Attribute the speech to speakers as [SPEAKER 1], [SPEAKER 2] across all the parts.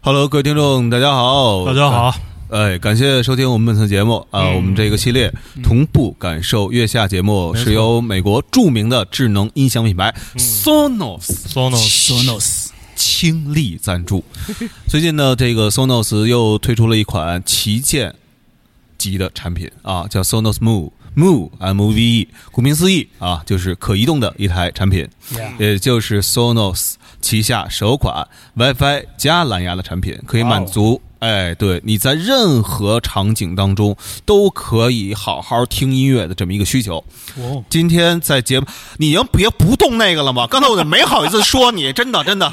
[SPEAKER 1] Hello，各位听众，大家好，
[SPEAKER 2] 大家好，嗯
[SPEAKER 1] 哎，感谢收听我们本次节目啊、我们这个系列同步感受月下节目
[SPEAKER 2] 错嗯
[SPEAKER 1] 是由美国著名的智能音响品牌 Sonos
[SPEAKER 2] Sonos
[SPEAKER 3] Sonos
[SPEAKER 1] 倾力赞 助。最近呢，这个 Sonos 又推出了一款旗舰级的产品啊，叫 Sonos Move。Move M O V E，顾名思义啊，就是可移动的一台产品。
[SPEAKER 3] Yeah
[SPEAKER 1] 也就是 Sonos 旗下首款 WiFi 加蓝牙的产品，可以满足。哎，对，你在任何场景当中都可以好好听音乐的这么一个需求。
[SPEAKER 3] 哦，
[SPEAKER 1] 今天在节目，你能别不动那个了 吗？刚才我就没好意思说你，真的 真的。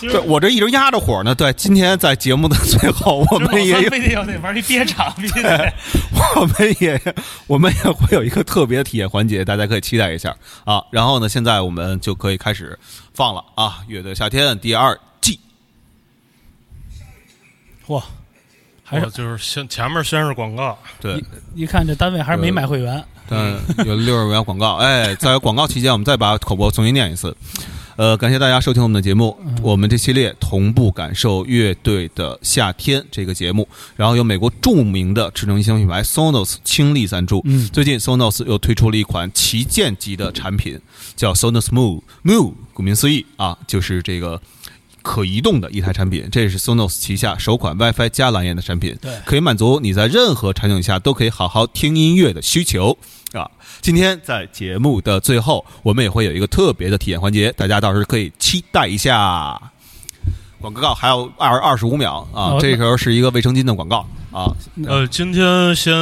[SPEAKER 1] 对，我这一直压着火呢。对，今天在节目的最后，我们也有
[SPEAKER 2] 非得要得玩一憋场，必须得。
[SPEAKER 1] 我们也我们也会有一个特别的体验环节，大家可以期待一下啊。然后呢，现在我们就可以开始放了啊，《乐队夏天》第二季。
[SPEAKER 3] 嚯，还
[SPEAKER 2] 还
[SPEAKER 3] 是
[SPEAKER 2] 有哦就是先前面先是广告，
[SPEAKER 1] 对，
[SPEAKER 3] 一看这单位还是没买会员，
[SPEAKER 1] 但有六十元广告。哎，在广告期间，我们再把口播重新念一次。呃，感谢大家收听我们的节目。我们这系列同步感受乐队的夏天这个节目，然后由美国著名的智能音箱品牌 Sonos 倾力赞助。
[SPEAKER 3] 嗯
[SPEAKER 1] 最近 Sonos 又推出了一款旗舰级的产品，叫 Sonos Move。Move，顾名思义啊，就是这个可移动的一台产品，这是 Sonos 旗下首款 WiFi 加蓝牙的产品，
[SPEAKER 3] 对
[SPEAKER 1] 可以满足你在任何场景下都可以好好听音乐的需求啊。今天在节目的最后，我们也会有一个特别的体验环节，大家到时候可以期待一下。广告还有二二十五秒啊，
[SPEAKER 3] 哦
[SPEAKER 1] 这时候是一个卫生巾的广告啊，
[SPEAKER 2] 呃，今天先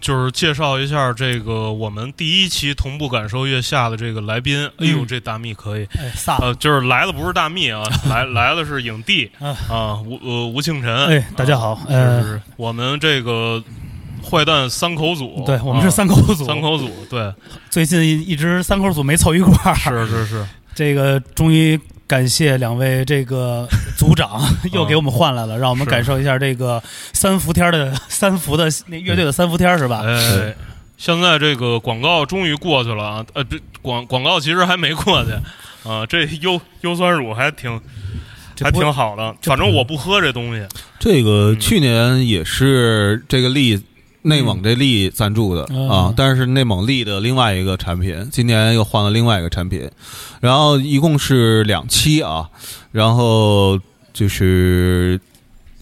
[SPEAKER 2] 就是介绍一下这个我们第一期同步感受月下的这个来宾。哎呦，
[SPEAKER 3] 嗯
[SPEAKER 2] 这大蜜可以，
[SPEAKER 3] 哎，萨，
[SPEAKER 2] 呃，就是来的不是大蜜啊，来 来的是影帝
[SPEAKER 3] 啊
[SPEAKER 2] 啊，吴呃吴庆辰。
[SPEAKER 3] 哎，大家好，
[SPEAKER 2] 就
[SPEAKER 3] 呃，
[SPEAKER 2] 是我们这个坏蛋三口组，
[SPEAKER 3] 对我们
[SPEAKER 2] 啊
[SPEAKER 3] 是三口组，
[SPEAKER 2] 三口组，对，
[SPEAKER 3] 最近一直三口组没凑一块儿，
[SPEAKER 2] 是是是，
[SPEAKER 3] 这个终于感谢两位这个组 长又给我们换来了，让我们
[SPEAKER 2] 是
[SPEAKER 3] 感受一下这个三伏天儿的三伏的那乐队的三伏天儿是吧？
[SPEAKER 2] 哎，现在这个广告终于过去了啊，呃，这广广告其实还没过去啊，这优优酸乳还挺还
[SPEAKER 3] 不会
[SPEAKER 2] 挺好的，
[SPEAKER 3] 这不
[SPEAKER 2] 反
[SPEAKER 1] 嗯
[SPEAKER 2] 正我不喝这东西，
[SPEAKER 1] 这个去年也是这个力内蒙这力赞助的、
[SPEAKER 3] 嗯
[SPEAKER 1] 啊，但是内蒙力的另外一个产品，今年又换了另外一个产品，然后一共是两期啊，然后就是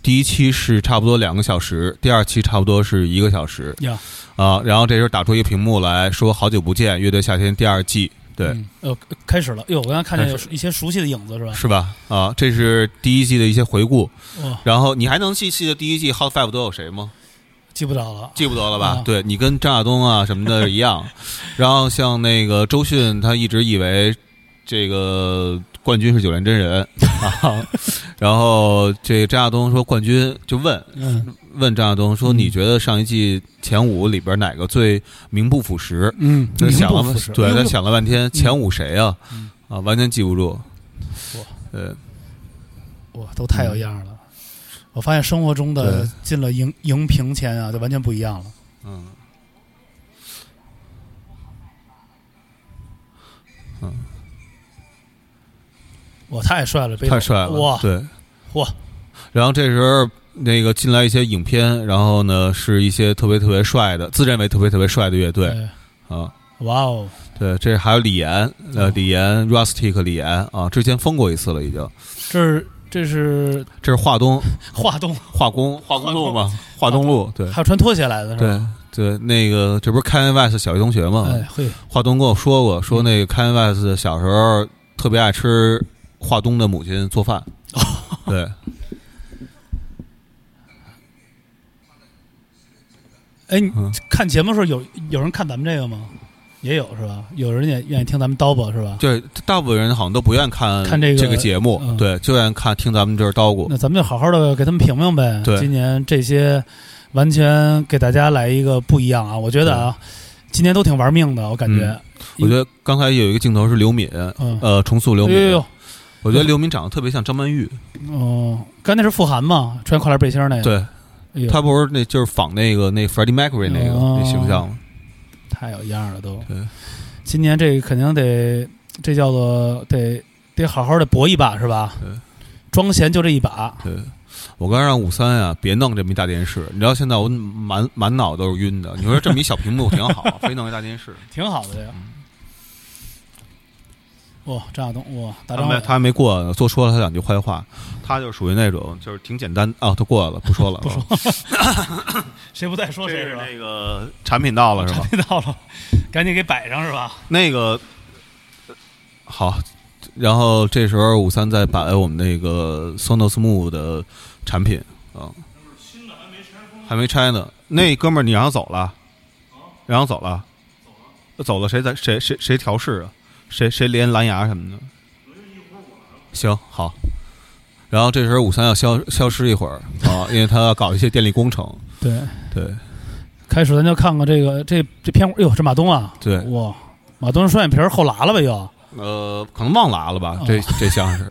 [SPEAKER 1] 第一期是差不多两个小时，第二期差不多是一个小时
[SPEAKER 3] 呀，
[SPEAKER 1] 啊，然后这时候打出一个屏幕来说“好久不见，乐队夏天”第二季，对，
[SPEAKER 3] 嗯，呃，开始了，哟，我刚才看见有
[SPEAKER 1] 开
[SPEAKER 3] 一些熟悉的影子是吧？
[SPEAKER 1] 是吧？啊，这是第一季的一些回顾，
[SPEAKER 3] 哇，
[SPEAKER 1] 然后你还能记记得第一季 Hot Five 都有谁吗？
[SPEAKER 3] 记不着了，
[SPEAKER 1] 记不得了吧？
[SPEAKER 3] 啊
[SPEAKER 1] 对你跟张亚东啊什么的一 样，然后像那个周迅，他一直以为这个冠军是九连真 人啊，然后这个张亚东说冠军就问
[SPEAKER 3] 嗯
[SPEAKER 1] 问张亚东说
[SPEAKER 3] 嗯
[SPEAKER 1] 你觉得上一季前五里边哪个最名不副实？
[SPEAKER 3] 嗯，
[SPEAKER 1] 他
[SPEAKER 3] 名
[SPEAKER 1] 想
[SPEAKER 3] 不嗯
[SPEAKER 1] 了
[SPEAKER 3] 副实，
[SPEAKER 1] 对
[SPEAKER 3] 哎
[SPEAKER 1] 他
[SPEAKER 3] 呦
[SPEAKER 1] 想了半天前五谁啊？啊，完全记不住
[SPEAKER 3] 哇。
[SPEAKER 1] 呃，
[SPEAKER 3] 哇，都太有样了！我发现生活中的
[SPEAKER 1] 对
[SPEAKER 3] 进了荧荧屏前啊，就完全不一样了。
[SPEAKER 1] 嗯。嗯
[SPEAKER 3] 哇，太帅了！贝
[SPEAKER 1] 太帅了，
[SPEAKER 3] 哇
[SPEAKER 1] 对，
[SPEAKER 3] 哇。
[SPEAKER 1] 然后这时候那个进来一些影片，然后呢是一些特别特别帅的，自认为特别特别帅的乐队
[SPEAKER 3] 哎
[SPEAKER 1] 啊。
[SPEAKER 3] 哇哦，
[SPEAKER 1] 对，这还有李岩，
[SPEAKER 3] 嗯
[SPEAKER 1] 呃，李岩 Rustic 李岩啊，之前封过一次了，已经。
[SPEAKER 3] 这是这是
[SPEAKER 1] 这是华东
[SPEAKER 3] 华东，
[SPEAKER 1] 化 工化工路吗？化东路，对
[SPEAKER 3] 还有穿拖鞋来的是吧？
[SPEAKER 1] 对对，那个这不是 Kanye West 小学同学吗？
[SPEAKER 3] 哎嗯嘿，
[SPEAKER 1] 华东跟我说过，说那个 Kanye West 小时候特别爱吃华东的母亲做 饭，对，
[SPEAKER 3] 哎，你
[SPEAKER 1] 嗯
[SPEAKER 3] 看节目的时候有有人看咱们这个吗？也有是吧？有人也愿意听咱们叨吧是吧？
[SPEAKER 1] 对，大部分人好像都不愿看
[SPEAKER 3] 看这个
[SPEAKER 1] 个节目，
[SPEAKER 3] 嗯
[SPEAKER 1] 对，就愿看听咱们这儿叨咕。
[SPEAKER 3] 那咱们就好好的给他们评评呗。
[SPEAKER 1] 对
[SPEAKER 3] 今年这些完全给大家来一个不一样啊！我觉得啊，今年都挺玩命的，我感觉。
[SPEAKER 1] 我觉得刚才有一个镜头是刘敏，
[SPEAKER 3] 嗯，
[SPEAKER 1] 呃，重塑刘
[SPEAKER 3] 哎呦
[SPEAKER 1] 敏
[SPEAKER 3] 呦，，
[SPEAKER 1] 我觉得刘敏长得特别像张曼玉，
[SPEAKER 3] 哦，刚才是傅寒嘛，穿跨栏背心儿那个。
[SPEAKER 1] 对
[SPEAKER 3] 哎呦，
[SPEAKER 1] 她不是那就是仿那个那 Freddie Mercury 那个
[SPEAKER 3] 哦
[SPEAKER 1] 那形象吗？
[SPEAKER 3] 太有样儿了都。
[SPEAKER 1] 对，
[SPEAKER 3] 今年这个肯定得，这叫做得得好好的搏一把是吧？
[SPEAKER 1] 对
[SPEAKER 3] 装闲就这一把，
[SPEAKER 1] 对，我刚让五三呀，别弄这么一大电视。你知道现在我满满脑都是晕的。你说这么一小屏幕挺 好，非弄一大电视。
[SPEAKER 3] 挺好的这个。
[SPEAKER 1] 嗯
[SPEAKER 3] 哇，张亚东，哇，
[SPEAKER 1] 他
[SPEAKER 3] 大张伟
[SPEAKER 1] 没，他还没过呢，多说了他两句坏话。他就属于那种就是挺简单哦，他过了，不说 了。不说，
[SPEAKER 3] 谁不再说
[SPEAKER 1] 这
[SPEAKER 3] 谁是
[SPEAKER 1] 是
[SPEAKER 3] 吧？
[SPEAKER 1] 那个产品到了是吧？
[SPEAKER 3] 这到了，赶紧给摆上是吧？
[SPEAKER 1] 那个好，然后这时候五三在摆我们那个 Sonos Move 的产品啊，还没拆呢。那哥们儿你让他走了，然后走了，走了，谁在谁谁谁调试啊？谁谁连蓝牙什么的？行好。然后这时候五三要消消失一会儿啊，因为他要搞一些电力工程。
[SPEAKER 3] 对，
[SPEAKER 1] 对
[SPEAKER 3] 开始咱就看看这个这这片，哎呦，这马东啊，
[SPEAKER 1] 对，
[SPEAKER 3] 哇，马东双眼皮儿后拉了吧又，
[SPEAKER 1] 呃，可能忘拉了
[SPEAKER 3] 哦
[SPEAKER 1] 吧，这这像是。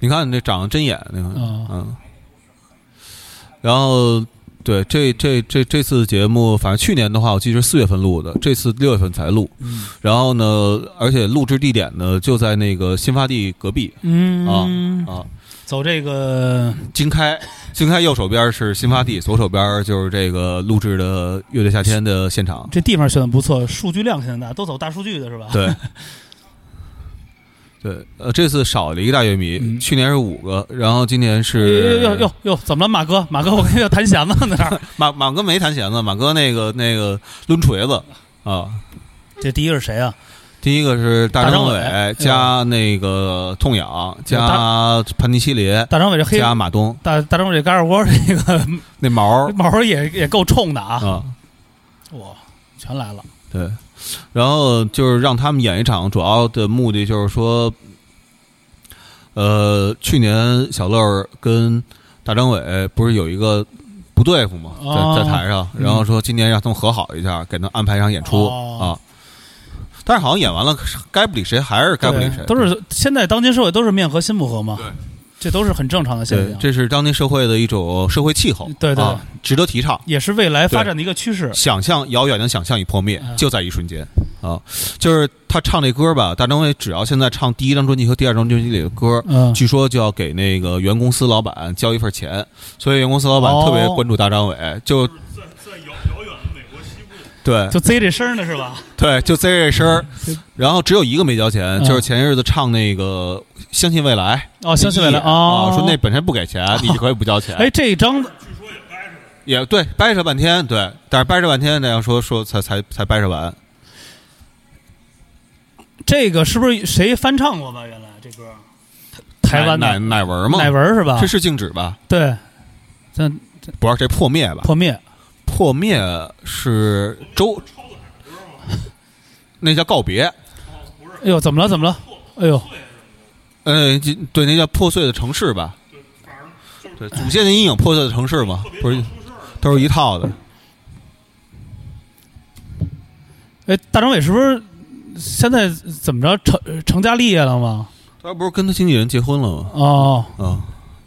[SPEAKER 1] 你看你这长得真眼，你看，
[SPEAKER 3] 哦
[SPEAKER 1] 嗯。然后，对这这这这次节目，反正去年的话，我记得是四月份录的，这次六月份才录。
[SPEAKER 3] 嗯
[SPEAKER 1] 然后呢，而且录制地点呢就在那个新发地隔壁
[SPEAKER 3] 嗯，
[SPEAKER 1] 啊，
[SPEAKER 3] 走这个
[SPEAKER 1] 经开。经开右手边是新发地，左手边就是这个录制的乐队夏天的现场。
[SPEAKER 3] 这地方选的不错，数据量现在大，都走大数据的是吧？
[SPEAKER 1] 对，对，呃，这次少了一个大乐迷，
[SPEAKER 3] 嗯哎
[SPEAKER 1] 去年是五个，然后今年
[SPEAKER 3] 哟
[SPEAKER 1] 是
[SPEAKER 3] 哟哟哟，怎么了，马哥？马哥，我跟你要弹弦子呢，那儿。
[SPEAKER 1] 马马哥没弹弦子，马哥那个那个抡锤子啊。
[SPEAKER 3] 这第一个是谁啊？
[SPEAKER 1] 第一个是大张
[SPEAKER 3] 大张伟
[SPEAKER 1] 加那个痛痒加潘尼西林
[SPEAKER 3] 大张伟这黑
[SPEAKER 1] 加马东
[SPEAKER 3] 大大张伟这嘎吱窝 这个
[SPEAKER 1] 那毛 儿
[SPEAKER 3] 毛儿也也够冲的啊！
[SPEAKER 1] 啊，
[SPEAKER 3] 哇，全来了。
[SPEAKER 1] 对，然后就是让他们演一场，主要的目的就是说，呃，去年小乐儿跟大张伟不是有一个不对付嘛，
[SPEAKER 3] 哦
[SPEAKER 1] 在在台上，
[SPEAKER 3] 嗯
[SPEAKER 1] 然后说今年让他们和好一下，给他们安排一场演出、啊。
[SPEAKER 3] 哦
[SPEAKER 1] 但是好像演完了，该不理谁还是该不理
[SPEAKER 3] 对
[SPEAKER 1] 谁，
[SPEAKER 3] 都是现在当今社会都是面和心不和嘛，
[SPEAKER 1] 对，
[SPEAKER 3] 这都是很正常的现
[SPEAKER 1] 对，
[SPEAKER 3] 象，
[SPEAKER 1] 这是当今社会的一种社会气候，
[SPEAKER 3] 对对
[SPEAKER 1] 啊，值得提倡。
[SPEAKER 3] 也是未来发展的一个趋势。
[SPEAKER 1] 想象遥远的想象与破灭
[SPEAKER 3] 嗯，
[SPEAKER 1] 就在一瞬间啊！就是他唱这歌吧，大张伟只要现在唱第一张专辑和第二张专辑里的歌，
[SPEAKER 3] 嗯，
[SPEAKER 1] 据说就要给那个原公司老板交一份钱，所以原公司老板
[SPEAKER 3] 哦
[SPEAKER 1] 特别关注大张伟，就
[SPEAKER 2] 在在遥遥远的美国西部，
[SPEAKER 1] 对
[SPEAKER 3] 就贼这声儿呢是吧？
[SPEAKER 1] 对，就这这声儿
[SPEAKER 3] 嗯，
[SPEAKER 1] 然后只有一个没交钱，
[SPEAKER 3] 嗯
[SPEAKER 1] 就是前些日子唱那个《相信未来》
[SPEAKER 3] 哦，相信未来
[SPEAKER 1] 那一啊，
[SPEAKER 3] 哦，
[SPEAKER 1] 说那本身不给钱，你可以不交钱，
[SPEAKER 3] 哎，这一张
[SPEAKER 2] 据说也掰上了。
[SPEAKER 1] 也对，掰扯半天，对，但是掰扯半天，那样说说才才才掰扯完，
[SPEAKER 3] 这个是不是谁翻唱过吧？原来这歌，台湾
[SPEAKER 1] 乃
[SPEAKER 3] 的
[SPEAKER 1] 乃文嘛，
[SPEAKER 3] 乃文是吧
[SPEAKER 1] 这？是静止吧？
[SPEAKER 3] 对，咱
[SPEAKER 1] 不是这破灭吧？
[SPEAKER 3] 破灭
[SPEAKER 1] 破灭是周， 那叫告别。
[SPEAKER 3] 哎呦，怎么了？怎么了？哎呦，
[SPEAKER 1] 呃，这对，那叫破碎的城市吧？对，祖先的阴影，破碎的城市嘛，不是都是一套的。
[SPEAKER 3] 哎，大张伟是不是现在怎么着成成家立业了吗？
[SPEAKER 1] 他不是跟他经纪人结婚了吗？
[SPEAKER 3] 哦，
[SPEAKER 1] 啊，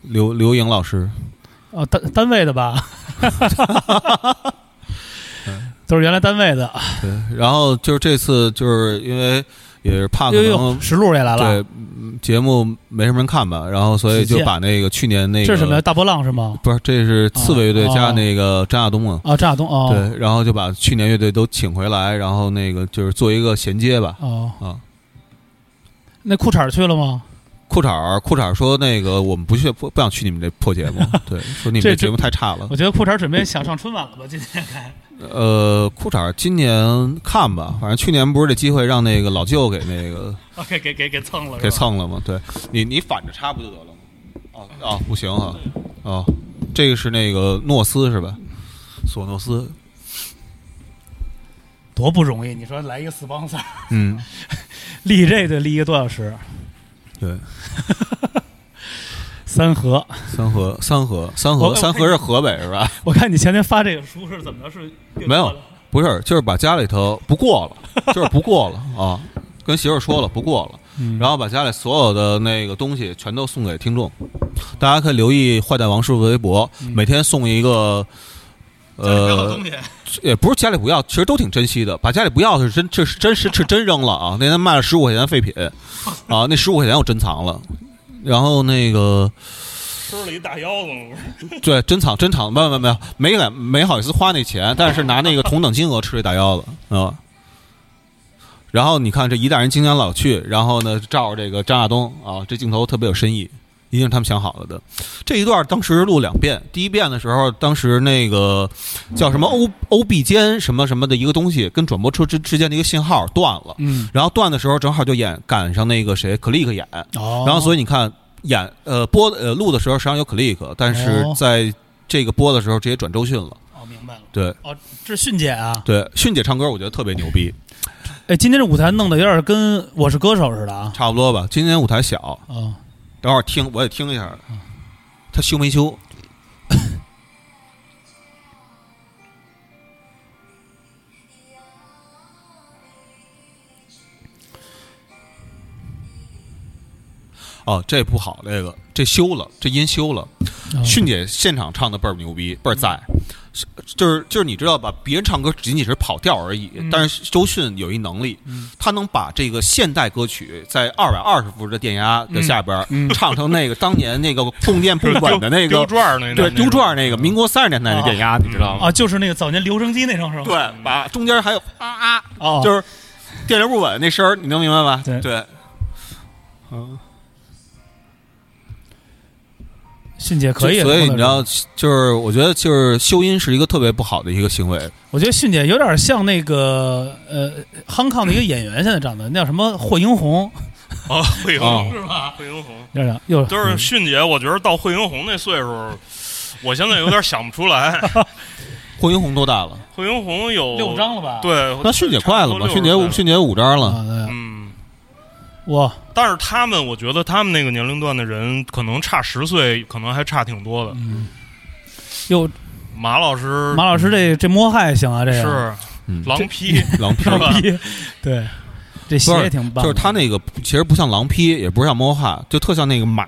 [SPEAKER 1] 刘刘颖老师，
[SPEAKER 3] 哦，单单位 的吧，都是原来单位的。
[SPEAKER 1] 对，然后就是这次就是因为也是怕可
[SPEAKER 3] 呦
[SPEAKER 1] 能
[SPEAKER 3] 哎呦，石路也来了，
[SPEAKER 1] 对嗯节目没什么人看吧，然后所以就
[SPEAKER 3] 是
[SPEAKER 1] 把那个去年那个
[SPEAKER 3] 这是什么呀？大波浪是吗？
[SPEAKER 1] 不是，这是刺猬乐队加
[SPEAKER 3] 哦
[SPEAKER 1] 那个张亚东啊。
[SPEAKER 3] 啊，张亚东哦，，
[SPEAKER 1] 对，然后就把去年乐队都请回来，然后那个就是做一个衔接吧。
[SPEAKER 3] 哦，
[SPEAKER 1] 啊，
[SPEAKER 3] 那裤衩儿去了吗？
[SPEAKER 1] 裤衩儿，裤衩儿说那个我们不去不不想去你们这破 节目，对，说你们
[SPEAKER 3] 这
[SPEAKER 1] 这节目太差了
[SPEAKER 3] 我。觉得裤衩儿准备想上春晚了吧？今天
[SPEAKER 1] 呃，裤衩儿今年看吧，反正去年不是这机会让那个老舅给那个
[SPEAKER 3] 给给给给蹭了，
[SPEAKER 1] 给。蹭了吗？
[SPEAKER 3] 哦
[SPEAKER 1] 对你你反着插不就得了吗？哦哦，不行啊，哦，这个是那个诺斯是吧？索诺斯，
[SPEAKER 3] 多不容易！你说来一个 sponsor，
[SPEAKER 1] 嗯，
[SPEAKER 3] 立这得立一个多小时，
[SPEAKER 1] 对，
[SPEAKER 3] 三河。
[SPEAKER 1] 三河三河三河
[SPEAKER 3] 我
[SPEAKER 1] 三河是河北是吧？
[SPEAKER 3] 我看你前天发这个书是怎么着？是
[SPEAKER 1] 没有不是，就是把家里头不过 了，就是不过了啊，跟媳妇儿说了不过了，
[SPEAKER 3] 嗯
[SPEAKER 1] 然后把家里所有的那个东西全都送给听众，大家可以留意坏蛋王师傅的微博，
[SPEAKER 3] 嗯
[SPEAKER 1] 每天送一个。呃，
[SPEAKER 3] 西，
[SPEAKER 1] 也不是家里不要，其实都挺珍惜的。把家里不要是真，这是真是是真扔了啊！那天卖了十五块钱废品，啊，那十五块钱我珍藏了，然后那个
[SPEAKER 2] 吃了一大腰子嘛，
[SPEAKER 1] 对珍藏珍藏，没有没有没有没敢没好意思花那钱，但是拿那个同等金额吃这大腰子啊。然后你看这一代人经年老去，然后呢照着这个张亚东啊，这镜头特别有深意，一定是他们想好了的。这一段当时录两遍，第一遍的时候，当时那个叫什么欧欧币间什么什么的一个东西，跟转播车之之间的一个信号断了，
[SPEAKER 3] 嗯，
[SPEAKER 1] 然后断的时候正好就演赶上那个谁 Click 演，
[SPEAKER 3] 哦，
[SPEAKER 1] 然后所
[SPEAKER 3] 以
[SPEAKER 1] 以你看演呃播呃录的时候实际上有 click，但是
[SPEAKER 3] 哦
[SPEAKER 1] 在这个播的时候直接转周迅了。
[SPEAKER 3] 哦，明白了，
[SPEAKER 1] 对
[SPEAKER 3] 哦，这是迅姐啊，
[SPEAKER 1] 对，迅姐唱歌我觉得特别牛逼，
[SPEAKER 3] 哎，今天这舞台弄得有点跟《我是歌手》似的啊，
[SPEAKER 1] 差不多吧。今天舞台小，
[SPEAKER 3] 哦，
[SPEAKER 1] 等会儿听我也听一下，他修没修？哦，这不好，这个这修了，这音修了。
[SPEAKER 3] 哦嗯
[SPEAKER 1] 迅姐现场唱的倍儿牛逼，倍儿在，是就是就是你知道吧？别人唱歌仅仅是跑调而已，
[SPEAKER 2] 嗯
[SPEAKER 1] 但是周迅有一能力，
[SPEAKER 3] 嗯
[SPEAKER 1] 她能把这个现代歌曲在二百二十伏的电压的下边儿、
[SPEAKER 3] 嗯嗯
[SPEAKER 1] 唱成那个当年那个供电不稳的那
[SPEAKER 2] 丢
[SPEAKER 1] 个，
[SPEAKER 2] 转儿那
[SPEAKER 1] 对，丢转儿那个民
[SPEAKER 2] 名
[SPEAKER 1] 国三十年代的电压，你知道吗？
[SPEAKER 3] 啊，就是那个早年留声机那种是吧？，
[SPEAKER 1] 对，把中间还有啊啊，
[SPEAKER 3] 哦，
[SPEAKER 1] 就是是电流不稳那声儿，你能明白吧？
[SPEAKER 3] 对
[SPEAKER 1] 对，
[SPEAKER 3] 迅姐可以，
[SPEAKER 1] 所以你知
[SPEAKER 3] 弄
[SPEAKER 1] 道
[SPEAKER 3] 得，
[SPEAKER 1] 就是我觉得就是修音是一个特别不好的一个行为，
[SPEAKER 3] 我觉得迅姐有点像那个呃，康康的一个演员，现在长得那叫什么霍英红，
[SPEAKER 2] 啊，惠英
[SPEAKER 1] 哦
[SPEAKER 2] 红是吧？惠英红
[SPEAKER 3] 有点又
[SPEAKER 2] 就是迅姐，我觉得到惠英红那岁数，我现在有点想不出来。
[SPEAKER 1] 霍英红多大了？
[SPEAKER 2] 惠英红有
[SPEAKER 3] 六张了吧？
[SPEAKER 2] 对，
[SPEAKER 1] 那迅姐快了吧？迅姐
[SPEAKER 2] 五
[SPEAKER 1] 五迅姐五张了，
[SPEAKER 3] 啊，对，
[SPEAKER 2] 嗯，
[SPEAKER 3] 哇，
[SPEAKER 2] 但是他们，我觉得他们那个年龄段的人，可能差十岁，可能还差挺多的。
[SPEAKER 3] 嗯，哟，
[SPEAKER 2] 马老师，
[SPEAKER 3] 马老师这这摸还行啊，这个
[SPEAKER 2] 是
[SPEAKER 1] 嗯
[SPEAKER 2] 狼批，
[SPEAKER 1] 狼皮
[SPEAKER 2] 是。吧？
[SPEAKER 3] 是 对，这鞋也挺棒
[SPEAKER 1] 就
[SPEAKER 3] 的，
[SPEAKER 1] 是他那个，其实不像狼披，也不是像猫哈，就特像那个马，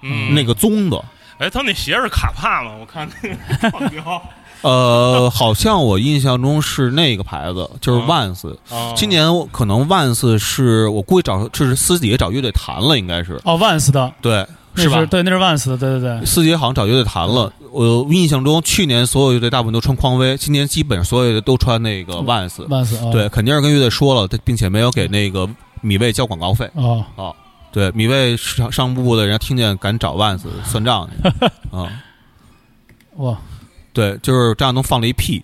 [SPEAKER 2] 嗯
[SPEAKER 1] 那个棕的。
[SPEAKER 2] 哎，他那鞋是卡帕吗？我看那个 放标。
[SPEAKER 1] 呃，好像我印象中是那个牌子，就是
[SPEAKER 2] 啊
[SPEAKER 1] Vans。
[SPEAKER 2] 哦
[SPEAKER 1] 今年我可能 Vans 是我估计找这是四姐找乐队谈了，应该是
[SPEAKER 3] 哦，Vans 的，
[SPEAKER 1] 对，
[SPEAKER 3] 那
[SPEAKER 1] 吧？
[SPEAKER 3] 对，那是 Vans 的，对对对，
[SPEAKER 1] 四姐好像找乐队谈了。
[SPEAKER 2] 嗯
[SPEAKER 1] 我印象中去年所有乐队大部分都穿匡威，今年基本上所有乐队都穿那
[SPEAKER 2] 嗯
[SPEAKER 1] 个 Vans。
[SPEAKER 3] Vans 哦，
[SPEAKER 1] 对，肯定是跟乐队说了，并且没有给那个米未交广告费。
[SPEAKER 3] 哦，
[SPEAKER 1] 对，米未上上部的人家听见敢找万 斯算账去啊、
[SPEAKER 3] 哇，
[SPEAKER 1] 对，就是张亚东放了一 屁，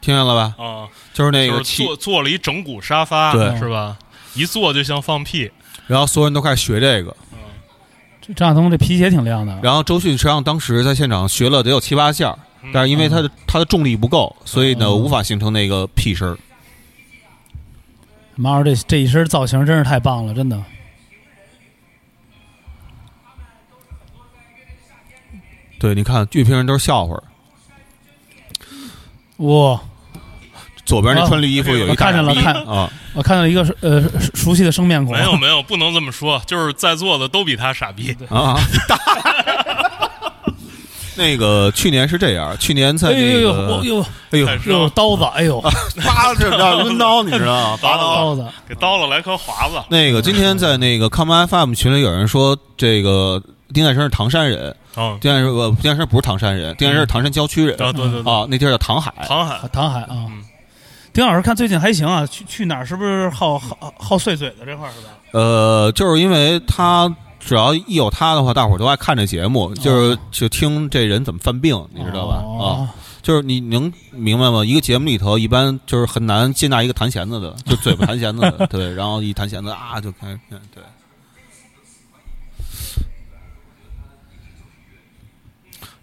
[SPEAKER 1] 听见了吧？
[SPEAKER 2] 啊，
[SPEAKER 1] 就是那
[SPEAKER 2] 就
[SPEAKER 1] 个
[SPEAKER 2] 是
[SPEAKER 1] 气，
[SPEAKER 2] 坐坐了一整蛊沙发，
[SPEAKER 1] 对
[SPEAKER 2] 是吧？一坐就像放屁。
[SPEAKER 1] 然后所有人都开始学这个。
[SPEAKER 3] 这张亚东这皮鞋挺亮的，
[SPEAKER 1] 然后周迅实际上当时在现场学了得有七八下儿，
[SPEAKER 2] 嗯
[SPEAKER 1] 但是因为他的他的重力不够，所以呢
[SPEAKER 3] 嗯
[SPEAKER 1] 无法形成那个屁声儿。
[SPEAKER 3] 马老师这这一身造型真是太棒了，真的，
[SPEAKER 1] 对，你看乐评人都是笑话儿。
[SPEAKER 3] 哇，
[SPEAKER 1] 左边那穿绿衣服
[SPEAKER 2] 哦
[SPEAKER 1] 有一
[SPEAKER 3] 啊哎我
[SPEAKER 1] 大
[SPEAKER 3] 看见了
[SPEAKER 1] 傻逼
[SPEAKER 3] 看
[SPEAKER 1] 啊，
[SPEAKER 3] 我看到一个呃熟悉的生面孔，
[SPEAKER 2] 没有没有，不能这么说，就是在座的都比他傻逼。
[SPEAKER 1] 啊！那个去年是这样，去年在
[SPEAKER 3] 哎呦
[SPEAKER 1] 那
[SPEAKER 3] 呦
[SPEAKER 1] 个
[SPEAKER 3] 呦呦
[SPEAKER 1] 哎呦
[SPEAKER 2] 太是
[SPEAKER 3] 呦
[SPEAKER 2] 吧
[SPEAKER 3] 刀子，哎呦
[SPEAKER 1] 拔这叫 抡刀，你知道吗？拔刀。
[SPEAKER 3] 刀子，
[SPEAKER 2] 给刀了来颗华子
[SPEAKER 1] 那个今天在那个康巴 FM 群里有人说，这个丁太生是唐山人，
[SPEAKER 3] 嗯
[SPEAKER 2] 啊！
[SPEAKER 1] 丁太生呃丁太生不是唐山人，丁太生是唐山郊区人
[SPEAKER 2] 啊，对
[SPEAKER 3] 嗯
[SPEAKER 2] 对
[SPEAKER 3] 哦
[SPEAKER 2] 对，
[SPEAKER 1] 啊，那地儿叫唐海。
[SPEAKER 2] 唐海，
[SPEAKER 3] 唐海啊
[SPEAKER 2] 嗯。
[SPEAKER 3] 丁老师看最近还行啊，去去哪儿是不是好好好碎嘴的这块儿是吧？
[SPEAKER 1] 呃，就是因为他只要一有他的话，大伙儿都爱看这节目，就是就听这人怎么犯病，你知道吧？啊，
[SPEAKER 3] 哦
[SPEAKER 1] 就是你能明白吗？一个节目里头一般就是很难接纳一个弹弦子的，就嘴巴弹弦子的，对，然后一弹弦子啊就开始对。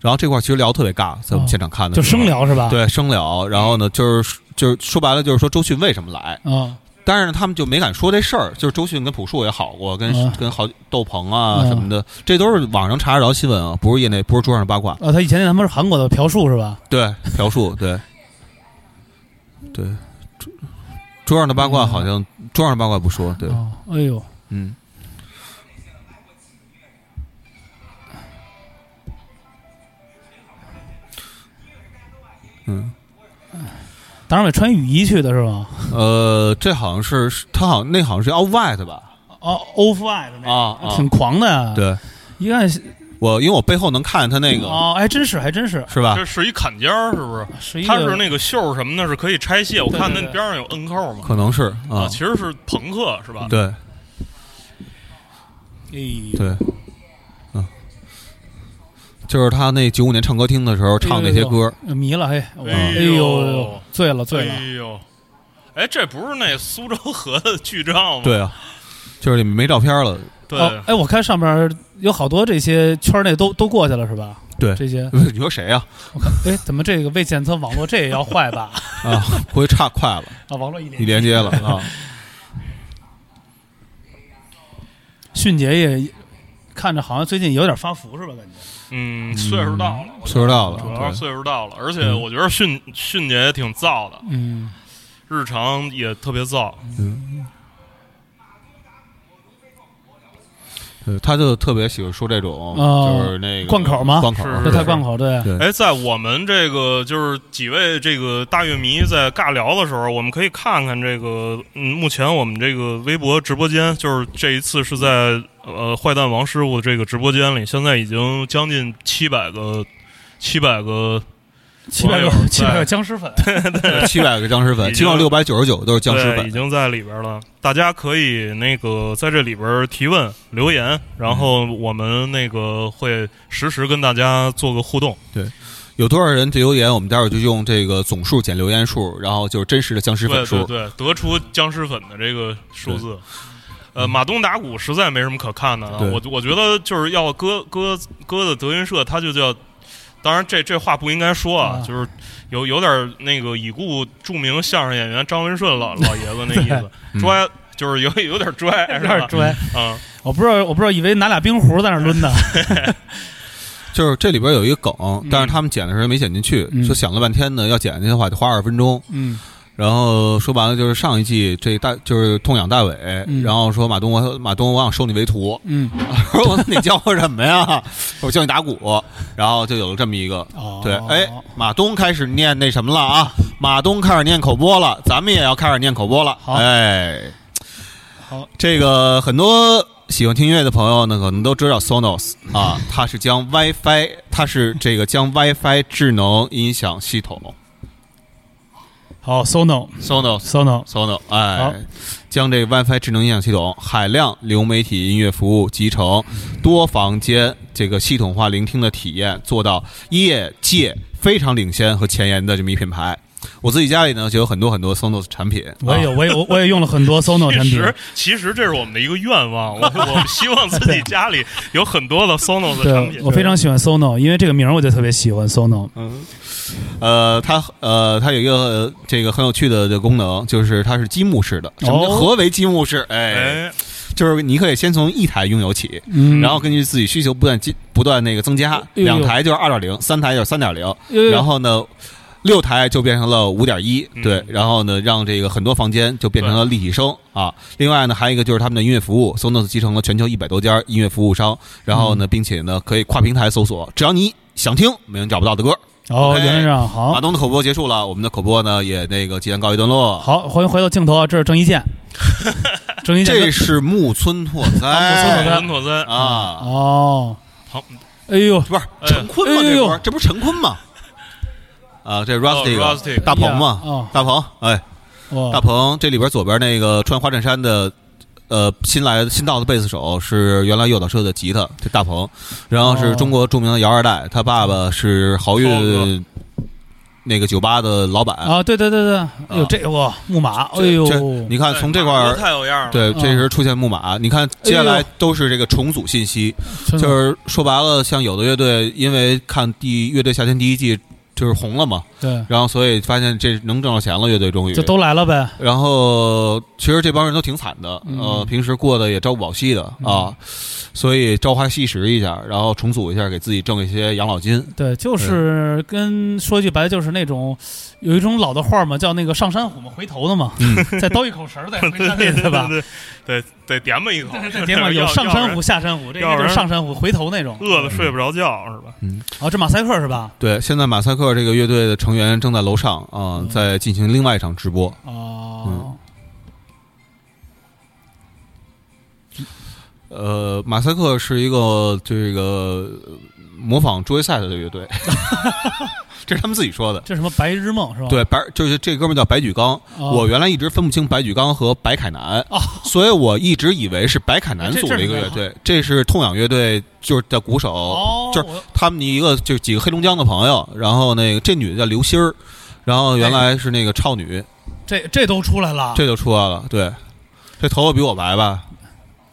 [SPEAKER 1] 然后这块儿其实聊得特别尬，在我们现场看的
[SPEAKER 3] 哦就
[SPEAKER 1] 时候
[SPEAKER 3] 生聊是啊吧？
[SPEAKER 1] 对生聊，然后呢就是就是说白了就是说周迅为什么来，
[SPEAKER 3] 啊，
[SPEAKER 1] 但是呢他们就没敢说这事儿，就是周迅跟朴树也好过，跟、
[SPEAKER 3] 嗯
[SPEAKER 1] 跟好窦鹏啊
[SPEAKER 3] 嗯
[SPEAKER 1] 什么的，这都是网上查得着新闻啊，不是业内不是桌上八卦，啊
[SPEAKER 3] 哦，他以前那他妈是韩国的朴树是吧？
[SPEAKER 1] 对，朴树，对，对，桌桌上的八卦好像桌上的八卦不说，对，
[SPEAKER 3] 哦，哎呦，
[SPEAKER 1] 嗯。嗯，
[SPEAKER 3] 当时得穿雨衣去的是吧？
[SPEAKER 1] 呃，这好像是他好像那好像是 All White 吧？
[SPEAKER 3] 哦 o f i 的那个、
[SPEAKER 1] 啊啊
[SPEAKER 3] 挺狂的呀。，
[SPEAKER 1] 对
[SPEAKER 3] 一看
[SPEAKER 1] 我，因为我背后能看见他那个，
[SPEAKER 3] 哦，还真是还真是，
[SPEAKER 1] 啊是吧
[SPEAKER 2] 这？是一砍尖儿，是不是？
[SPEAKER 3] 是一
[SPEAKER 2] 它是
[SPEAKER 3] 个
[SPEAKER 2] 那个袖儿什么的，是可以拆卸。我看那
[SPEAKER 3] 对对对
[SPEAKER 2] 边上有摁扣嘛，
[SPEAKER 1] 可能是
[SPEAKER 2] 啊，
[SPEAKER 1] 啊，
[SPEAKER 2] 其实是朋克是吧？
[SPEAKER 1] 对
[SPEAKER 3] 哎
[SPEAKER 1] 对，嗯，就是他那九五年唱歌厅的时候唱那些歌，
[SPEAKER 3] 迷了嘿，我
[SPEAKER 2] 哎
[SPEAKER 3] 哎
[SPEAKER 2] 呦
[SPEAKER 3] 呦，醉了醉了
[SPEAKER 2] 哎，呦，哎，这不是那苏州河的剧照吗？
[SPEAKER 1] 对啊，就是你没照片了，
[SPEAKER 2] 对，
[SPEAKER 3] 哦，哎，我看上面有好多这些圈内都都过去了是吧？
[SPEAKER 1] 对
[SPEAKER 3] 这些，
[SPEAKER 1] 你说谁啊呀？
[SPEAKER 3] 我看，哎，怎么这个未检测网络这也要 坏吧？
[SPEAKER 1] 啊，回去差快了，
[SPEAKER 3] 啊，网络一连
[SPEAKER 1] 你连接了啊，
[SPEAKER 3] 迅捷也看着好像最近有点发福是吧？感觉
[SPEAKER 2] 嗯，岁数到了，我觉
[SPEAKER 1] 岁数到
[SPEAKER 2] 得主
[SPEAKER 1] 了，
[SPEAKER 2] 要是
[SPEAKER 1] 嗯对，嗯
[SPEAKER 2] 岁数到了，而且我觉得迅迅姐也挺燥的，
[SPEAKER 3] 嗯，
[SPEAKER 2] 日常也特别燥。
[SPEAKER 1] 嗯对呃他就特别喜欢说这种，
[SPEAKER 3] 哦
[SPEAKER 1] 就是那个
[SPEAKER 3] 贯口吗
[SPEAKER 1] 贯口
[SPEAKER 2] 是，
[SPEAKER 3] 这太贯口对啊
[SPEAKER 1] 对
[SPEAKER 2] 哎，在我们这个就是几位这个大乐迷在尬聊的时候，我们可以看看这个，嗯，目前我们这个微博直播间，就是这一次是在呃坏蛋王师傅这个直播间里，现在已经将近七百个。七百个
[SPEAKER 3] 七百
[SPEAKER 2] 网友
[SPEAKER 3] 个
[SPEAKER 2] 在
[SPEAKER 3] 七百个僵尸粉，
[SPEAKER 1] 七百个僵尸粉，
[SPEAKER 2] 已
[SPEAKER 1] 七
[SPEAKER 2] 经
[SPEAKER 1] 万六百九十九都是僵尸
[SPEAKER 2] 对已
[SPEAKER 1] 粉，
[SPEAKER 2] 经在里边了，大家可以那个在这里边提问留言，然后我们那个会实时跟大家做个互动。
[SPEAKER 1] 有多少人留言？我们待会儿就用这个总数减留言数，然后就是真实的僵尸粉
[SPEAKER 2] 对对
[SPEAKER 1] 数。
[SPEAKER 2] 对，得出僵尸粉的这个数字。呃，马东打鼓实在没什么可看的啊，
[SPEAKER 1] 对
[SPEAKER 2] 我我觉得就是要搁搁搁的德云社，他就叫，当然这这话不应该说啊，
[SPEAKER 3] 啊
[SPEAKER 2] 就是有有点那个已故著名相声演员张文顺老老爷子那意思，
[SPEAKER 1] 嗯
[SPEAKER 2] 拽就是有有点拽，
[SPEAKER 3] 有
[SPEAKER 2] 是
[SPEAKER 3] 点
[SPEAKER 2] 吧？
[SPEAKER 3] 拽。
[SPEAKER 2] 啊，
[SPEAKER 3] 我不知道，我不知道，以为拿俩冰壶在那儿 抡呢。
[SPEAKER 1] 就是这里边有一个梗，
[SPEAKER 2] 嗯
[SPEAKER 1] 但是他们剪的时候没剪进去，
[SPEAKER 3] 嗯
[SPEAKER 1] 就想了半天呢，要剪进去的话得花二十分钟。
[SPEAKER 3] 嗯，
[SPEAKER 1] 然后说白了就是上一季这大就是痛痒大伟，
[SPEAKER 3] 嗯
[SPEAKER 1] 然后说马东我马东我想收你为徒，
[SPEAKER 3] 嗯，
[SPEAKER 1] 我说你教我什么呀？我教你打鼓，然后就有了这么一个。
[SPEAKER 3] 哦，
[SPEAKER 1] 对，哎，马东开始念那什么了啊？马东开始念口播了，咱们也要开始念口播了。
[SPEAKER 3] 好
[SPEAKER 1] 哎，
[SPEAKER 3] 好，
[SPEAKER 1] 这个很多喜欢听音乐的朋友呢，可能都知道 Sonos 啊，它是将 WiFi，它是这个将 WiFi 智能音响系统
[SPEAKER 3] 好，Sono
[SPEAKER 1] Sonos。
[SPEAKER 3] Sono，
[SPEAKER 1] Sono，
[SPEAKER 3] 好
[SPEAKER 1] 哎，将这个 WiFi 智能音响系统、海量流媒体音乐服务集成、多房间这个系统化聆听的体验，做到业界非常领先和前沿的这么一品牌。我自己家里呢就有很多很多 Sonos 产品，
[SPEAKER 3] 我也有，
[SPEAKER 1] 啊、
[SPEAKER 3] 我也我我也用了很多 Sono
[SPEAKER 2] 其
[SPEAKER 3] 产品。
[SPEAKER 2] 实其实这是我们的一个愿望，我我们希望自 己家里有很多的 Sonos 的产
[SPEAKER 3] 对
[SPEAKER 2] 品，。
[SPEAKER 3] 我非常喜欢 Sono，因为这个名儿我就特别喜欢 Sono。
[SPEAKER 1] 嗯呃，它呃它有一个、呃这个很有趣的这个功能，就是它是积木式的。什么叫
[SPEAKER 3] 哦
[SPEAKER 1] 何为积木式？哎，
[SPEAKER 2] 哎，
[SPEAKER 1] 就是你可以先从一台拥有起，
[SPEAKER 3] 嗯，
[SPEAKER 1] 然后根据自己需求不断积不断那个增加，
[SPEAKER 3] 呦
[SPEAKER 1] 两台就是二点零，三台就是三点零，
[SPEAKER 3] 呦呦
[SPEAKER 1] 然后呢，六台就变成了五点一，
[SPEAKER 2] 嗯
[SPEAKER 1] 对，然后呢，让这个很多房间就变成了立体声啊。另外呢，还有一个就是他们的音乐服务，Sonos 集成了全球一百多家音乐服务商，然后
[SPEAKER 3] 嗯
[SPEAKER 1] 呢，并且呢可以跨平台搜索，只要你想听，没人找不到的歌。
[SPEAKER 3] 哦，原来这样，
[SPEAKER 1] 马
[SPEAKER 3] 好，
[SPEAKER 1] 哎东的口播结束了，我们的口播呢也那个即将告一段 落。
[SPEAKER 3] 好，欢迎回到镜头啊，这是郑 伊健，郑伊健
[SPEAKER 1] 这是木村拓
[SPEAKER 3] 啊木村拓
[SPEAKER 1] 哉
[SPEAKER 3] 哉
[SPEAKER 2] 文妥森，
[SPEAKER 1] 啊，
[SPEAKER 3] 哦，
[SPEAKER 2] 好，
[SPEAKER 3] 哎呦，
[SPEAKER 1] 不是陈坤吗？
[SPEAKER 3] 哎
[SPEAKER 1] 这不是
[SPEAKER 3] 呦
[SPEAKER 1] 这不是陈坤吗？啊，这 Rusty
[SPEAKER 2] 哦，Rustic
[SPEAKER 1] 大鹏嘛，
[SPEAKER 3] 哎呀哦
[SPEAKER 1] 大鹏，哎，大
[SPEAKER 3] 哇，
[SPEAKER 1] 鹏，这里边左边那个穿花衬衫的，呃，新来的新到的贝斯手是原来诱导社的吉他，这大鹏，然后是
[SPEAKER 3] 哦
[SPEAKER 1] 中国著名的姚二代，他爸爸是豪
[SPEAKER 2] 豪哥
[SPEAKER 1] 运那个酒吧的老板。
[SPEAKER 3] 啊，对对对对，哎呦，这哇，木马，哎呦，
[SPEAKER 1] 这你看啊从这块
[SPEAKER 2] 马哥
[SPEAKER 1] 儿，
[SPEAKER 2] 太有样了。
[SPEAKER 1] 对，
[SPEAKER 3] 嗯
[SPEAKER 1] 这时出现木马，你看接下
[SPEAKER 3] 哎
[SPEAKER 1] 来
[SPEAKER 3] 呦
[SPEAKER 1] 都是这个重组信息，
[SPEAKER 3] 真的
[SPEAKER 1] 就是说白了，像有的乐队因为看第乐队夏天第一季就是红了嘛，
[SPEAKER 3] 对，
[SPEAKER 1] 然后所以发现这能挣到钱了，乐队终于
[SPEAKER 3] 就都来了呗，
[SPEAKER 1] 然后其实这帮人都挺惨的，
[SPEAKER 3] 嗯
[SPEAKER 1] 呃，平时过得也朝不保夕的啊，所以朝花夕拾一下，然后重组一下，给自己挣一些养老金。
[SPEAKER 3] 对，就是
[SPEAKER 1] 嗯
[SPEAKER 3] 跟说句白了，就是那种有一种老的话嘛，叫那个上山虎嘛，回头的嘛，
[SPEAKER 1] 嗯
[SPEAKER 3] 再叨一口食儿再回山里，对吧？
[SPEAKER 2] 对 对，得点吧一口，
[SPEAKER 3] 这节目有
[SPEAKER 2] 要
[SPEAKER 3] 上山，虎
[SPEAKER 2] 要
[SPEAKER 3] 下山虎，这
[SPEAKER 2] 要
[SPEAKER 3] 个
[SPEAKER 2] 不
[SPEAKER 3] 就
[SPEAKER 2] 然
[SPEAKER 3] 是上山虎回头那种
[SPEAKER 1] 嗯
[SPEAKER 2] 不。然饿的睡不着觉是吧？
[SPEAKER 3] 哦，这马赛克是吧？
[SPEAKER 1] 对，现在马赛克这个乐队的成员正在楼上啊、
[SPEAKER 3] 嗯
[SPEAKER 1] 在进行另嗯外一场直播。
[SPEAKER 3] 哦，
[SPEAKER 1] 呃，马赛克是一个这个呃模仿桌游赛的乐 队， 这是他们自己说的。
[SPEAKER 3] 这什么白日梦是吧？
[SPEAKER 1] 对，白就是这哥们儿叫白举纲，
[SPEAKER 3] 哦
[SPEAKER 1] 我原来一直分不清白举纲和白凯南，
[SPEAKER 3] 哦
[SPEAKER 1] 所以我一直以为是白凯南组的一个乐队。这是痛仰乐队就是的鼓手，
[SPEAKER 3] 哦，
[SPEAKER 1] 就是
[SPEAKER 3] 我
[SPEAKER 1] 他们一个就几个黑龙江的朋友，然后那个这女的叫刘星儿，然后原来是那个超女，
[SPEAKER 3] 这这都出来了，
[SPEAKER 1] 这就出来了。对，这头发比我白吧？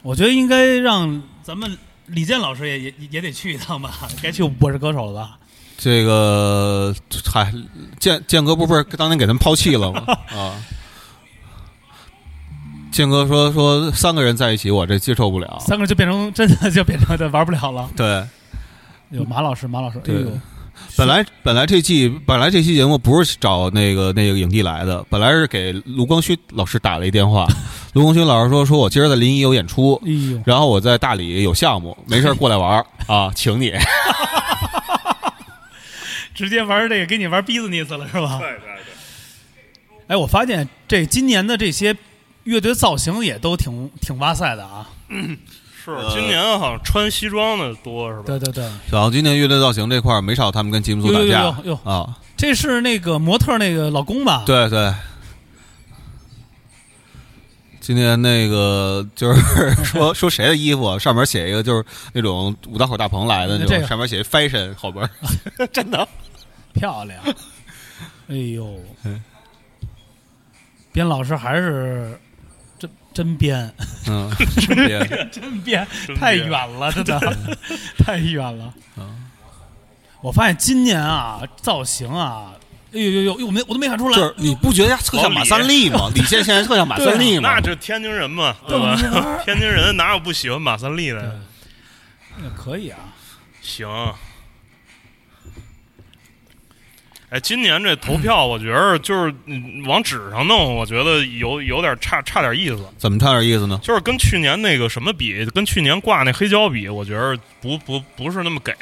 [SPEAKER 3] 我觉得应该让咱们李健老师也也也得去一趟吧，该去《我是歌手》了吧？
[SPEAKER 1] 这个嗨，建建哥不是当年给他们抛弃 了吗？啊，建哥说说三个人在一起，我这接受不了。
[SPEAKER 3] 三个人就变成 真的就变成这玩不了了。
[SPEAKER 1] 对，
[SPEAKER 3] 有马老师，马老师，哎
[SPEAKER 1] 对
[SPEAKER 3] 呦，
[SPEAKER 1] 本来本来这季本来这期节目不是找那个那个影帝来的，本来是给卢光勋老师打了一电 话，卢光勋老师说说我今儿在临沂有演出，
[SPEAKER 3] 哎呦，
[SPEAKER 1] 然后我在大理有项目，没事儿过来玩 儿啊，请你。
[SPEAKER 3] 直接玩这个给你玩 business 了是吧？
[SPEAKER 2] 对对对。
[SPEAKER 3] 哎，我发现这今年的这些乐队造型也都挺挺哇塞的啊！
[SPEAKER 2] 是今年好像穿西装的多是吧？
[SPEAKER 3] 对对对，
[SPEAKER 1] 然后今年乐队造型这块儿没少他们跟吉姆组打
[SPEAKER 3] 呦呦
[SPEAKER 1] 架
[SPEAKER 3] 呦呦，
[SPEAKER 1] 啊，
[SPEAKER 3] 这是那个模特那个老公吧？，
[SPEAKER 1] 对对。今年那个就是 说说谁的衣服上面写一个就是那种五道口大棚来的那
[SPEAKER 3] 这
[SPEAKER 1] 种，
[SPEAKER 3] 个
[SPEAKER 1] 上面写 fashion 后边儿真的
[SPEAKER 3] 漂亮。哎呦，
[SPEAKER 1] 嗯
[SPEAKER 3] 编老师还是真真编，
[SPEAKER 1] 嗯， 真别
[SPEAKER 3] 真编
[SPEAKER 2] 真
[SPEAKER 3] 太
[SPEAKER 2] 编
[SPEAKER 3] 远了，真的 太远了。
[SPEAKER 1] 嗯
[SPEAKER 3] 我发现今年啊，造型啊，哎呦呦呦呦，我没我都没看出来，
[SPEAKER 1] 就是你不觉得呀特像马三立吗？李现现在特像马三立吗
[SPEAKER 3] 啊
[SPEAKER 2] 那？这天津人嘛，对吧？ 天津人哪有不喜欢马三立的？
[SPEAKER 3] 那可以啊，
[SPEAKER 2] 行。哎，今年这投票，我觉得就是嗯往纸上弄，我觉得有有点差差点意思。
[SPEAKER 1] 怎么差点意思呢？
[SPEAKER 2] 就是跟去年那个什么比，跟去年挂那黑胶比，我觉得不不不是那么给，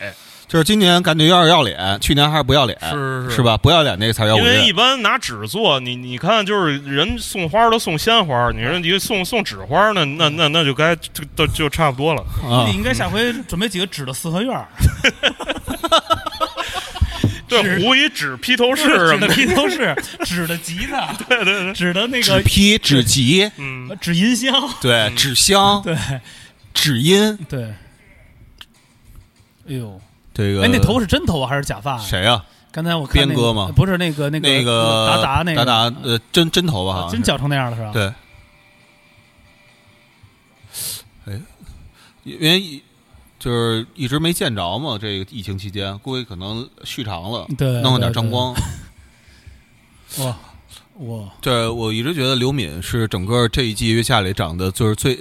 [SPEAKER 1] 就是今年感觉要是要脸，去年还是不要脸，
[SPEAKER 2] 是是
[SPEAKER 1] 是？吧？不要脸那个才叫我
[SPEAKER 2] 因为一
[SPEAKER 1] 认。
[SPEAKER 2] 般拿纸做，你你看，就是人送花都送鲜花，你说
[SPEAKER 1] 嗯
[SPEAKER 2] 你送送纸花，那那那那就该就就就差不多 了。
[SPEAKER 1] 啊
[SPEAKER 3] 你，应该下回准备几个纸的四合院 儿，
[SPEAKER 2] 对，糊一纸披头士
[SPEAKER 3] 纸
[SPEAKER 2] 什么
[SPEAKER 3] 的
[SPEAKER 2] 的，
[SPEAKER 3] 披头士，纸的吉他，
[SPEAKER 2] 对对对，
[SPEAKER 3] 纸的那
[SPEAKER 1] 纸
[SPEAKER 3] 个
[SPEAKER 1] 批、纸集，
[SPEAKER 2] 嗯，
[SPEAKER 3] 纸 音箱，
[SPEAKER 1] 对，纸箱、
[SPEAKER 3] 嗯对
[SPEAKER 1] 纸音，
[SPEAKER 3] 对。哎呦，
[SPEAKER 1] 这个
[SPEAKER 3] 哎，那头发是真头发还是假发啊？
[SPEAKER 1] 谁呀？
[SPEAKER 3] 刚才我看那
[SPEAKER 1] 边哥吗
[SPEAKER 3] 不是那个那个
[SPEAKER 1] 那个
[SPEAKER 3] 达达那个嗯
[SPEAKER 1] 达达呃真真头发好像
[SPEAKER 3] 真
[SPEAKER 1] 是
[SPEAKER 3] 绞成那样了是吧？
[SPEAKER 1] 对，哎，因为一就是一直没见着嘛，这个疫情期间估计可能续长了，
[SPEAKER 3] 对
[SPEAKER 1] 弄了点
[SPEAKER 3] 对
[SPEAKER 1] 张
[SPEAKER 3] 对
[SPEAKER 1] 光。
[SPEAKER 3] 哇哇，
[SPEAKER 1] 这我一直觉得刘敏是整个这一季月下里长得就是最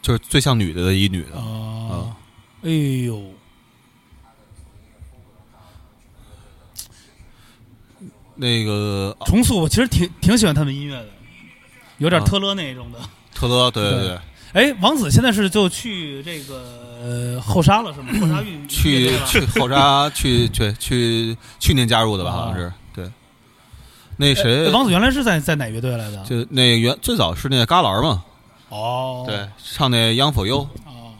[SPEAKER 1] 就是最像女的的一女的，
[SPEAKER 3] 啊，哎呦，
[SPEAKER 1] 那个啊
[SPEAKER 3] 重塑，我其实挺挺喜欢他们音乐的，有点
[SPEAKER 1] 啊
[SPEAKER 3] 特勒那种的。
[SPEAKER 1] 特勒，对对
[SPEAKER 3] 对哎，王子现在是就去这个呃后沙了 是吗？后沙运
[SPEAKER 1] 去
[SPEAKER 3] 乐队
[SPEAKER 1] 去后扎去去去去年加入的吧，
[SPEAKER 3] 啊
[SPEAKER 1] 好像是对。那
[SPEAKER 3] 了哎
[SPEAKER 1] 谁，
[SPEAKER 3] 王子原来是在在哪乐队来的？
[SPEAKER 1] 就那个原最早是那个旮旯嘛，
[SPEAKER 3] 哦，
[SPEAKER 1] 对，唱那《央否忧》。
[SPEAKER 3] 哦，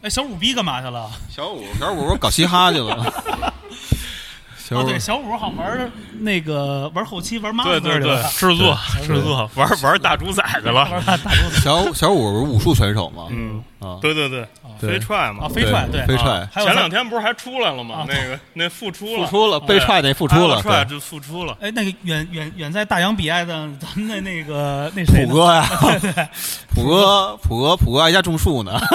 [SPEAKER 3] 哎，小五逼干嘛去了？
[SPEAKER 1] 小五，小五搞嘻哈去 了。小
[SPEAKER 3] 哦，
[SPEAKER 1] 五，
[SPEAKER 3] 对，小五好像玩那个玩后期玩妈
[SPEAKER 2] 对对对，制作制作玩玩大猪仔去了，
[SPEAKER 3] 玩大大肚子
[SPEAKER 1] 小小五不是武术选手嘛？
[SPEAKER 2] 嗯，
[SPEAKER 1] 啊，
[SPEAKER 2] 对对对，飞
[SPEAKER 1] 对，
[SPEAKER 2] 踹
[SPEAKER 3] 啊，
[SPEAKER 2] 嘛，
[SPEAKER 3] 飞踹对
[SPEAKER 1] 飞
[SPEAKER 2] 啊
[SPEAKER 1] 踹
[SPEAKER 3] 还有
[SPEAKER 2] 前
[SPEAKER 3] 咱
[SPEAKER 2] 两天不是还出来了吗
[SPEAKER 3] 啊？
[SPEAKER 2] 那个那复出
[SPEAKER 1] 复
[SPEAKER 2] 了，
[SPEAKER 1] 出了，被踹那复
[SPEAKER 2] 复
[SPEAKER 1] 出了，
[SPEAKER 2] 踹
[SPEAKER 1] 对，
[SPEAKER 2] 就复出了。
[SPEAKER 3] 哎，那个远远远在大洋彼岸的咱们的 那个那谁呢
[SPEAKER 1] 普哥呀， 普哥，普哥，普哥挨家种树呢。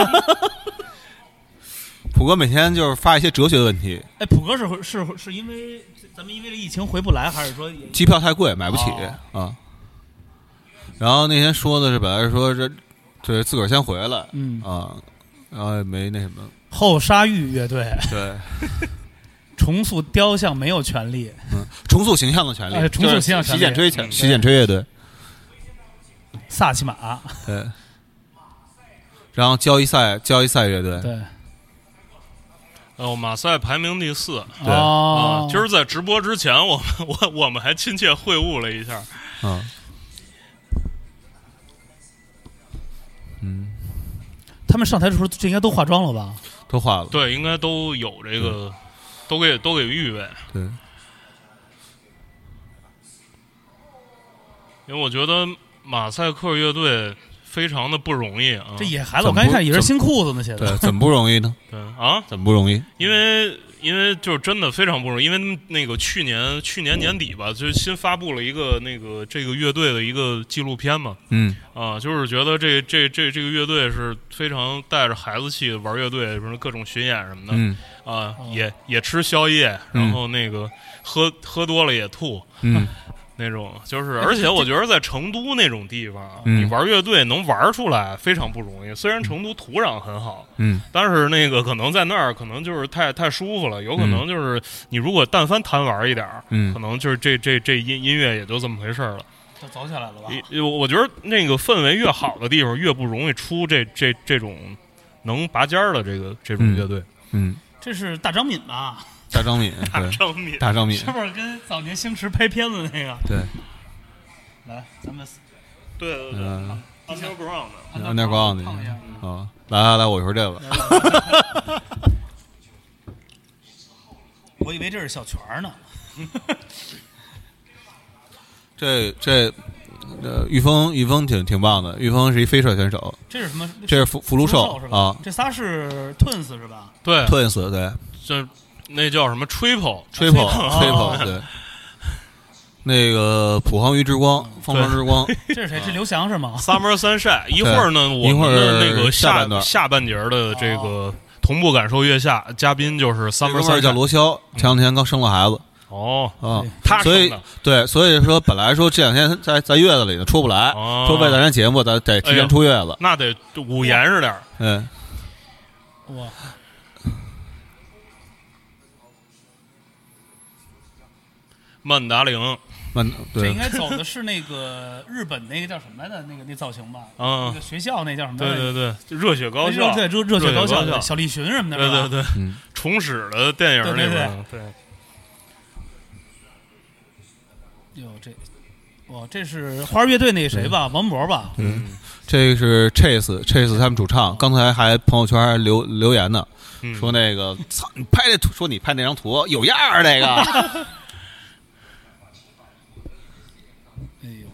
[SPEAKER 1] 普哥每天就是发一些哲学问题，
[SPEAKER 3] 哎，普哥是回是回是因为咱们因为这疫情回不来，还是说也
[SPEAKER 1] 机票太贵买不起
[SPEAKER 3] 哦
[SPEAKER 1] 啊。然后那天说的是，本来是说这这自个儿先回来
[SPEAKER 3] 嗯
[SPEAKER 1] 啊，然后也没那什么，
[SPEAKER 3] 后沙峪乐队
[SPEAKER 1] 对，
[SPEAKER 3] 重塑雕像没有权利？
[SPEAKER 1] 重塑形象的权利，
[SPEAKER 3] 哎重塑
[SPEAKER 1] 就是
[SPEAKER 3] 形象权
[SPEAKER 1] 洗
[SPEAKER 3] 利
[SPEAKER 1] 剪吹
[SPEAKER 3] 嗯
[SPEAKER 1] 权，洗剪吹乐队。
[SPEAKER 3] 萨其马
[SPEAKER 1] 对。然后交易赛，交易赛乐队，
[SPEAKER 3] 对
[SPEAKER 2] 哦，马赛排名第四
[SPEAKER 1] 对
[SPEAKER 3] 哦
[SPEAKER 2] 啊！，今儿在直播之前，我们我我们还亲切会晤了一下。
[SPEAKER 1] 嗯，
[SPEAKER 3] 他们上台的时候，这应该都化妆了吧？
[SPEAKER 1] 都化了。
[SPEAKER 2] 对，应该都有这个，都给都给预备。
[SPEAKER 1] 对，
[SPEAKER 2] 因为我觉得马赛克乐队非常的不容易啊。
[SPEAKER 3] 这野孩子，
[SPEAKER 1] 怎么
[SPEAKER 3] 我刚一看也是新裤子呢，写的
[SPEAKER 1] 对，怎么不容易 呢？
[SPEAKER 2] 对啊，
[SPEAKER 1] 怎么不容易？
[SPEAKER 2] 因为因为就是真的非常不容易，因为那个去年去年年底吧，就是新发布了一个那个这个乐队的一个纪录片嘛，
[SPEAKER 1] 嗯，
[SPEAKER 2] 啊，就是觉得这这这这个乐队是非常带着孩子气玩乐队，什么各种巡演什么的，
[SPEAKER 1] 嗯
[SPEAKER 2] 啊
[SPEAKER 3] 哦，
[SPEAKER 2] 也也吃宵夜，
[SPEAKER 1] 嗯
[SPEAKER 2] 然后那个喝喝多了也吐
[SPEAKER 1] 嗯，
[SPEAKER 2] 那种，就是而且我觉得在成都那种地方，啊
[SPEAKER 1] 嗯
[SPEAKER 2] 你玩乐队能玩出来非常不容易。虽然成都土壤很好，
[SPEAKER 1] 嗯，
[SPEAKER 2] 但是那个可能在那儿可能就是太太舒服了，有可能就是你如果但凡贪玩一点儿，
[SPEAKER 1] 嗯
[SPEAKER 2] 可能就是这这这音音乐也就这么回事儿了。
[SPEAKER 3] 都走起来了吧？
[SPEAKER 2] 也我我觉得那个氛围越好的地方，越不容易出这这这种能拔尖儿的这个这种乐队。
[SPEAKER 1] 嗯，
[SPEAKER 3] 这是大张敏吧？
[SPEAKER 1] 大张敏， 对，
[SPEAKER 2] 张敏
[SPEAKER 1] 大张敏
[SPEAKER 3] 是，不是跟早年星驰拍片子那个？
[SPEAKER 1] 对，
[SPEAKER 3] 来，咱们
[SPEAKER 2] 对对对
[SPEAKER 1] 嗯、
[SPEAKER 2] ，Underground 的。
[SPEAKER 1] 呃、，underground
[SPEAKER 3] 唱一下
[SPEAKER 1] 的，啊，来来来，我一会儿这个，
[SPEAKER 3] 我以为这是小泉儿呢。
[SPEAKER 1] 这这，呃，玉峰玉峰挺挺棒的，玉峰是一飞帅选手，
[SPEAKER 3] 这是什么？
[SPEAKER 1] 这是福福禄寿
[SPEAKER 3] 是吧？
[SPEAKER 1] 啊
[SPEAKER 3] 这仨是 Twins 是吧？
[SPEAKER 2] 对，
[SPEAKER 1] ，Twins 对
[SPEAKER 2] 这那叫什么 triple，
[SPEAKER 1] ，Triple
[SPEAKER 3] 啊
[SPEAKER 1] Triple 对，那个普航鱼之光，凤凰之光，
[SPEAKER 3] 这是谁？这刘翔是吗？
[SPEAKER 2] Summer Sunshine。一会儿呢，我
[SPEAKER 1] 一会
[SPEAKER 2] 们
[SPEAKER 1] 儿
[SPEAKER 2] 的那个
[SPEAKER 1] 下
[SPEAKER 2] 下
[SPEAKER 1] 半段
[SPEAKER 2] 下半节的这个同步感受月下嘉宾就是
[SPEAKER 1] 这哥
[SPEAKER 2] Summer
[SPEAKER 1] 们儿叫
[SPEAKER 2] Sunshine。
[SPEAKER 1] 罗霄，前两天刚生了孩子
[SPEAKER 2] 哦，
[SPEAKER 1] 啊
[SPEAKER 3] 对，
[SPEAKER 2] 他
[SPEAKER 1] 所
[SPEAKER 2] 生
[SPEAKER 1] 以
[SPEAKER 2] 的
[SPEAKER 1] 对，所以说本来说这两天在在月子里呢出不来，
[SPEAKER 2] 哦
[SPEAKER 1] 说为咱这节目咱得提前出月子，
[SPEAKER 2] 那得五严实点儿。
[SPEAKER 1] 嗯，
[SPEAKER 3] 哇，
[SPEAKER 2] 曼达玲，
[SPEAKER 1] 慢
[SPEAKER 3] 这应
[SPEAKER 1] 对
[SPEAKER 3] 该走的是那个日本那个叫什么来的那个那造型吧？那
[SPEAKER 2] 嗯
[SPEAKER 3] 个，学校那叫什么来
[SPEAKER 2] 对
[SPEAKER 3] 着？
[SPEAKER 2] 对对，热血高校
[SPEAKER 3] 热，哎对热热
[SPEAKER 2] 热
[SPEAKER 3] 血
[SPEAKER 2] 血
[SPEAKER 3] 高校
[SPEAKER 2] 高校
[SPEAKER 3] 的小栗旬什么的，
[SPEAKER 2] 对
[SPEAKER 3] 是吧
[SPEAKER 2] 对对，
[SPEAKER 1] 嗯
[SPEAKER 2] 重始的电影里边，对，
[SPEAKER 3] 哟，这哇，这是花儿乐队那谁吧，王博吧？
[SPEAKER 1] 嗯，这是 Chase Chase 他们主唱，刚才还朋友圈还留留言呢，
[SPEAKER 2] 嗯
[SPEAKER 1] 说那个操你拍这图，说你拍那张图有样儿那 个，
[SPEAKER 3] 哎呦，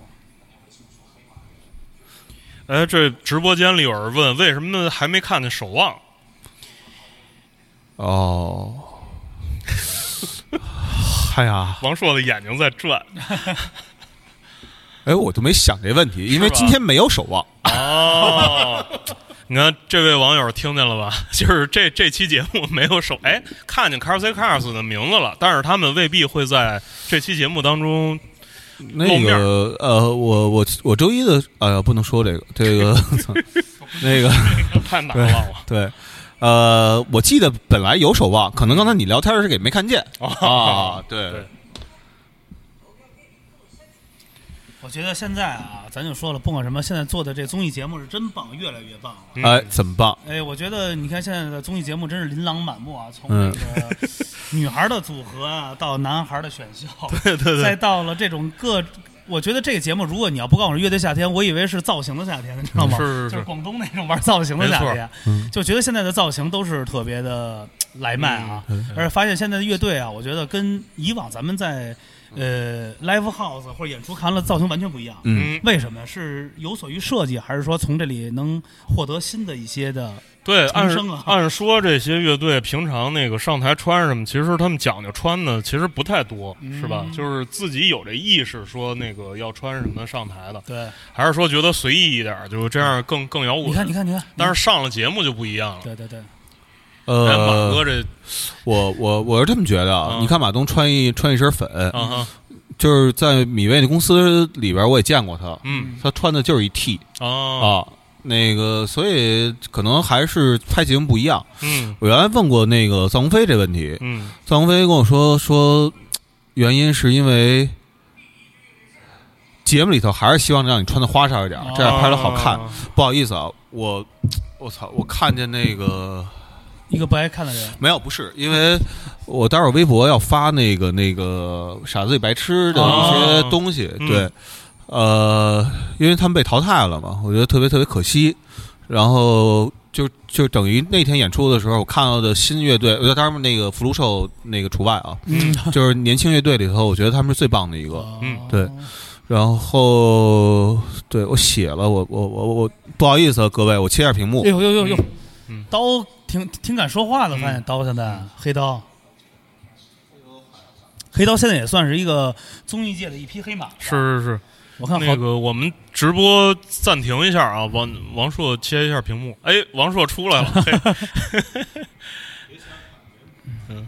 [SPEAKER 2] 哎，这直播间里有人问，为什么还没看见《守望》？
[SPEAKER 1] 哦，哎呀。
[SPEAKER 2] 王硕的眼睛在转。
[SPEAKER 1] 哎，我就没想这问题，因为
[SPEAKER 2] 是吧
[SPEAKER 1] 今天没有啊守望。
[SPEAKER 2] 哦， 你看这位网友听见了吧？ 就是这这期节目没有首哎，看见 Cars and Cars 的名字了，但是他们未必会在这期节目当中。
[SPEAKER 1] 那
[SPEAKER 2] 面儿
[SPEAKER 1] 个呃，我我我周一的呃，不能说这个这 个操那个
[SPEAKER 2] 太难了，
[SPEAKER 1] 对。呃，我记得本来有守望，可能刚才你聊天儿是给没看见
[SPEAKER 2] 我
[SPEAKER 1] 啊。对
[SPEAKER 2] 对
[SPEAKER 3] 我觉得现在啊，咱就说了，甭管什么，现在做的这综艺节目是真棒，越来越棒了。
[SPEAKER 2] 嗯
[SPEAKER 1] 哎，怎么办？
[SPEAKER 3] 哎，我觉得你看现在的综艺节目真是琳琅满目啊，从
[SPEAKER 1] 嗯
[SPEAKER 3] 那个女孩的组合啊，到男孩的选秀，对
[SPEAKER 2] 对对
[SPEAKER 3] 再到了这种各，我觉得这个节目，如果你要不告诉我是乐队夏天，我以为是造型的夏天，你知道吗？
[SPEAKER 2] 是是
[SPEAKER 3] 就是
[SPEAKER 2] 是，
[SPEAKER 3] 广东那种玩造型的夏
[SPEAKER 2] 没
[SPEAKER 3] 天
[SPEAKER 1] 嗯，
[SPEAKER 3] 就觉得现在的造型都是特别的来卖啊，
[SPEAKER 1] 嗯
[SPEAKER 3] 而且发现现在的乐队啊，我觉得跟以往咱们在呃 live house 或者演出看了造型完全不一样。
[SPEAKER 1] 嗯
[SPEAKER 2] 嗯，
[SPEAKER 3] 为什么是有所于设计，还是说从这里能获得新的一些的
[SPEAKER 2] 对，
[SPEAKER 3] 重
[SPEAKER 2] 按
[SPEAKER 3] 生啊了
[SPEAKER 2] 按说这些乐队平常那个上台穿什么，其实他们讲究穿的其实不太多，
[SPEAKER 3] 嗯
[SPEAKER 2] 是吧？就是自己有这意识，说那个要穿什么上台的，
[SPEAKER 3] 对，
[SPEAKER 2] 还是说觉得随意一点，就是这样更更摇滚。
[SPEAKER 3] 你看，你看，你看，
[SPEAKER 2] 但是上了节目就不一样了。
[SPEAKER 3] 对对对，
[SPEAKER 2] 哎，马
[SPEAKER 1] 呃，
[SPEAKER 2] 哥这
[SPEAKER 1] 我我我是这么觉得啊。
[SPEAKER 2] 嗯
[SPEAKER 1] 你看马东穿一穿一身粉，
[SPEAKER 2] 啊哈，
[SPEAKER 1] 就是在米未那公司里边，我也见过他，
[SPEAKER 2] 嗯
[SPEAKER 1] 他穿的就是一 T
[SPEAKER 2] 啊，
[SPEAKER 1] 啊。那个，所以可能还是拍节目不一样。
[SPEAKER 2] 嗯
[SPEAKER 1] 我原来问过那个臧鸿飞这问题，
[SPEAKER 2] 嗯
[SPEAKER 1] 臧鸿飞跟我说说，原因是因为节目里头还是希望让你穿的花哨一点，这样拍的好看。
[SPEAKER 2] 啊
[SPEAKER 1] 不好意思啊，我我操，我看见那个
[SPEAKER 3] 一个不爱看的人，
[SPEAKER 1] 没有，不是，因为我待会儿微博要发那个那个傻子与白痴的一
[SPEAKER 2] 哦
[SPEAKER 1] 些东西，
[SPEAKER 2] 嗯
[SPEAKER 1] 对，呃，因为他们被淘汰了嘛，我觉得特别特别可惜。然后就就等于那天演出的时候，我看到的新乐队，呃，当然那个福禄寿那个除外啊，
[SPEAKER 3] 嗯，
[SPEAKER 1] 就是年轻乐队里头，我觉得他们是最棒的一个。
[SPEAKER 2] 嗯
[SPEAKER 3] 哦
[SPEAKER 1] 对，然后对我写了，我我我我不好意思、啊、各位，我切一下屏幕
[SPEAKER 3] 哎。呦呦呦呦
[SPEAKER 2] 嗯，
[SPEAKER 3] 刀挺挺敢说话的，发现刀现在黑刀。黑刀现在也算是一个综艺界的一匹黑马了，
[SPEAKER 2] 是是是，
[SPEAKER 3] 我看好
[SPEAKER 2] 那个我们直播暂停一下啊，王王硕切一下屏幕，哎，王硕出来了，嘿嗯，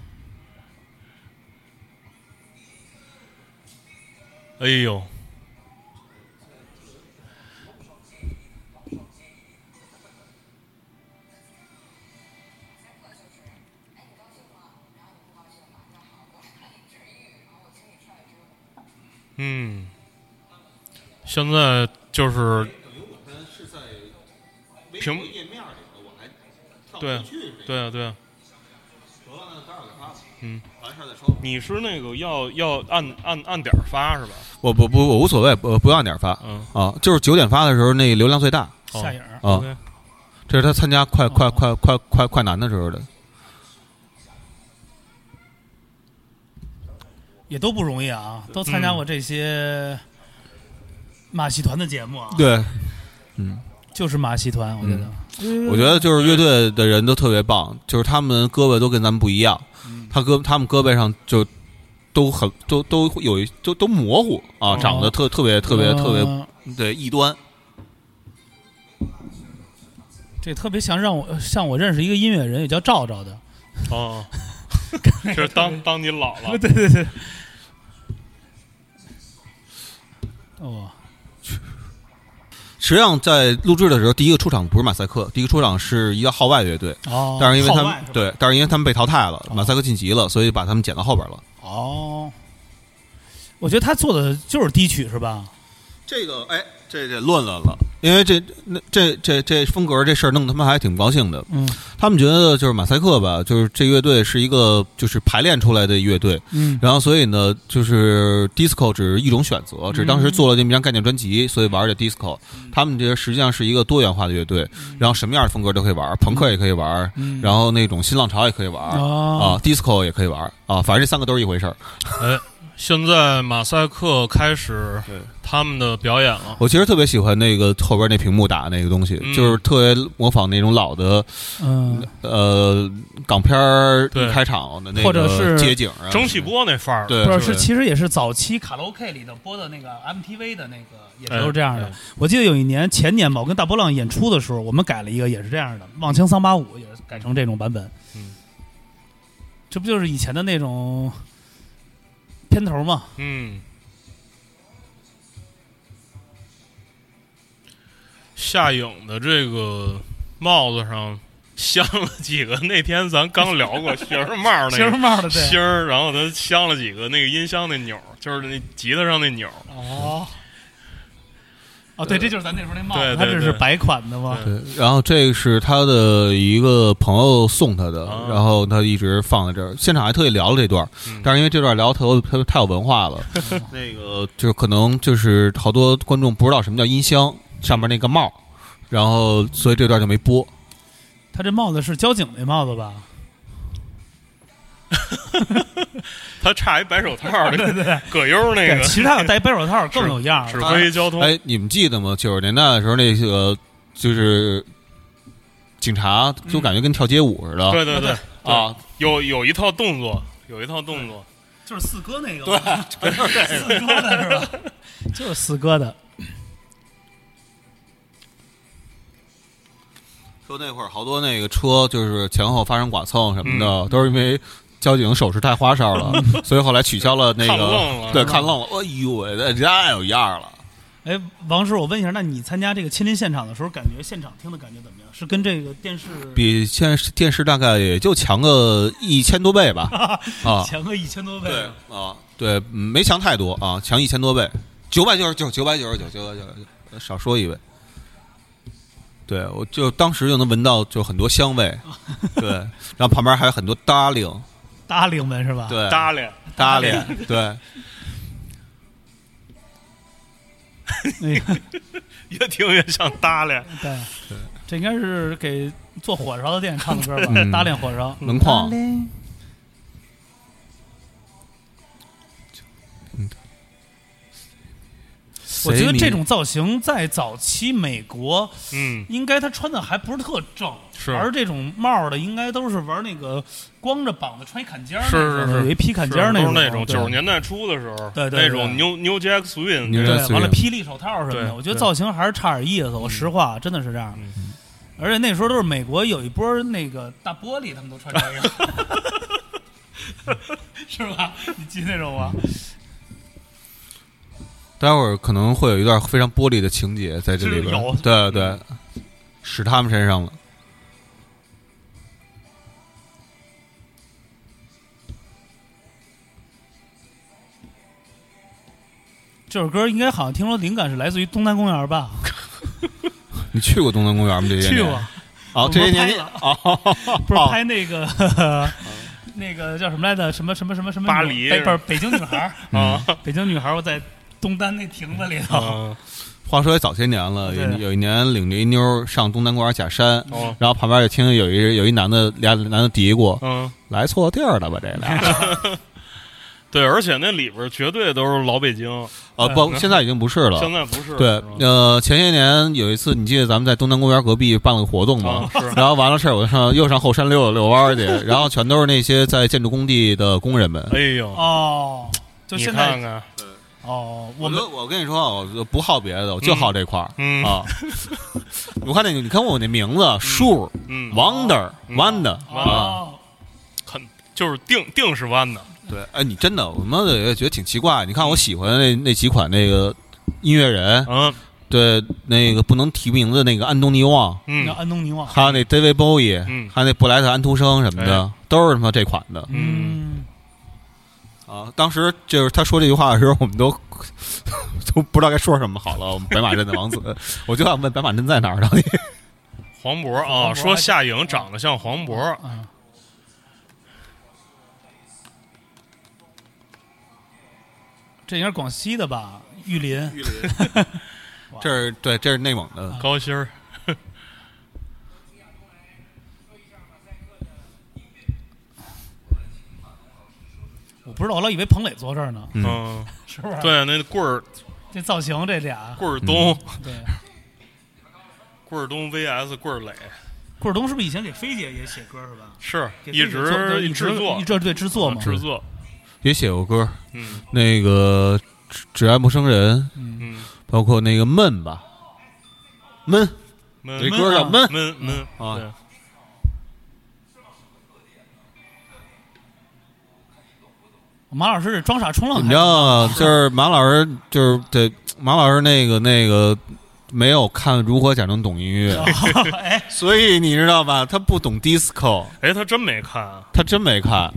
[SPEAKER 2] 哎呦，嗯，现在就是屏幕
[SPEAKER 1] 页面里，我还
[SPEAKER 2] 对啊对啊对啊，嗯，
[SPEAKER 1] 完事再说。
[SPEAKER 2] 你是那个要要按按按点儿发是吧？
[SPEAKER 1] 我不不我无所谓，不不按点发
[SPEAKER 2] 嗯
[SPEAKER 1] 啊，就是九点发的时候那流量最大
[SPEAKER 2] 哦
[SPEAKER 3] 夏颖儿，
[SPEAKER 1] 啊。
[SPEAKER 2] ，OK，
[SPEAKER 1] 这是他参加快快快快快快男的时候的。
[SPEAKER 3] 也都不容易啊，
[SPEAKER 2] 嗯
[SPEAKER 3] 都参加过这些马戏团的节目啊，
[SPEAKER 2] 嗯
[SPEAKER 1] 对，
[SPEAKER 3] 就是马戏团，我觉得，
[SPEAKER 1] 嗯我觉得就是乐队的人都特别棒，就是他们胳膊都跟咱们不一样，
[SPEAKER 3] 嗯
[SPEAKER 1] 他胳他们胳膊上就都很都都有一都都模糊啊，
[SPEAKER 2] 哦
[SPEAKER 1] 长得特特别特别特别
[SPEAKER 3] 呃
[SPEAKER 1] 对异端。
[SPEAKER 3] 这特别像让我像我认识一个音乐人，也叫赵赵的，
[SPEAKER 2] 哦，就是当当你老了，
[SPEAKER 3] 对对对，哦，
[SPEAKER 1] 实际上在录制的时候，第一个出场不是马赛克，第一个出场是一个号外乐队，
[SPEAKER 3] 哦，
[SPEAKER 1] 但是因为他
[SPEAKER 3] 号
[SPEAKER 1] 们
[SPEAKER 3] 外是吧
[SPEAKER 1] 对，但是因为他们被淘汰了，马赛克晋级了，所以把他们剪到后边了。
[SPEAKER 3] 哦，我觉得他做的就是低曲是吧？
[SPEAKER 1] 这个哎，这这乱乱了，因为这那这这这风格这事儿弄得他们还挺不高兴的。
[SPEAKER 3] 嗯
[SPEAKER 1] 他们觉得就是马赛克吧，就是这乐队是一个就是排练出来的乐队，
[SPEAKER 3] 嗯
[SPEAKER 1] 然后所以呢，就是 disco 只是一种选择，只是
[SPEAKER 3] 嗯
[SPEAKER 1] 当时做了这么一张概念专辑，所以玩的 disco。他们这实际上是一个多元化的乐队，然后什么样的风格都可以玩，朋克也可以玩，
[SPEAKER 3] 嗯
[SPEAKER 1] 然后那种新浪潮也可以玩。
[SPEAKER 3] 哦
[SPEAKER 1] 啊，disco 也可以玩啊，反正这三个都是一回事儿。
[SPEAKER 2] 现在马赛克开始
[SPEAKER 1] 对
[SPEAKER 2] 他们的表演了，
[SPEAKER 1] 我其实特别喜欢那个后边那屏幕打那个东西，
[SPEAKER 2] 嗯
[SPEAKER 1] 就是特别模仿那种老的
[SPEAKER 3] 嗯，
[SPEAKER 1] 呃港片儿
[SPEAKER 2] 对
[SPEAKER 1] 一开场的那
[SPEAKER 3] 或者是
[SPEAKER 1] 个街景啊，
[SPEAKER 2] 蒸汽波那范儿，
[SPEAKER 1] 对
[SPEAKER 3] 不是，
[SPEAKER 1] 就是
[SPEAKER 3] 其实也是早期卡拉 OK 里头播的那个 MTV 的那个，也
[SPEAKER 2] 哎
[SPEAKER 3] 都是这样的。
[SPEAKER 2] 哎
[SPEAKER 3] 我记得有一年前年吧，我跟大波浪演出的时候，我们改了一个也是这样的，《望清桑巴舞》也是改成这种版本。
[SPEAKER 2] 嗯，
[SPEAKER 3] 这不就是以前的那种片头吗？
[SPEAKER 2] 嗯。夏颖的这个帽子上镶了几个，那天咱刚聊过 学生帽那
[SPEAKER 3] 星儿
[SPEAKER 2] 个
[SPEAKER 3] 帽的
[SPEAKER 2] 芯
[SPEAKER 3] 对。
[SPEAKER 2] 儿，然后他镶了几个那个音箱那钮儿，就是那吉他上那钮儿。
[SPEAKER 3] 哦。哦，对，这就是咱那时候那帽子，
[SPEAKER 2] 对对
[SPEAKER 3] 它这是
[SPEAKER 2] 对
[SPEAKER 3] 白款的吗？
[SPEAKER 1] 对，然后这个是他的一个朋友送他的，
[SPEAKER 2] 啊
[SPEAKER 1] 然后他一直放在这儿。现场还特意聊了这段，
[SPEAKER 2] 嗯
[SPEAKER 1] 但是因为这段聊得特特太有文化 了，那个就是可能就是好多观众不知道什么叫音箱上面那个帽儿，然后所以这段就没播。
[SPEAKER 3] 它这帽子是交警那帽子吧？
[SPEAKER 2] 他差一白手套 儿，那个葛优那
[SPEAKER 3] 对，
[SPEAKER 2] 个
[SPEAKER 3] 其实它要戴白手套更有样
[SPEAKER 2] 指
[SPEAKER 3] 儿。
[SPEAKER 2] 挥交通，
[SPEAKER 1] 哎，你们记得吗？九十年代的时候，那个就是警察就感觉跟跳街舞似的、
[SPEAKER 2] 对对对，
[SPEAKER 1] 啊，
[SPEAKER 2] 有有一套动作，有一套动作，
[SPEAKER 3] 就是四哥那个，对，四哥的是吧？ 就是四哥的，
[SPEAKER 1] 说那会儿好多那个车就是前后发生剐蹭什么的，
[SPEAKER 2] 嗯
[SPEAKER 1] 都是因为交警手势太花哨 了，所以后来取消了那
[SPEAKER 2] 看
[SPEAKER 1] 个。
[SPEAKER 2] 愣了，
[SPEAKER 1] 对，看愣了，哎呦喂，这太有样儿了。
[SPEAKER 3] 哎，王师，我问一下，那你参加这个亲临现场的时候，感觉现场听的感觉怎么样？是跟这个电视
[SPEAKER 1] 比现实电视大概也就强个一千多倍吧， 啊，
[SPEAKER 3] 强个一千多倍？
[SPEAKER 1] 对啊，对，嗯没强太多啊，强一千多倍，九百九十九，九百九十九，九百九十九，少说一位。对，我就当时就能闻到就很多香味，对，然后旁边还有很多 darling，
[SPEAKER 3] 搭领们是吧？，
[SPEAKER 1] 对
[SPEAKER 2] 搭理，
[SPEAKER 1] ，darling，对。
[SPEAKER 3] 那个
[SPEAKER 2] 越听越像搭理。
[SPEAKER 3] 对，这应该是给做火烧的店唱的歌吧，
[SPEAKER 1] 嗯
[SPEAKER 3] 搭脸火烧。
[SPEAKER 1] 门框，
[SPEAKER 3] 我觉得
[SPEAKER 1] 谁
[SPEAKER 3] 这种造型在早期美国，
[SPEAKER 2] 嗯，
[SPEAKER 3] 应该他穿的还不是特正，
[SPEAKER 2] 是
[SPEAKER 3] 玩这种帽儿的应该都是玩那个光着膀子穿一坎肩儿那
[SPEAKER 2] 是
[SPEAKER 3] 种的，
[SPEAKER 2] 是是
[SPEAKER 3] 有一披坎肩儿
[SPEAKER 2] 是都是
[SPEAKER 3] 种，
[SPEAKER 2] 那
[SPEAKER 3] 那
[SPEAKER 2] 种九十年代初的时候，
[SPEAKER 3] 对对对
[SPEAKER 2] 那种 New New Jack Swing，
[SPEAKER 1] New
[SPEAKER 3] 对
[SPEAKER 1] Jack，Swing
[SPEAKER 3] 完了霹雳手套什么
[SPEAKER 2] 对
[SPEAKER 3] 的，我觉得
[SPEAKER 2] 对嗯
[SPEAKER 3] 造型还是差点意思。我实话，真的是这样。而且那时候都是美国有一波那个大玻璃，他们都穿这个， 是吧？你记那种吗？
[SPEAKER 1] 待会儿可能会有一段非常玻璃的情节在这里边
[SPEAKER 2] 是有
[SPEAKER 1] 儿，对对，使他们身上了。
[SPEAKER 3] 这首歌应该好像听说灵感是来自于东南公园吧？
[SPEAKER 1] 你去过东南公园吗？这些年
[SPEAKER 3] 去过，
[SPEAKER 1] 哦，
[SPEAKER 3] 我
[SPEAKER 1] 这些
[SPEAKER 3] 拍
[SPEAKER 1] 年你
[SPEAKER 3] 了
[SPEAKER 1] 哦，
[SPEAKER 3] 不是
[SPEAKER 1] 哦
[SPEAKER 3] 拍那个、那个叫什么来着？什么什么什么什么
[SPEAKER 2] 巴
[SPEAKER 3] 女
[SPEAKER 2] 黎
[SPEAKER 3] 北
[SPEAKER 2] 是
[SPEAKER 3] 不是
[SPEAKER 2] 吧
[SPEAKER 3] 北京女孩儿，
[SPEAKER 2] 啊，
[SPEAKER 3] 北京女孩儿，我在东单那亭子里头。
[SPEAKER 2] 啊
[SPEAKER 1] 话说也早些年了，有
[SPEAKER 3] 对嗯
[SPEAKER 1] 有一年领着一妞儿上东南公园假山，
[SPEAKER 2] 哦
[SPEAKER 1] 然后旁边就听有一有一男的俩男的嘀咕
[SPEAKER 2] 嗯，：“
[SPEAKER 1] 来错地儿了吧？这 俩
[SPEAKER 2] 对，而且那里边绝对都是老北京，
[SPEAKER 1] 哦不，现在已经不是了
[SPEAKER 2] 现。在不是
[SPEAKER 1] 对
[SPEAKER 2] 是吧，
[SPEAKER 1] 呃，前些年有一次，你记得咱们在东南公园隔壁办了个活动吗
[SPEAKER 2] 啊？是
[SPEAKER 1] 然后完了事儿，我上又上后山溜了溜弯儿 去，然后全都是那些在建筑工地的工人们。
[SPEAKER 2] 哎呦，
[SPEAKER 3] 哦，就
[SPEAKER 2] 你
[SPEAKER 3] 现在
[SPEAKER 2] 看看，
[SPEAKER 3] 哦，我
[SPEAKER 1] 我
[SPEAKER 3] 们
[SPEAKER 1] 跟我跟你说，啊我不好别的，我就好这块儿、
[SPEAKER 2] 嗯
[SPEAKER 1] 啊。 我看那个，你看我那名字树
[SPEAKER 2] 嗯，
[SPEAKER 1] Wonder
[SPEAKER 2] 嗯
[SPEAKER 1] Wonder 啊，
[SPEAKER 3] 哦，
[SPEAKER 2] 很就是定定是弯的，
[SPEAKER 1] 对，哎，你真的，我他妈的也觉得挺奇怪。你看我喜欢的那那几款那个音乐人，
[SPEAKER 2] 嗯
[SPEAKER 1] 对，那个不能提名字那个安东尼旺，
[SPEAKER 3] 叫
[SPEAKER 2] 嗯
[SPEAKER 3] 安东尼旺，
[SPEAKER 1] 还有那 David Bowie，、
[SPEAKER 2] 嗯
[SPEAKER 1] 还有那布莱特安徒生什么的，都是他妈这款的
[SPEAKER 3] 嗯，
[SPEAKER 1] 啊。当时就是他说这句话的时候，我们都 都不知道该说什么好了。我们白马镇的王子，我就想问白马镇在哪 儿？到底？
[SPEAKER 2] 黄渤
[SPEAKER 3] 黄
[SPEAKER 2] 啊，
[SPEAKER 3] 渤
[SPEAKER 2] 说夏颖长得像黄渤，
[SPEAKER 3] 啊这应该是广西的吧？玉林，
[SPEAKER 1] 这是对，这是内蒙的。
[SPEAKER 2] 高鑫儿，
[SPEAKER 3] 我不知道，我老以为彭磊坐这儿呢，
[SPEAKER 1] 嗯
[SPEAKER 2] 嗯，
[SPEAKER 3] 是不是？，
[SPEAKER 2] 对，那棍儿
[SPEAKER 3] 这造型这俩，
[SPEAKER 2] 棍儿
[SPEAKER 1] 嗯
[SPEAKER 2] 东
[SPEAKER 3] 对，
[SPEAKER 2] 棍儿东 VS 棍儿磊
[SPEAKER 3] 棍儿东是不是以前给菲姐也写歌是吧？
[SPEAKER 2] 是
[SPEAKER 3] 给
[SPEAKER 2] 一
[SPEAKER 3] 菲姐做对
[SPEAKER 2] 直
[SPEAKER 3] 一直
[SPEAKER 2] 制作啊
[SPEAKER 3] 一直对制作嘛，
[SPEAKER 2] 制作，
[SPEAKER 1] 也写过歌，
[SPEAKER 2] 嗯
[SPEAKER 1] 那个只只爱陌生人，
[SPEAKER 2] 嗯，
[SPEAKER 1] 包括那个闷吧，闷，有一
[SPEAKER 2] 闷
[SPEAKER 1] 歌叫
[SPEAKER 3] 闷
[SPEAKER 1] 闷
[SPEAKER 2] 闷闷
[SPEAKER 1] 啊
[SPEAKER 2] 对
[SPEAKER 3] 马老师这装傻充
[SPEAKER 1] 你知
[SPEAKER 3] 愣
[SPEAKER 2] 嗯
[SPEAKER 3] 还，
[SPEAKER 1] 道，就是马老师，就是对马老师那个那个没有看如何假装懂音乐，
[SPEAKER 3] 哎，
[SPEAKER 1] 所以你知道吧？他不懂 disco，
[SPEAKER 2] 哎，他真没看啊，
[SPEAKER 1] 他真没看。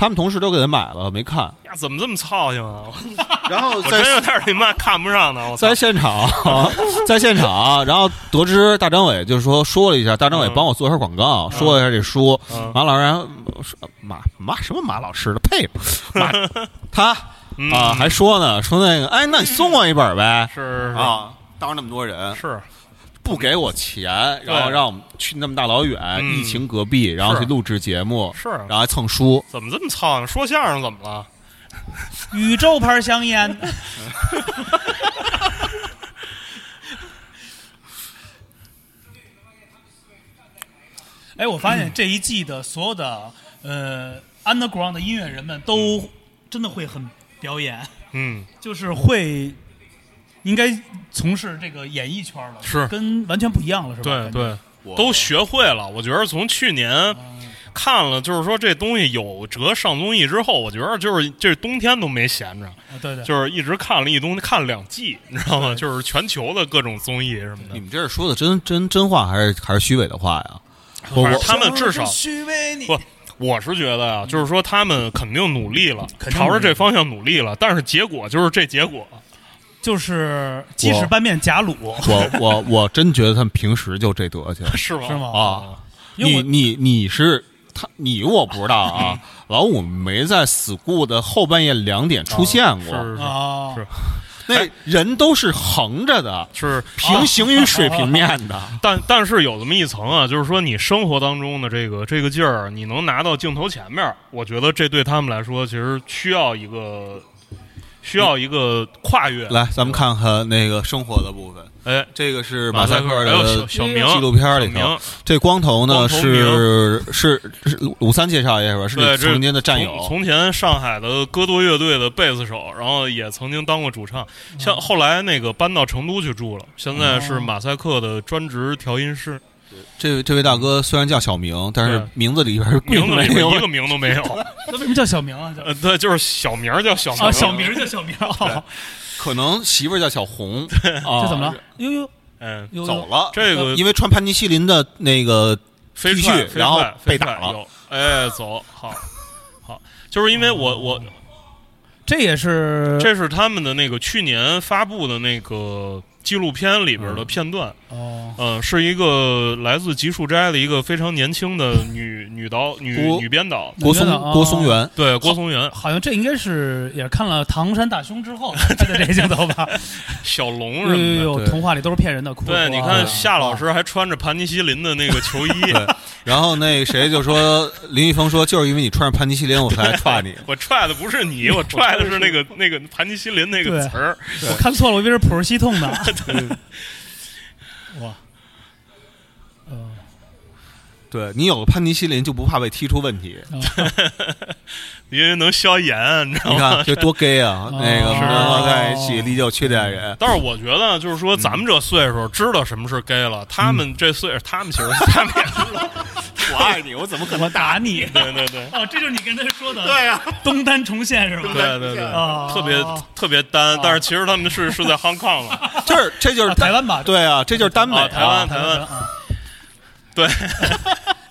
[SPEAKER 1] 他们同事都给他买了，没看。
[SPEAKER 2] 呀，怎么这么操心啊？
[SPEAKER 1] 然后
[SPEAKER 2] 我真
[SPEAKER 1] 在
[SPEAKER 2] 有点儿你妈看不上呢，我 操
[SPEAKER 1] 在！现场，在现场，然后得知大张伟就是说说了一下，大张伟
[SPEAKER 2] 嗯
[SPEAKER 1] 帮我做一下广告，说了一下这书。
[SPEAKER 2] 嗯
[SPEAKER 1] 马老师还说马马什么马老师的配马 他
[SPEAKER 2] 嗯
[SPEAKER 1] 啊还说呢，说那个哎，那你送我一本呗
[SPEAKER 2] 是
[SPEAKER 1] 啊！当着那么多人，
[SPEAKER 2] 是
[SPEAKER 1] 不给我钱，
[SPEAKER 2] 对
[SPEAKER 1] 然后让我们去那么大老远，
[SPEAKER 2] 嗯
[SPEAKER 1] 疫情隔壁，然后
[SPEAKER 2] 是
[SPEAKER 1] 去录制节目，
[SPEAKER 2] 是啊
[SPEAKER 1] 然后还蹭书。
[SPEAKER 2] 怎么这么操呢？说相声怎么了？
[SPEAKER 3] 宇宙牌香烟，哎，我发现这一季的所有的呃 underground 的音乐人们都真的会很表演，
[SPEAKER 2] 嗯，
[SPEAKER 3] 就是会应该从事这个演艺圈了，
[SPEAKER 2] 是
[SPEAKER 3] 跟完全不一样了，是吧？
[SPEAKER 2] 对
[SPEAKER 3] 感觉，
[SPEAKER 2] 对，都学会了。我觉得从去年看了，就是说这东西有辙上综艺之后，我觉得就是这冬天都没闲着，
[SPEAKER 3] 啊对对，
[SPEAKER 2] 就是一直看了一冬，看了两季，你知道吗？就是全球的各种综艺什么
[SPEAKER 1] 你
[SPEAKER 2] 的。
[SPEAKER 1] 们这是说的真真真话还是还是虚伪的话呀？我
[SPEAKER 2] 反
[SPEAKER 1] 我
[SPEAKER 2] 正他们至少
[SPEAKER 3] 虚伪你
[SPEAKER 2] 不，我是觉得啊，就是说他们肯定努力了，
[SPEAKER 3] 肯定
[SPEAKER 2] 朝着
[SPEAKER 3] 努力
[SPEAKER 2] 这方向努力了，但是结果就是这结果。
[SPEAKER 3] 就是鸡屎拌面贾鲁
[SPEAKER 1] 我我我真觉得他们平时就这德行
[SPEAKER 2] 是吗？
[SPEAKER 3] 是吗？
[SPEAKER 2] 哦
[SPEAKER 1] 啊！
[SPEAKER 3] 因
[SPEAKER 1] 你
[SPEAKER 3] 为我
[SPEAKER 1] 你你是他你我不知道
[SPEAKER 2] 嗯
[SPEAKER 1] 啊，老五没在 school 的后半夜两点出现过，
[SPEAKER 2] 哦是是哎
[SPEAKER 3] 哦，
[SPEAKER 2] 是
[SPEAKER 1] 那人都是横着的，
[SPEAKER 2] 是
[SPEAKER 1] 平行于水平面 的。
[SPEAKER 2] 但但是有这么一层啊，就是说你生活当中的这个这个劲儿，你能拿到镜头前面儿，我觉得这对他们来说其实需要一个需要一个跨越。
[SPEAKER 1] 来，咱们看看那个生活的部分。
[SPEAKER 2] 哎，
[SPEAKER 1] 这个是
[SPEAKER 2] 马
[SPEAKER 1] 赛
[SPEAKER 2] 克
[SPEAKER 1] 克
[SPEAKER 2] 还有小
[SPEAKER 1] 的
[SPEAKER 2] 小明
[SPEAKER 1] 纪录片里
[SPEAKER 2] 小明
[SPEAKER 1] 头，这光头呢
[SPEAKER 2] 光头明
[SPEAKER 1] 是是是鲁三介绍一下吧，是
[SPEAKER 2] 对，
[SPEAKER 1] 你
[SPEAKER 2] 这
[SPEAKER 1] 曾经的战友
[SPEAKER 2] 从。从前上海的歌多乐队的贝斯手，然后也曾经当过主唱，像后来那个搬到成都去住了，现在是马赛克的专职调音师，
[SPEAKER 1] 这这位大哥虽然叫小明，但是
[SPEAKER 2] 对
[SPEAKER 1] 名字里边儿并
[SPEAKER 2] 名字
[SPEAKER 1] 没
[SPEAKER 2] 里面一
[SPEAKER 1] 有
[SPEAKER 2] 个名都没有。
[SPEAKER 3] 那为什么叫小明啊？叫
[SPEAKER 2] 呃，对，就是小名儿叫小明，
[SPEAKER 3] 啊，小明叫小明，哦
[SPEAKER 1] 可能媳妇儿叫小 红，啊
[SPEAKER 3] 这怎么了？？呦呦
[SPEAKER 2] 嗯，
[SPEAKER 3] 呦，
[SPEAKER 1] 走了，
[SPEAKER 2] 这个
[SPEAKER 1] 因为穿潘尼西林的那个
[SPEAKER 2] 飞
[SPEAKER 1] T
[SPEAKER 2] 踹
[SPEAKER 1] 恤
[SPEAKER 2] 飞
[SPEAKER 1] 然后
[SPEAKER 2] 踹
[SPEAKER 1] 被
[SPEAKER 2] 飞踹
[SPEAKER 1] 打了
[SPEAKER 2] 有哎，走，好，好，就是因为我我
[SPEAKER 3] 这也是
[SPEAKER 2] 这是他们的那个去年发布的那个纪录片里
[SPEAKER 1] 嗯
[SPEAKER 2] 边的片段，
[SPEAKER 3] 哦，
[SPEAKER 2] 嗯，是一个来自吉树斋的一个非常年轻的女女导女
[SPEAKER 1] 郭
[SPEAKER 2] 女编导，
[SPEAKER 1] 郭
[SPEAKER 3] 我觉得
[SPEAKER 1] 松郭松。
[SPEAKER 3] 哦
[SPEAKER 1] 元，
[SPEAKER 2] 对郭松元、
[SPEAKER 3] 好像这应该是也是看了《唐山大兄》之后拍的这些镜头吧？
[SPEAKER 2] 小龙
[SPEAKER 3] 呦
[SPEAKER 2] 什么
[SPEAKER 3] 呦
[SPEAKER 2] 的。
[SPEAKER 1] 对
[SPEAKER 3] 呦，童话里都是骗人的，哭啊
[SPEAKER 2] 对，你
[SPEAKER 1] 哇
[SPEAKER 2] 看夏
[SPEAKER 1] 嗯
[SPEAKER 2] 老师还穿着盘尼西林的那个球衣，
[SPEAKER 1] 然后那谁就 说林一峰说就是因为你穿上潘尼西林我才踹你，
[SPEAKER 2] 我踹的不 是你，我踹的是那个那个盘尼西林那个
[SPEAKER 3] 对
[SPEAKER 2] 词儿。
[SPEAKER 3] 我看错了，我以为是普尔西痛呢。哇，呃
[SPEAKER 1] 对你有了潘尼西林就不怕被踢出问题。
[SPEAKER 2] 因为能消炎，你知道
[SPEAKER 1] 你
[SPEAKER 2] 吗？
[SPEAKER 1] 看这多 gay 啊！那个
[SPEAKER 3] 哦是哦
[SPEAKER 1] 和在一起历久缺点人，
[SPEAKER 2] 但是我觉得，就是说，咱们这岁数知道什么是 gay 了，他
[SPEAKER 1] 嗯
[SPEAKER 2] 们这岁数，他们其实 他们也知道。
[SPEAKER 1] 我爱你，我怎么可
[SPEAKER 3] 我打你！
[SPEAKER 2] 对对对
[SPEAKER 3] 哦，这就是你跟他说的。对呀，东单重现是吧？
[SPEAKER 2] 对对对，
[SPEAKER 3] 啊
[SPEAKER 2] 特别特别单，但是其实他们是是在 Hong Kong 了。
[SPEAKER 1] 就是这就是
[SPEAKER 3] 啊台湾吧？
[SPEAKER 1] 对啊，这就是耽美啊
[SPEAKER 2] 啊台湾
[SPEAKER 3] 台
[SPEAKER 2] 台湾
[SPEAKER 3] 啊，
[SPEAKER 2] 对，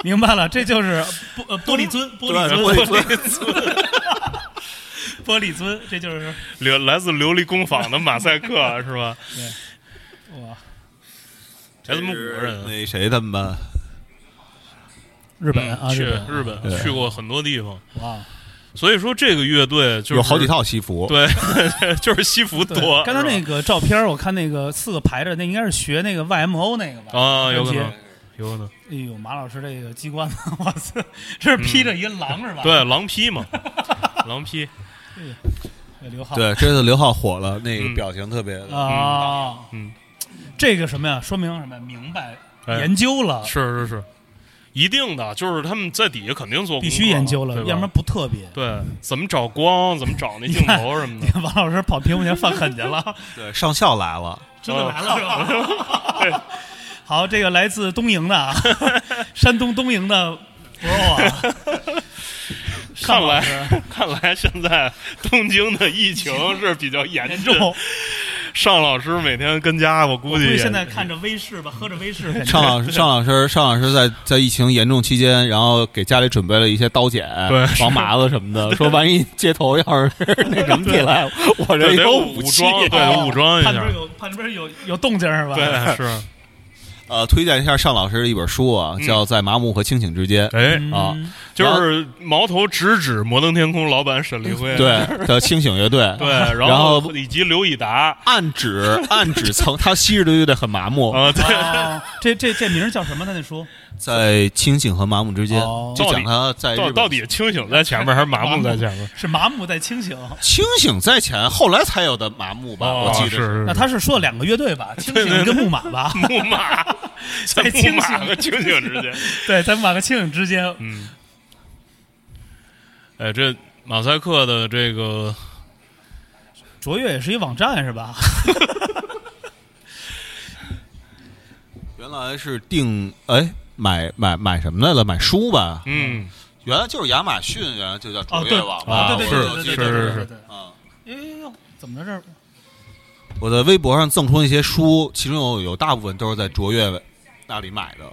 [SPEAKER 3] 明白了，这就是玻呃玻璃樽，玻璃
[SPEAKER 1] 对
[SPEAKER 3] 樽，
[SPEAKER 1] 玻璃樽
[SPEAKER 3] 玻璃樽，这就是
[SPEAKER 2] 流来自琉璃工坊的马赛克啊是吧？
[SPEAKER 3] 哇，
[SPEAKER 2] 才他妈五个人，啊
[SPEAKER 1] 那谁他们吧
[SPEAKER 3] 日本啊，
[SPEAKER 2] 去
[SPEAKER 3] 本
[SPEAKER 2] 日本去过很多地方，
[SPEAKER 3] 哇，
[SPEAKER 2] 所以说这个乐队就是
[SPEAKER 1] 有好几，套西服，
[SPEAKER 2] 对， 就是西服
[SPEAKER 3] 对
[SPEAKER 2] 多。
[SPEAKER 3] 刚才那
[SPEAKER 2] 是
[SPEAKER 3] 个照片儿，我看那个四个排着，那应该是学那个 YMO 那个吧？
[SPEAKER 2] 吧啊，有可
[SPEAKER 3] 那
[SPEAKER 2] 能
[SPEAKER 3] 些。，
[SPEAKER 2] 有可能，
[SPEAKER 3] 哎呦，马老师这个机 关，哇塞，这是披着一个狼是吧？
[SPEAKER 2] 对，狼 披嘛，狼披，
[SPEAKER 3] 对，刘浩，
[SPEAKER 1] 对，这次刘浩火了，那个
[SPEAKER 2] 嗯
[SPEAKER 1] 表情特别的
[SPEAKER 3] 啊，
[SPEAKER 2] 嗯，
[SPEAKER 3] 这个什么呀？说明什么呀？明白
[SPEAKER 2] 哎
[SPEAKER 3] 研究了，
[SPEAKER 2] 是是是，一定的，就是他们在底下肯定做功课，
[SPEAKER 3] 必须研究了，
[SPEAKER 2] 对吧
[SPEAKER 3] 要不然不特别。
[SPEAKER 2] 对怎么找光，怎么找那镜头什么的，
[SPEAKER 3] 王老师跑屏幕前犯狠去了，
[SPEAKER 1] 对，上校来了，
[SPEAKER 3] 真的 来了是吧？好，这个来自东营的，啊， 山东东营的 bro 啊，尚老师
[SPEAKER 2] 看来现在东京的疫情是比较严
[SPEAKER 3] 严
[SPEAKER 2] 峻。
[SPEAKER 3] 重，
[SPEAKER 2] 尚老师每天跟家，我估
[SPEAKER 3] 估
[SPEAKER 2] 计
[SPEAKER 3] 计
[SPEAKER 2] 也
[SPEAKER 3] 现在看着威士吧，喝着威 士，
[SPEAKER 1] 尚老师，尚老师，尚老师在在疫情严重期间，然后给家里准备了一些刀剪、
[SPEAKER 2] 对
[SPEAKER 1] 黄麻子什么的，说万一街头 要是那什么起来，我这
[SPEAKER 2] 对得
[SPEAKER 1] 有
[SPEAKER 2] 有
[SPEAKER 1] 武
[SPEAKER 2] 武
[SPEAKER 1] 器。
[SPEAKER 2] 装对
[SPEAKER 3] 哦
[SPEAKER 2] 得武装一下
[SPEAKER 3] 看这边有看这边有有动静是吧？
[SPEAKER 2] 对是
[SPEAKER 3] 嗯
[SPEAKER 1] 呃，推荐一下尚老师的一本书啊，
[SPEAKER 2] 嗯
[SPEAKER 1] 叫《在麻木和清醒之间》。
[SPEAKER 2] 哎，
[SPEAKER 3] 嗯
[SPEAKER 1] 啊
[SPEAKER 2] 就是矛头直指摩登天空老板沈立 辉，
[SPEAKER 1] 对的，清醒乐队，
[SPEAKER 2] 对，然
[SPEAKER 1] 然
[SPEAKER 2] 后
[SPEAKER 1] 后
[SPEAKER 2] 以及刘以达
[SPEAKER 1] 暗指暗指曾他昔日的乐队很麻木，
[SPEAKER 2] 啊，对，
[SPEAKER 3] 哦这这这名儿叫什么？他那书
[SPEAKER 1] 在清醒和麻木之间
[SPEAKER 3] 哦，
[SPEAKER 1] 就讲他在日
[SPEAKER 2] 到
[SPEAKER 1] 本
[SPEAKER 2] 到底清醒在前面还是麻木在前面？
[SPEAKER 3] 是麻木在清醒。
[SPEAKER 1] 清醒在前，后来才有的麻木吧，
[SPEAKER 2] 哦
[SPEAKER 1] 我记得
[SPEAKER 2] 是是
[SPEAKER 3] 那他是说两个乐队吧，清醒跟木马吧？
[SPEAKER 2] 木 马，
[SPEAKER 3] 在
[SPEAKER 2] 在木
[SPEAKER 3] 清
[SPEAKER 2] 马
[SPEAKER 3] 醒
[SPEAKER 2] 和清醒之间。
[SPEAKER 3] 对，在木马和清醒之间，
[SPEAKER 2] 嗯，哎，这马赛克的这个
[SPEAKER 3] 卓越也是一网站是 吧？
[SPEAKER 1] 原来是定哎买买买什么来了？买书吧，
[SPEAKER 2] 嗯，
[SPEAKER 1] 原来就是亚马逊，原来就叫
[SPEAKER 3] 哦，
[SPEAKER 1] 卓
[SPEAKER 3] 对，
[SPEAKER 1] 越网吧，
[SPEAKER 3] 对
[SPEAKER 1] 我
[SPEAKER 3] 对
[SPEAKER 1] 我
[SPEAKER 3] 对
[SPEAKER 1] 记
[SPEAKER 3] 对对
[SPEAKER 1] 得
[SPEAKER 3] 对
[SPEAKER 2] 是
[SPEAKER 3] 对
[SPEAKER 2] 是
[SPEAKER 3] 对
[SPEAKER 2] 是
[SPEAKER 3] 对。
[SPEAKER 1] 啊。
[SPEAKER 3] 哎呦呦，怎么在这儿？
[SPEAKER 1] 我在微博上赠出一些书，其中有有大部分都是在卓越那里买的。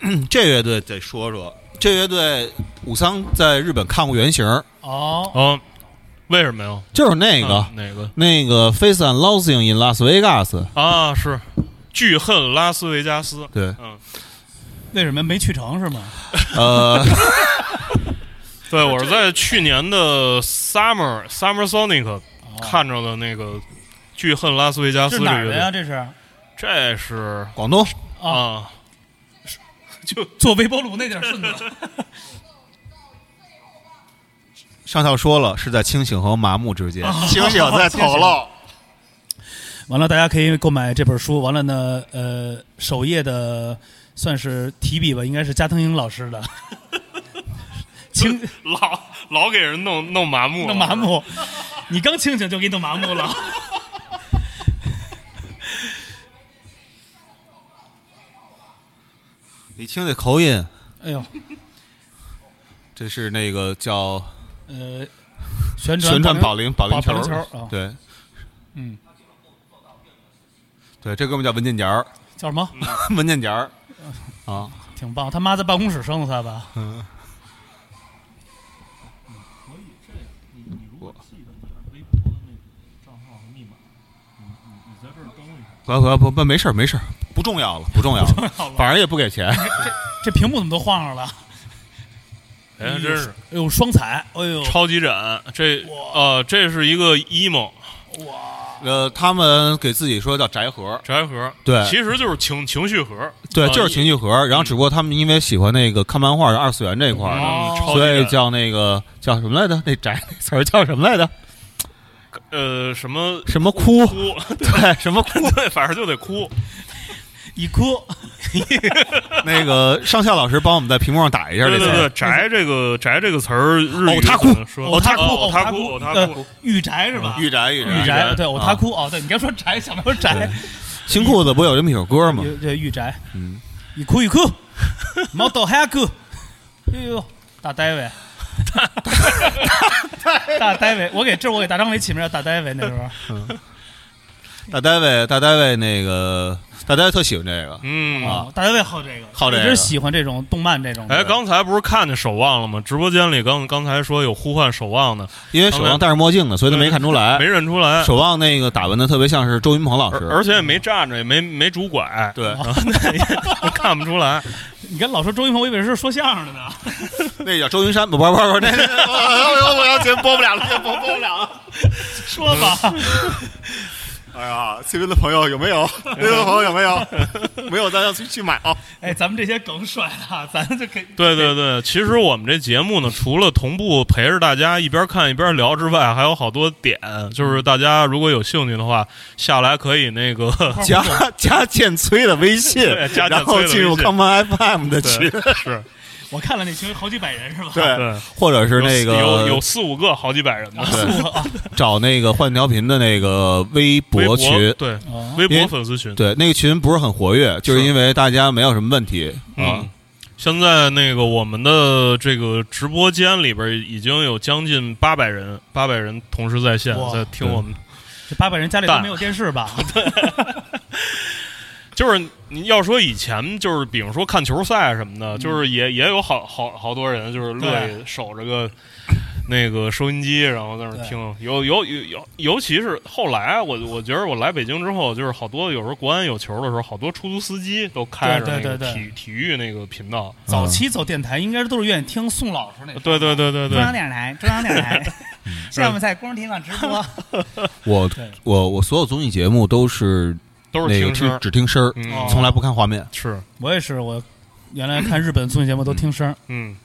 [SPEAKER 1] 嗯，这乐队得说说，这乐队武桑在日本看过原型儿，
[SPEAKER 3] 哦，
[SPEAKER 2] 哦，为什么呀？
[SPEAKER 1] 就是那
[SPEAKER 2] 哪
[SPEAKER 1] 个、
[SPEAKER 3] 嗯
[SPEAKER 2] 哪个
[SPEAKER 1] 那个《Face and Losing in Las Vegas》。
[SPEAKER 2] 啊？是巨恨拉斯维加斯。
[SPEAKER 1] 对，
[SPEAKER 2] 嗯，
[SPEAKER 3] 为什么没去成是吗？
[SPEAKER 1] 呃，
[SPEAKER 2] 对，我是在去年的 Summer Summer Sonic 看着的那个巨恨拉斯维加
[SPEAKER 3] 是
[SPEAKER 2] 斯这
[SPEAKER 3] 哪儿
[SPEAKER 2] 乐
[SPEAKER 3] 的呀？
[SPEAKER 2] 队，
[SPEAKER 3] 这是 啊
[SPEAKER 2] 这是
[SPEAKER 1] 广东，
[SPEAKER 2] 啊，
[SPEAKER 3] 就做微波炉那点顺子。
[SPEAKER 1] 上校说了是在清醒和麻木之间。
[SPEAKER 3] 哦
[SPEAKER 4] 清醒在头漏，
[SPEAKER 3] 完了，大家可以购买这本书。完了呢，呃，首页的呃算是提笔吧，应该是加藤鹰老师的。 清
[SPEAKER 2] 老老给人弄弄麻木，
[SPEAKER 3] 弄麻。木，你刚清醒就给你弄麻木了。
[SPEAKER 1] 你听这口音，
[SPEAKER 3] 哎呦，
[SPEAKER 1] 这是那个叫
[SPEAKER 3] 呃，旋转
[SPEAKER 1] 旋转保龄保龄
[SPEAKER 3] 保
[SPEAKER 1] 球
[SPEAKER 3] 龄球
[SPEAKER 1] 儿
[SPEAKER 3] 啊，
[SPEAKER 1] 对，
[SPEAKER 3] 嗯，
[SPEAKER 1] 对，这哥们叫文件夹儿，
[SPEAKER 3] 叫什么？
[SPEAKER 1] 文件夹儿啊，
[SPEAKER 3] 挺棒。他妈在办公室生的他吧？
[SPEAKER 1] 不不不不，没事儿没事儿，不重要了，不重要了，反正也不给 钱。
[SPEAKER 3] 这屏幕怎么都晃上了？
[SPEAKER 2] 哎，真是
[SPEAKER 3] 哎呦，双彩！哎呦，
[SPEAKER 2] 超级展，这呃，这是一个 emo
[SPEAKER 1] 呃，他们给自己说叫宅盒，
[SPEAKER 2] 宅盒，
[SPEAKER 1] 对
[SPEAKER 2] 其实就是情情绪盒，
[SPEAKER 1] 对，
[SPEAKER 2] 啊
[SPEAKER 1] 就是情绪盒。然后只不过他们因为喜欢那个看漫画的二次元这一块儿的，
[SPEAKER 2] 嗯
[SPEAKER 3] 哦
[SPEAKER 2] 超级
[SPEAKER 1] 所以
[SPEAKER 2] 展
[SPEAKER 1] 叫那个叫什么来着？那宅 那词儿叫什么来着？
[SPEAKER 2] 呃什么
[SPEAKER 1] 什么哭？
[SPEAKER 2] 哭，
[SPEAKER 1] 对，什 么哭？
[SPEAKER 2] 对，反正就得哭。
[SPEAKER 3] 一哭，
[SPEAKER 2] 哦
[SPEAKER 1] 那个上校老师帮我们在屏幕上打一下
[SPEAKER 2] 对
[SPEAKER 1] 这
[SPEAKER 2] 对
[SPEAKER 1] 词
[SPEAKER 2] 对，
[SPEAKER 1] 儿。
[SPEAKER 2] 宅这个宅这个词儿，日语
[SPEAKER 1] 哦他哭
[SPEAKER 2] 怎么说
[SPEAKER 3] 他哭，
[SPEAKER 2] 哦他
[SPEAKER 3] 哭，
[SPEAKER 2] 哭，他
[SPEAKER 3] 呃
[SPEAKER 2] 哭，
[SPEAKER 3] 御宅是吧？
[SPEAKER 1] 嗯御宅御
[SPEAKER 3] 御
[SPEAKER 1] 宅，
[SPEAKER 3] 宅，对，
[SPEAKER 1] 啊
[SPEAKER 3] 我他哭哦，对你刚说宅，想到宅，
[SPEAKER 1] 新裤子不有这么一首歌吗？
[SPEAKER 3] 有这御宅，
[SPEAKER 1] 嗯，
[SPEAKER 3] 一哭一 哭，毛豆还哭，哎呦，大呆伟，大呆伟，我给这是我给大张伟起名叫大呆伟那时
[SPEAKER 1] 啊
[SPEAKER 3] 候，
[SPEAKER 1] 大呆伟，大呆伟那个大呆伟特喜欢这个，
[SPEAKER 2] 嗯
[SPEAKER 1] 啊
[SPEAKER 3] 哦，大呆伟好这个，
[SPEAKER 1] 好这个
[SPEAKER 3] 一直喜欢这种动漫这种的，
[SPEAKER 2] 哎，刚才不是看见守望了吗？直播间里刚刚才说有呼唤守望的，
[SPEAKER 1] 因为手上戴着墨镜呢，所以他没看出来
[SPEAKER 2] 没。认出来，
[SPEAKER 1] 守望那个打扮的特别像是周云鹏老
[SPEAKER 2] 而
[SPEAKER 1] 师，
[SPEAKER 2] 而且也没站着，也没没拄拐，
[SPEAKER 1] 对，
[SPEAKER 2] 看不出来。
[SPEAKER 3] 你跟老说周云鹏，我以为是说相声 的呢，
[SPEAKER 1] 那叫周云山，不不不不，那 个
[SPEAKER 4] 哎我我要节目播不了了，播播不了了。
[SPEAKER 3] 说吧，
[SPEAKER 4] 哎呀，这边的朋友有没有？那边的朋友有没有？没有，咱要去去买啊！
[SPEAKER 3] 哎，咱们这些梗甩了， 咱就可以，
[SPEAKER 2] 对对对，其实我们这节目呢，除了同步陪着大家一边看一边聊之外，还有好多点，就是大家如果有兴趣的话，下来可以那个
[SPEAKER 1] 加加建崔的微信
[SPEAKER 2] 对加，建崔的
[SPEAKER 1] 然后
[SPEAKER 2] 微信
[SPEAKER 1] 进入康曼 FM 的群，
[SPEAKER 2] 对是
[SPEAKER 3] 我看了那群好几百人是吧？
[SPEAKER 1] 对，
[SPEAKER 2] 对，
[SPEAKER 1] 或者是那
[SPEAKER 2] 有有
[SPEAKER 1] 个
[SPEAKER 2] 四五个好几百人的
[SPEAKER 1] 对
[SPEAKER 3] 我
[SPEAKER 1] 找那个换调频的那个微
[SPEAKER 2] 微
[SPEAKER 1] 博群，
[SPEAKER 2] 对
[SPEAKER 3] 哦
[SPEAKER 2] 微
[SPEAKER 1] 因
[SPEAKER 2] 博
[SPEAKER 1] 为
[SPEAKER 2] 粉丝群。
[SPEAKER 1] 对，那个群不是很活跃，就是
[SPEAKER 2] 是
[SPEAKER 1] 因为大家没有什么问题啊
[SPEAKER 2] 嗯，，现在那个我们的这个直播间里边已经有将近八百人，八百人同时在线
[SPEAKER 3] 哇
[SPEAKER 2] 在听我们。
[SPEAKER 3] 这八百人家里都
[SPEAKER 2] 蛋
[SPEAKER 3] 没有电 视吧？
[SPEAKER 1] 嗯
[SPEAKER 2] 就是你要说以前，就是比如说看球赛什么的，
[SPEAKER 3] 嗯
[SPEAKER 2] 就是也也有好好好多人就是乐意守着个那个收音机，然后在那儿
[SPEAKER 3] 对
[SPEAKER 2] 听。尤尤尤尤尤其是后来，啊我我觉得我来北京之后，就是好多有时候国安有球的时候，好多出租司机都开着
[SPEAKER 3] 对
[SPEAKER 2] 那
[SPEAKER 3] 对
[SPEAKER 2] 个
[SPEAKER 3] 对
[SPEAKER 2] 体体育那个频道。
[SPEAKER 3] 早期走电台应该都是愿意听宋老师那
[SPEAKER 1] 嗯
[SPEAKER 3] 种
[SPEAKER 2] 对对对对
[SPEAKER 3] 中央
[SPEAKER 2] 对，
[SPEAKER 3] 电视台，中央电 视台。现在我们在公众体育场直播，
[SPEAKER 1] 我
[SPEAKER 3] 对
[SPEAKER 1] 我我所有综艺节目都是
[SPEAKER 2] 都是
[SPEAKER 1] 那个
[SPEAKER 2] 听声
[SPEAKER 1] 只
[SPEAKER 2] 儿。
[SPEAKER 1] 只听声儿，
[SPEAKER 2] 嗯
[SPEAKER 3] 哦
[SPEAKER 1] 从来不看画面。
[SPEAKER 2] 是，
[SPEAKER 3] 我也是，我原来看日本综艺节目都听声儿。
[SPEAKER 2] 嗯，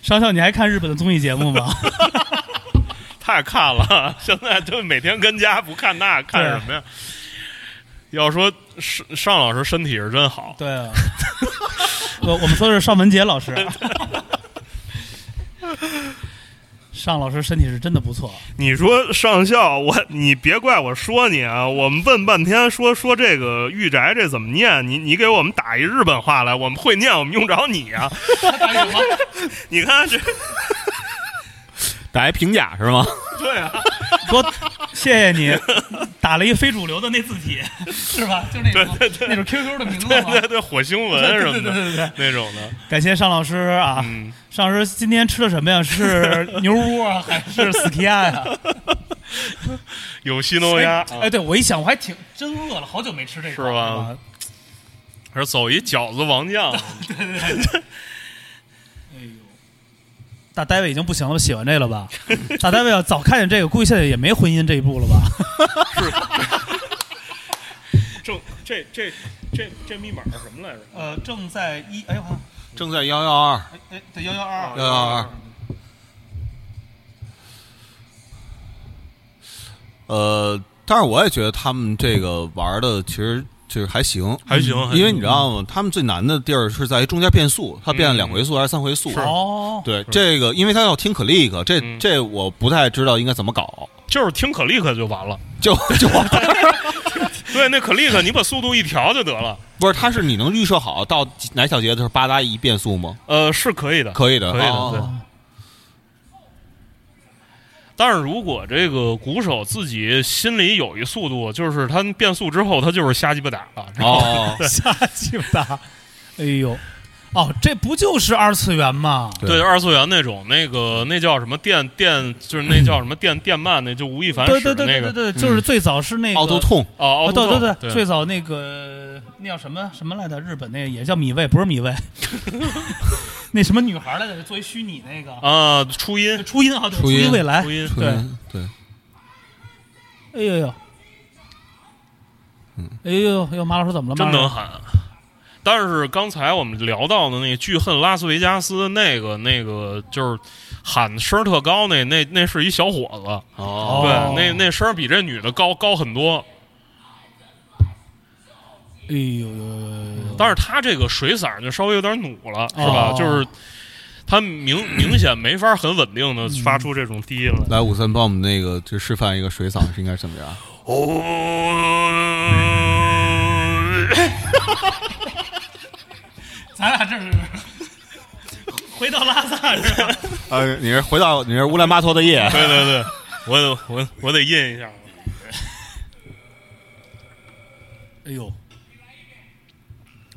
[SPEAKER 3] 上校，你还看日本的综艺节目 吗？
[SPEAKER 2] 太看了， 现在就每天跟家不看那看什么呀？要说上上老师身体是真好，
[SPEAKER 3] 对啊，我我们说的是尚雯婕老师。尚老师身体是真的不错，
[SPEAKER 2] 你说上校，我你别怪我说你啊，我们问半天说说这个御宅这怎么念，你你给我们打一日本话来，我们会念，我们用着你 啊。你看这，
[SPEAKER 1] 打一评价是吗？
[SPEAKER 2] 对啊，
[SPEAKER 3] 多谢谢你，打了一非主流的那字体，是吧？就那种那种 QQ 的名字
[SPEAKER 2] 对
[SPEAKER 3] 嘛。
[SPEAKER 2] 对对，火星文什么
[SPEAKER 3] 对对对
[SPEAKER 2] 的
[SPEAKER 3] 对
[SPEAKER 2] 那种的，
[SPEAKER 3] 感谢尚老师啊，
[SPEAKER 2] 嗯，
[SPEAKER 3] 尚老师今天吃的什么呀？是牛窝啊还是斯皮亚呀？
[SPEAKER 2] 有西诺 亚，
[SPEAKER 3] 哎，对我一想，我还挺真饿了，好久没吃这个
[SPEAKER 2] 是啊吧
[SPEAKER 3] 了。
[SPEAKER 2] 还是走一饺子王酱，
[SPEAKER 3] 哎呦，大戴维已经不行了，喜欢这了吧？ 大戴维要早看见这个，估计现在也没婚姻这一步了吧？
[SPEAKER 2] 正这这这这密码是什么来着？
[SPEAKER 3] 呃，正在一，哎呦，
[SPEAKER 1] 正在幺幺二
[SPEAKER 3] 哎哎，对幺幺二
[SPEAKER 1] 幺幺二。呃，但是我也觉得他们这个玩的其实就是还行，嗯
[SPEAKER 2] 还行，还行
[SPEAKER 1] 因为你知道吗？他们最难的地儿是在于中间变速，它变了两回速还嗯是三回速？
[SPEAKER 3] 哦，
[SPEAKER 1] 对，这个因为它要听 click，这
[SPEAKER 2] 嗯
[SPEAKER 1] 这我不太知道应该怎么搞，
[SPEAKER 2] 就是听可立克就完了。
[SPEAKER 1] 就就
[SPEAKER 2] 对，那可立克你把速度一调就得了。
[SPEAKER 1] 不是，它是你能预设好到几哪小节的时候吧嗒一变速吗？
[SPEAKER 2] 呃，是可以的，
[SPEAKER 1] 可以的，
[SPEAKER 2] 可以的
[SPEAKER 1] 哦
[SPEAKER 2] 对
[SPEAKER 3] 哦
[SPEAKER 2] 但是如果这个鼓手自己心里有一速度，就是他变速之后，他就是瞎鸡巴打了。
[SPEAKER 3] 啊
[SPEAKER 1] 哦，
[SPEAKER 3] 瞎鸡巴打，哎呦，哦，这不就是二次元吗？
[SPEAKER 1] 对
[SPEAKER 2] 对，二次元那种，那个那叫什么电电，就是那叫什么电电鳗，那就吴亦凡
[SPEAKER 3] 对
[SPEAKER 2] 使
[SPEAKER 3] 对对
[SPEAKER 2] 的
[SPEAKER 3] 对
[SPEAKER 2] 那个
[SPEAKER 3] 对对，就是最早是那个
[SPEAKER 1] 凹凸痛，
[SPEAKER 2] 哦，奥
[SPEAKER 3] 哦，对
[SPEAKER 2] 特
[SPEAKER 3] 对
[SPEAKER 2] 对，
[SPEAKER 3] 最早那个那叫什么什么来着？日本那个也叫米未，不是米未， 那什么女孩来着？做一虚拟那个
[SPEAKER 2] 啊，初音，
[SPEAKER 3] 初音啊，对，
[SPEAKER 1] 初音
[SPEAKER 3] 未来
[SPEAKER 2] 初。音，
[SPEAKER 3] 对
[SPEAKER 1] 对，
[SPEAKER 3] 哎呦呦，哎呦呦呦，马老师怎么了？
[SPEAKER 2] 真
[SPEAKER 3] 马老
[SPEAKER 2] 能
[SPEAKER 3] 师，
[SPEAKER 2] 喊。但是刚才我们聊到的那个《巨恨拉斯维加斯》，那个那个就是喊声儿特高那那那是一小伙子，
[SPEAKER 1] 哦
[SPEAKER 2] 对，那那声儿比这女的高高很多。
[SPEAKER 3] 哎呦呦呦呦呦呦，
[SPEAKER 2] 但是他这个水色儿就稍微有点努了，是吧？
[SPEAKER 3] 哦
[SPEAKER 2] 就是他明明显没法很稳定的发出这种低音来。
[SPEAKER 1] 来五三帮我们那个就示范一个水嗓是应该是怎么样？
[SPEAKER 2] 哦，
[SPEAKER 3] 咱俩这是 回到拉萨是吧？
[SPEAKER 1] 呃，你是回到你是乌兰巴托的夜，
[SPEAKER 2] 对对对，我得我我得印一下。
[SPEAKER 3] 哎呦，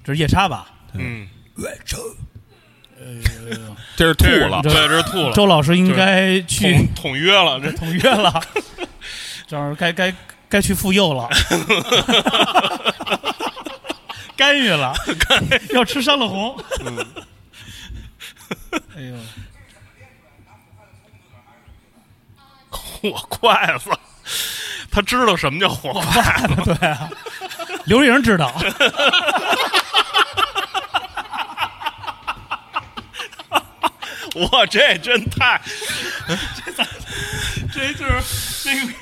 [SPEAKER 3] 这是夜叉吧？
[SPEAKER 2] 嗯，
[SPEAKER 3] 哎呦呦呦，
[SPEAKER 1] 这是吐
[SPEAKER 2] 这是
[SPEAKER 1] 了，
[SPEAKER 2] 对，这是吐了，
[SPEAKER 3] 周老师应该去
[SPEAKER 2] 捅捅约了，这
[SPEAKER 3] 统约了，这儿该该该去妇 幼了，干预了，嗯要吃山乐红。哎呦，
[SPEAKER 2] 火筷子。他知道什么叫火筷 子，
[SPEAKER 3] 对啊，刘莹知道，
[SPEAKER 2] 哇，这真太
[SPEAKER 3] 这就是那个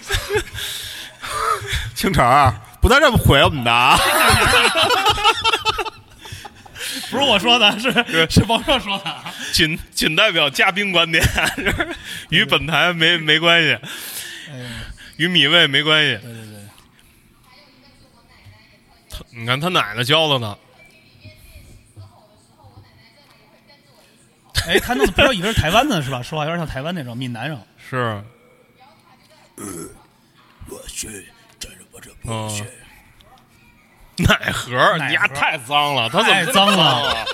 [SPEAKER 4] 清晨儿
[SPEAKER 1] 啊
[SPEAKER 4] 不带这么毁我们 的啊！
[SPEAKER 3] 不是我说的，是是王硕说的。
[SPEAKER 2] 仅仅代表嘉宾观点，与本台没没关系，与米味没关系。
[SPEAKER 3] 哎对对对，
[SPEAKER 2] 你看他奶奶教的呢，
[SPEAKER 3] 哎，他弄的不知道以为是台湾的是吧？说话有点像台湾那种闽南人。
[SPEAKER 2] 是
[SPEAKER 3] 呃我去，这是我这
[SPEAKER 2] 嗯，奶盒，
[SPEAKER 3] 奶盒
[SPEAKER 2] 你丫太脏了，他怎么
[SPEAKER 3] 太
[SPEAKER 2] 这么
[SPEAKER 3] 哎脏了
[SPEAKER 2] 啊？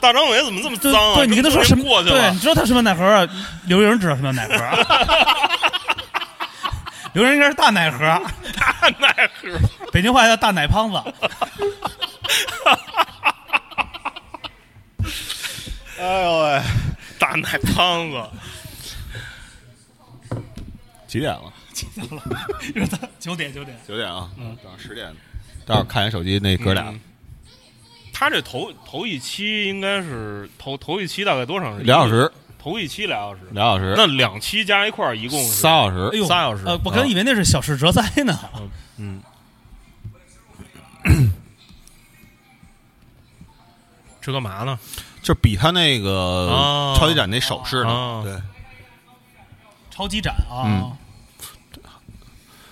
[SPEAKER 2] 大张伟怎么这么
[SPEAKER 3] 对
[SPEAKER 2] 脏啊？
[SPEAKER 3] 对，你跟他说
[SPEAKER 2] 这
[SPEAKER 3] 什
[SPEAKER 2] 么
[SPEAKER 3] 么？
[SPEAKER 2] 过去
[SPEAKER 3] 对，
[SPEAKER 2] 了
[SPEAKER 3] 你？知道他什么奶盒啊？刘莹知道什么奶盒啊？ 刘莹应该是大奶盒，
[SPEAKER 2] 大奶盒，
[SPEAKER 3] 北京话叫大奶胖子。
[SPEAKER 4] 哎呦喂，
[SPEAKER 2] 大奶胖子，
[SPEAKER 1] 几点了？
[SPEAKER 3] 九点九点，
[SPEAKER 1] 九点啊，嗯，早上十点，待会儿看一眼手机，那哥俩
[SPEAKER 2] 嗯他这头头一期应该是头头一期大概多长时间？
[SPEAKER 1] 俩小，时，
[SPEAKER 2] 头一期俩小时，
[SPEAKER 1] 俩小时，
[SPEAKER 2] 那两期加一块儿一共是
[SPEAKER 1] 仨小时
[SPEAKER 3] 哎，呦，
[SPEAKER 2] 仨小时
[SPEAKER 3] 呃，我刚以为那是小事哲哉呢。
[SPEAKER 2] 这干嘛呢？
[SPEAKER 1] 就比他那个
[SPEAKER 2] 哦
[SPEAKER 1] 超级展那手势呢
[SPEAKER 2] 哦，
[SPEAKER 1] 对，
[SPEAKER 3] 超级展啊
[SPEAKER 1] 嗯！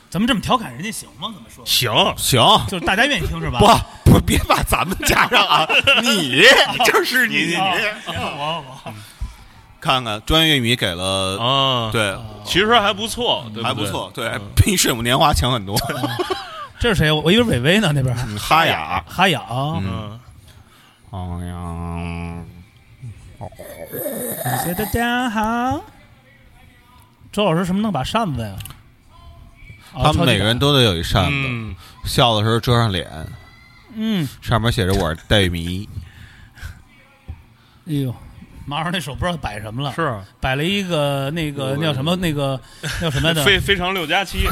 [SPEAKER 3] 咱们这么调侃人家行吗？怎么说？
[SPEAKER 2] 行，
[SPEAKER 1] 行，
[SPEAKER 3] 就是大家愿意听是吧？
[SPEAKER 4] 不不，别把咱们加上啊！你就是你你
[SPEAKER 3] 啊，
[SPEAKER 4] 你，
[SPEAKER 3] 我我
[SPEAKER 1] 看看专业乐迷给了，
[SPEAKER 2] 啊，，
[SPEAKER 1] 对，
[SPEAKER 2] 其实还不错，对对
[SPEAKER 1] 还不错，，哦对，嗯哦比《水木年华》强很多，
[SPEAKER 3] 这是谁？我以为伟伟呢，那边
[SPEAKER 1] 哈雅，
[SPEAKER 3] 哈雅啊，
[SPEAKER 2] 嗯，
[SPEAKER 1] 哎呀，
[SPEAKER 3] 感谢大家好。周老师什么能把扇子呀？哦
[SPEAKER 1] 他们每个人，都得有一扇子，
[SPEAKER 2] 嗯，
[SPEAKER 1] 笑的时候遮上脸，
[SPEAKER 3] 超级展嗯，
[SPEAKER 1] 上面写着我是戴迷，
[SPEAKER 3] 哎呦，马老那手不知道摆什么了，
[SPEAKER 2] 是
[SPEAKER 3] 摆了一个那个那叫什么 那个那叫什么来着？
[SPEAKER 2] 非非常六加七，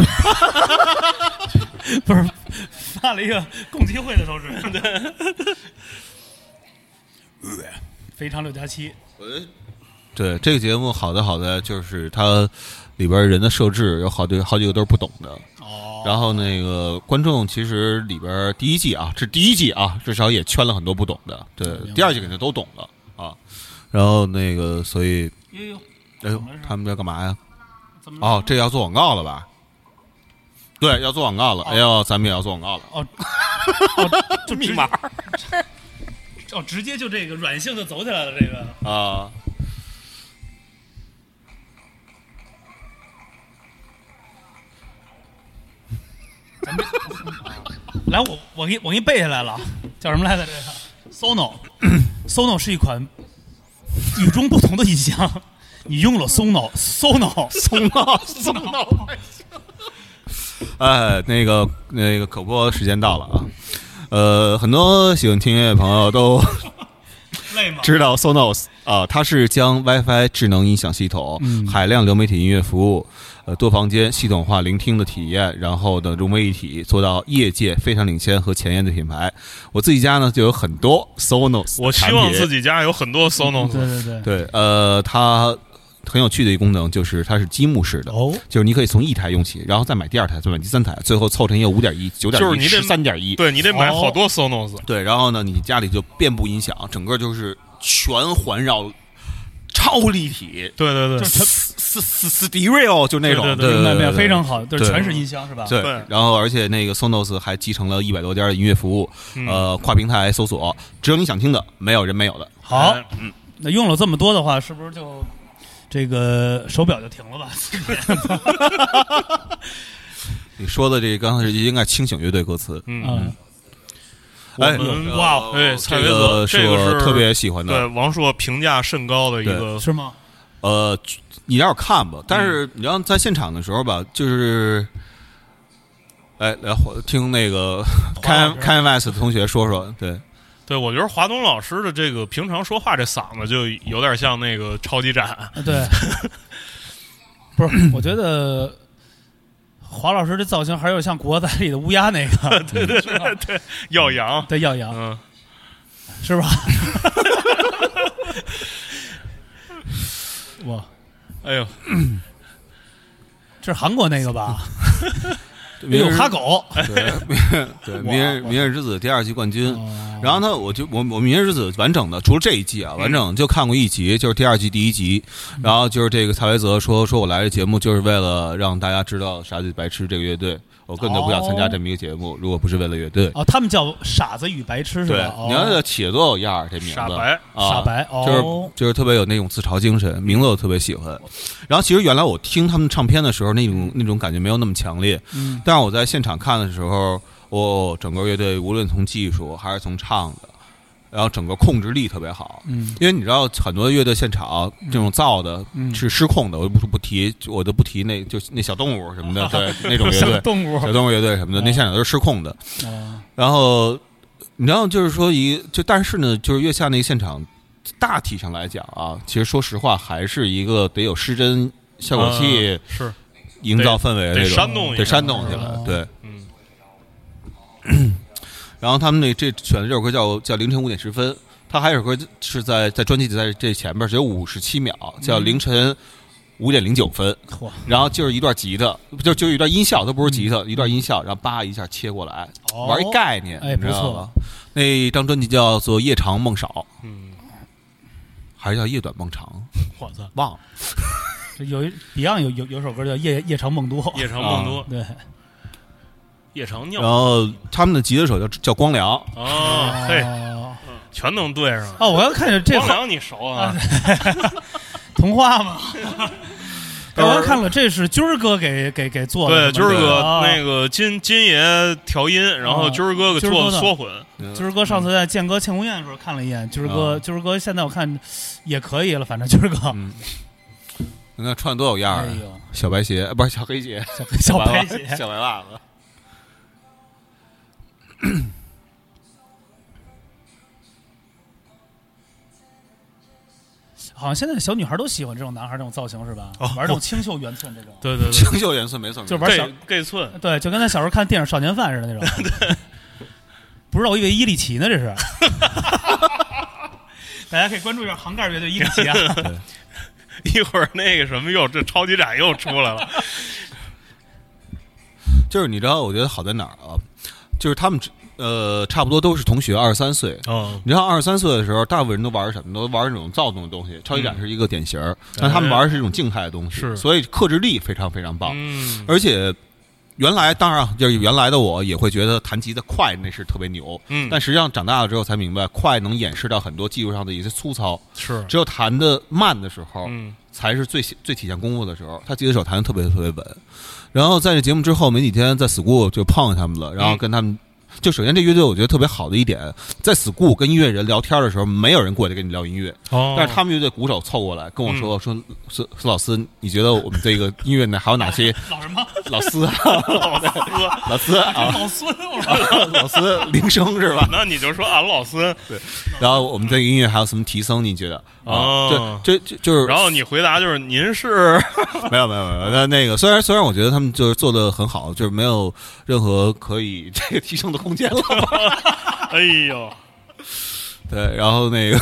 [SPEAKER 3] 不是发了一个共济会的手指， 对，非常六加七，
[SPEAKER 1] 对这个节目好的好的，就是它里边人的设置有好多好几个都是不懂的。
[SPEAKER 3] 哦，
[SPEAKER 1] 然后那个观众其实里边第一季啊，这第一季啊，至少也圈了很多不懂的。对
[SPEAKER 3] 白，
[SPEAKER 1] 第二季肯定都懂了啊。然后那个，所以
[SPEAKER 3] 呦呦，
[SPEAKER 1] 哎呦
[SPEAKER 3] 怎么了，嗯
[SPEAKER 1] 他们在干嘛呀？
[SPEAKER 3] 怎么了
[SPEAKER 1] 哦，这要做广告了吧？对，要做广
[SPEAKER 3] 哦
[SPEAKER 1] 告了。哎呦，咱们也要做广告了。
[SPEAKER 3] 就密码，哦，直接就这个软性就走起来了，这个
[SPEAKER 1] 啊。
[SPEAKER 3] 来，我我给我给你背下来了，啊叫什么来着？这个 Sono，Sono 是一款与众不同的音箱，你用了 Sono，Sono
[SPEAKER 1] 送到送到。哎，那个那个口播时间到了啊，呃，很多喜欢听音乐的朋友都
[SPEAKER 3] 累吗？
[SPEAKER 1] 知道 Sonos 啊、它是将 WiFi 智能音响系统、
[SPEAKER 2] 嗯
[SPEAKER 1] 海量流媒体音乐服务、呃多房间系统化聆听的体验，然后的融为一体，做到业界非常领先和前沿的品牌。我自己家呢就有很多 Sonos，
[SPEAKER 2] 我希望自己家有很多 Sonos，
[SPEAKER 3] 嗯对对对，
[SPEAKER 1] 对呃，它很有趣的一个功能就是它是积木式的。
[SPEAKER 3] 哦，
[SPEAKER 1] 就是你可以从一台用起，然后再买第二台，再买第三台，最后凑成一个五点一、九点
[SPEAKER 2] 就是
[SPEAKER 1] 一、
[SPEAKER 2] 你得
[SPEAKER 1] 十三点一。
[SPEAKER 2] 对你得买好多 Sonos，
[SPEAKER 1] 对，然后呢，你家里就遍布音响，整个就是全环绕，超立 体，
[SPEAKER 2] 对对对，
[SPEAKER 1] s s s stereo 就那种，
[SPEAKER 2] 对对对
[SPEAKER 1] 对
[SPEAKER 3] 明白明白，
[SPEAKER 1] 对
[SPEAKER 3] 非常好，就是
[SPEAKER 1] 对
[SPEAKER 3] 全是音箱是吧？
[SPEAKER 1] 对
[SPEAKER 2] 对
[SPEAKER 1] 然后而且那个 Sonos 还集成了一百多家的音乐服务，
[SPEAKER 2] 嗯
[SPEAKER 1] 呃，跨平台搜索，只有你想听的，没有人没有的。
[SPEAKER 3] 好，
[SPEAKER 2] 哎
[SPEAKER 3] 那用了这么多的话，是不是就这个手表就停了吧？
[SPEAKER 1] 你说的这刚才是应该清醒乐队歌词，
[SPEAKER 2] 嗯，
[SPEAKER 3] 嗯，
[SPEAKER 1] 哎
[SPEAKER 2] 我们，
[SPEAKER 1] 哇
[SPEAKER 2] 哇，对，蔡
[SPEAKER 1] 这
[SPEAKER 2] 维
[SPEAKER 1] 个
[SPEAKER 2] 泽，
[SPEAKER 1] 是
[SPEAKER 2] 这个
[SPEAKER 1] 我
[SPEAKER 2] 是
[SPEAKER 1] 特别喜欢的，
[SPEAKER 2] 对王朔评价甚高的一个，
[SPEAKER 3] 是吗？
[SPEAKER 1] 呃，你要是看吧，但是
[SPEAKER 3] 嗯
[SPEAKER 1] 你要在现场的时候吧，就是，哎，来听那个开
[SPEAKER 3] 老师
[SPEAKER 1] 开 West 同学说说，对，
[SPEAKER 2] 对我觉得华东老师的这个平常说话这嗓子就有点像那个超级展，
[SPEAKER 3] 啊， 对，不是，我觉得华老师这造型还有像《古惑仔》里的乌鸦那 个，对对对对，
[SPEAKER 2] 耀阳，
[SPEAKER 3] 对耀阳
[SPEAKER 2] 嗯，
[SPEAKER 3] 是吧？哇，
[SPEAKER 2] 哎呦，
[SPEAKER 3] 这是韩国那个吧？
[SPEAKER 1] 明
[SPEAKER 3] 有
[SPEAKER 1] 日
[SPEAKER 3] 哈哎狗，
[SPEAKER 1] 对，明对 明日
[SPEAKER 3] 哇
[SPEAKER 1] 明日之子第二季冠军。
[SPEAKER 3] 哦
[SPEAKER 1] 然后呢，我就我我明日之子完整的，除了这一季啊，完
[SPEAKER 3] 嗯
[SPEAKER 1] 整就看过一集，就是第二季第一集。然后就是这个蔡维泽说说我来这节目就是为了让大家知道傻子白痴这个乐队，我根本就不想参加这么一个节目，如果不是为了乐队。
[SPEAKER 3] 哦哦，他们叫傻子与白痴是
[SPEAKER 1] 对
[SPEAKER 3] 吧？，哦
[SPEAKER 1] 你看这起得多有样儿，这名字
[SPEAKER 2] 傻白
[SPEAKER 1] 啊，
[SPEAKER 3] 傻白哦
[SPEAKER 1] 就是就是特别有那种自嘲精神，名字我特别喜欢。然后其实原来我听他们唱片的时候，那种那种感觉没有那么强烈，
[SPEAKER 3] 嗯
[SPEAKER 1] 但是我在现场看的时候，我、整个乐队无论从技术还是从唱的，然后整个控制力特别好。
[SPEAKER 3] 嗯
[SPEAKER 1] 因为你知道，很多乐队现场这种造的
[SPEAKER 3] 嗯
[SPEAKER 1] 是失控的，我就不不提，我就不提那就那小动物什 么的，对那种乐队，
[SPEAKER 3] 动物
[SPEAKER 1] 小动物乐队什么的，那现场都是失控的。
[SPEAKER 3] 啊，
[SPEAKER 1] 然后你知道，就是说一就但是呢，就是月下那个现场，大体上来讲啊，其实说实话还是一个得有失真效果器
[SPEAKER 2] 是，
[SPEAKER 1] 营造氛围的
[SPEAKER 2] 啊得
[SPEAKER 1] 那种，
[SPEAKER 2] 煽动一下
[SPEAKER 1] 得煽动起来
[SPEAKER 3] 哦，
[SPEAKER 1] 对。
[SPEAKER 2] 嗯，
[SPEAKER 1] 然后他们那这选的这首歌叫叫凌晨五点十分，他还有首歌是在在专辑在这前边只有五十七秒，叫凌晨五点零九分。
[SPEAKER 3] 嚯
[SPEAKER 1] 然后就是一段吉他，就就一段音效，都不是吉
[SPEAKER 2] 嗯
[SPEAKER 1] 他，一段音效，然后叭一下切过来，
[SPEAKER 3] 哦
[SPEAKER 1] 玩一概念，
[SPEAKER 3] 哎
[SPEAKER 1] 你知
[SPEAKER 3] 不错
[SPEAKER 1] 道吧？那张专辑叫做《夜长梦少》，
[SPEAKER 2] 嗯，
[SPEAKER 1] 还是叫《夜短梦长
[SPEAKER 3] 我操》？，
[SPEAKER 1] 忘了。
[SPEAKER 3] 这有一 Beyond 有有有首歌叫《夜夜长梦多》，
[SPEAKER 2] 夜长梦多，
[SPEAKER 3] 对，
[SPEAKER 2] 夜长
[SPEAKER 1] 然
[SPEAKER 2] 尿，
[SPEAKER 1] 后他们的吉他手叫叫光良，
[SPEAKER 2] 哦，嘿，
[SPEAKER 3] 哦，
[SPEAKER 2] 全能对上了。
[SPEAKER 3] 哦，我要看 见这
[SPEAKER 2] 光
[SPEAKER 3] 好
[SPEAKER 2] 良你熟啊？
[SPEAKER 3] 童话 吗？哎我还看了，这是军儿哥给给给做
[SPEAKER 2] 对，
[SPEAKER 3] 的，
[SPEAKER 2] 军儿哥
[SPEAKER 3] 啊
[SPEAKER 2] 那个金金爷调音，然后军儿哥给
[SPEAKER 3] 军儿
[SPEAKER 2] 做
[SPEAKER 3] 哥
[SPEAKER 2] 的
[SPEAKER 3] 呢
[SPEAKER 2] 缩混，
[SPEAKER 3] 军儿哥上次在健哥庆功宴的时候看了一眼，军儿哥，军儿哥现在我看也可以了，反正军儿哥，
[SPEAKER 1] 嗯，你看穿得多有样
[SPEAKER 3] 哎
[SPEAKER 1] 儿啊，
[SPEAKER 3] 呦，
[SPEAKER 1] 小白鞋呃不是小黑鞋，
[SPEAKER 3] 小 小白姐，
[SPEAKER 1] 小白 袜子。
[SPEAKER 3] 好像现在小女孩都喜欢这种男孩这种造型是吧？
[SPEAKER 2] 哦
[SPEAKER 3] 玩这种清秀圆寸这种，
[SPEAKER 2] 对对对，
[SPEAKER 1] 清秀元素没错，
[SPEAKER 3] 就是玩小
[SPEAKER 2] 这这寸
[SPEAKER 3] 对，就跟咱小时候看电影《少年犯》似的那种。 不知道，我以为伊利奇呢，这是。 大家可以关注一下杭盖乐队伊利奇啊，
[SPEAKER 2] 一会儿那个什么又这超级展又出 来了，
[SPEAKER 1] 就是你知道，我觉得好在哪儿啊？就是他们只呃，差不多都是同学，二十三岁。
[SPEAKER 3] 哦
[SPEAKER 2] 嗯，
[SPEAKER 1] 你知道二十三岁的时候，大部分人都玩什么？都玩那种躁动的东西。超级展
[SPEAKER 3] 嗯
[SPEAKER 1] 是一个典型儿，但
[SPEAKER 3] 哎
[SPEAKER 1] 他们玩的是一种静态的东西，
[SPEAKER 2] 是
[SPEAKER 1] 所以克制力非常非常棒。
[SPEAKER 2] 嗯，
[SPEAKER 1] 而且原来当然就是原来的我也会觉得弹吉他快那是特别牛，
[SPEAKER 2] 嗯
[SPEAKER 1] 但实际上长大了之后才明白，快能掩饰掉很多技术上的一些粗糙，
[SPEAKER 2] 是，
[SPEAKER 1] 只有弹的慢的时候，
[SPEAKER 2] 嗯
[SPEAKER 1] 才是最最体现功夫的时候。他吉他手弹的特别特别稳。然后在这节目之后没几天，在 school 就碰见他们了，
[SPEAKER 2] 嗯
[SPEAKER 1] 然后跟他们。就首先，这乐队我觉得特别好的一点，在 school 跟音乐人聊天的时候，没有人过来跟你聊音乐，
[SPEAKER 2] 哦嗯
[SPEAKER 1] 但是他们乐队鼓手凑过来跟我说：“说说说老师，你觉得我们这个音乐呢还有哪些
[SPEAKER 3] 老什么
[SPEAKER 1] 老师啊？
[SPEAKER 2] 老四，
[SPEAKER 1] 老师啊，
[SPEAKER 3] 老孙，我说
[SPEAKER 1] 老师铃声 是吧？
[SPEAKER 2] 那你就说俺老孙，
[SPEAKER 1] 然后我们这个音乐还有什么提升？你觉得啊
[SPEAKER 2] 哦？
[SPEAKER 1] 对，这这就是
[SPEAKER 2] 然后你回答就是您是，
[SPEAKER 1] 没有没有没有，那那个虽然虽然我觉得他们就是做的很好，就是没有任何可以这个提升的空间了。
[SPEAKER 2] 哎呦，
[SPEAKER 1] 对，然后那个。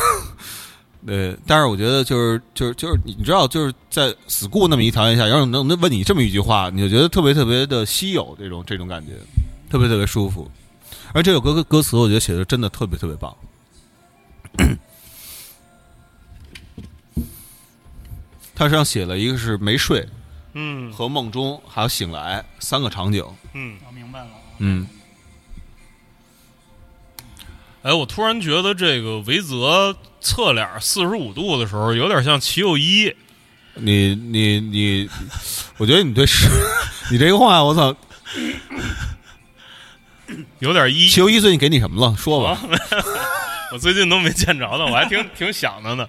[SPEAKER 1] 对，但是我觉得就是就是就是你知道就是在 school 那么一条件下，要是能能问你这么一句话，你就觉得特别特别的稀有，这种这种感觉，特别特别舒服。而这首歌歌歌词，我觉得写的真的特别特别棒。 他实际上写了一个是没睡
[SPEAKER 2] 嗯
[SPEAKER 1] 和梦中，还有醒来三个场景。
[SPEAKER 2] 嗯，
[SPEAKER 3] 我明白了，
[SPEAKER 1] 嗯，
[SPEAKER 2] 哎，我突然觉得这个维泽侧脸四十五度的时候，有点像齐佑一，
[SPEAKER 1] 你你你，我觉得你对是， 你这个话，我操！
[SPEAKER 2] 有点一
[SPEAKER 1] 齐。优一最近给你什么了？说吧。
[SPEAKER 2] 我最近都没见着呢，我 还挺挺想的呢。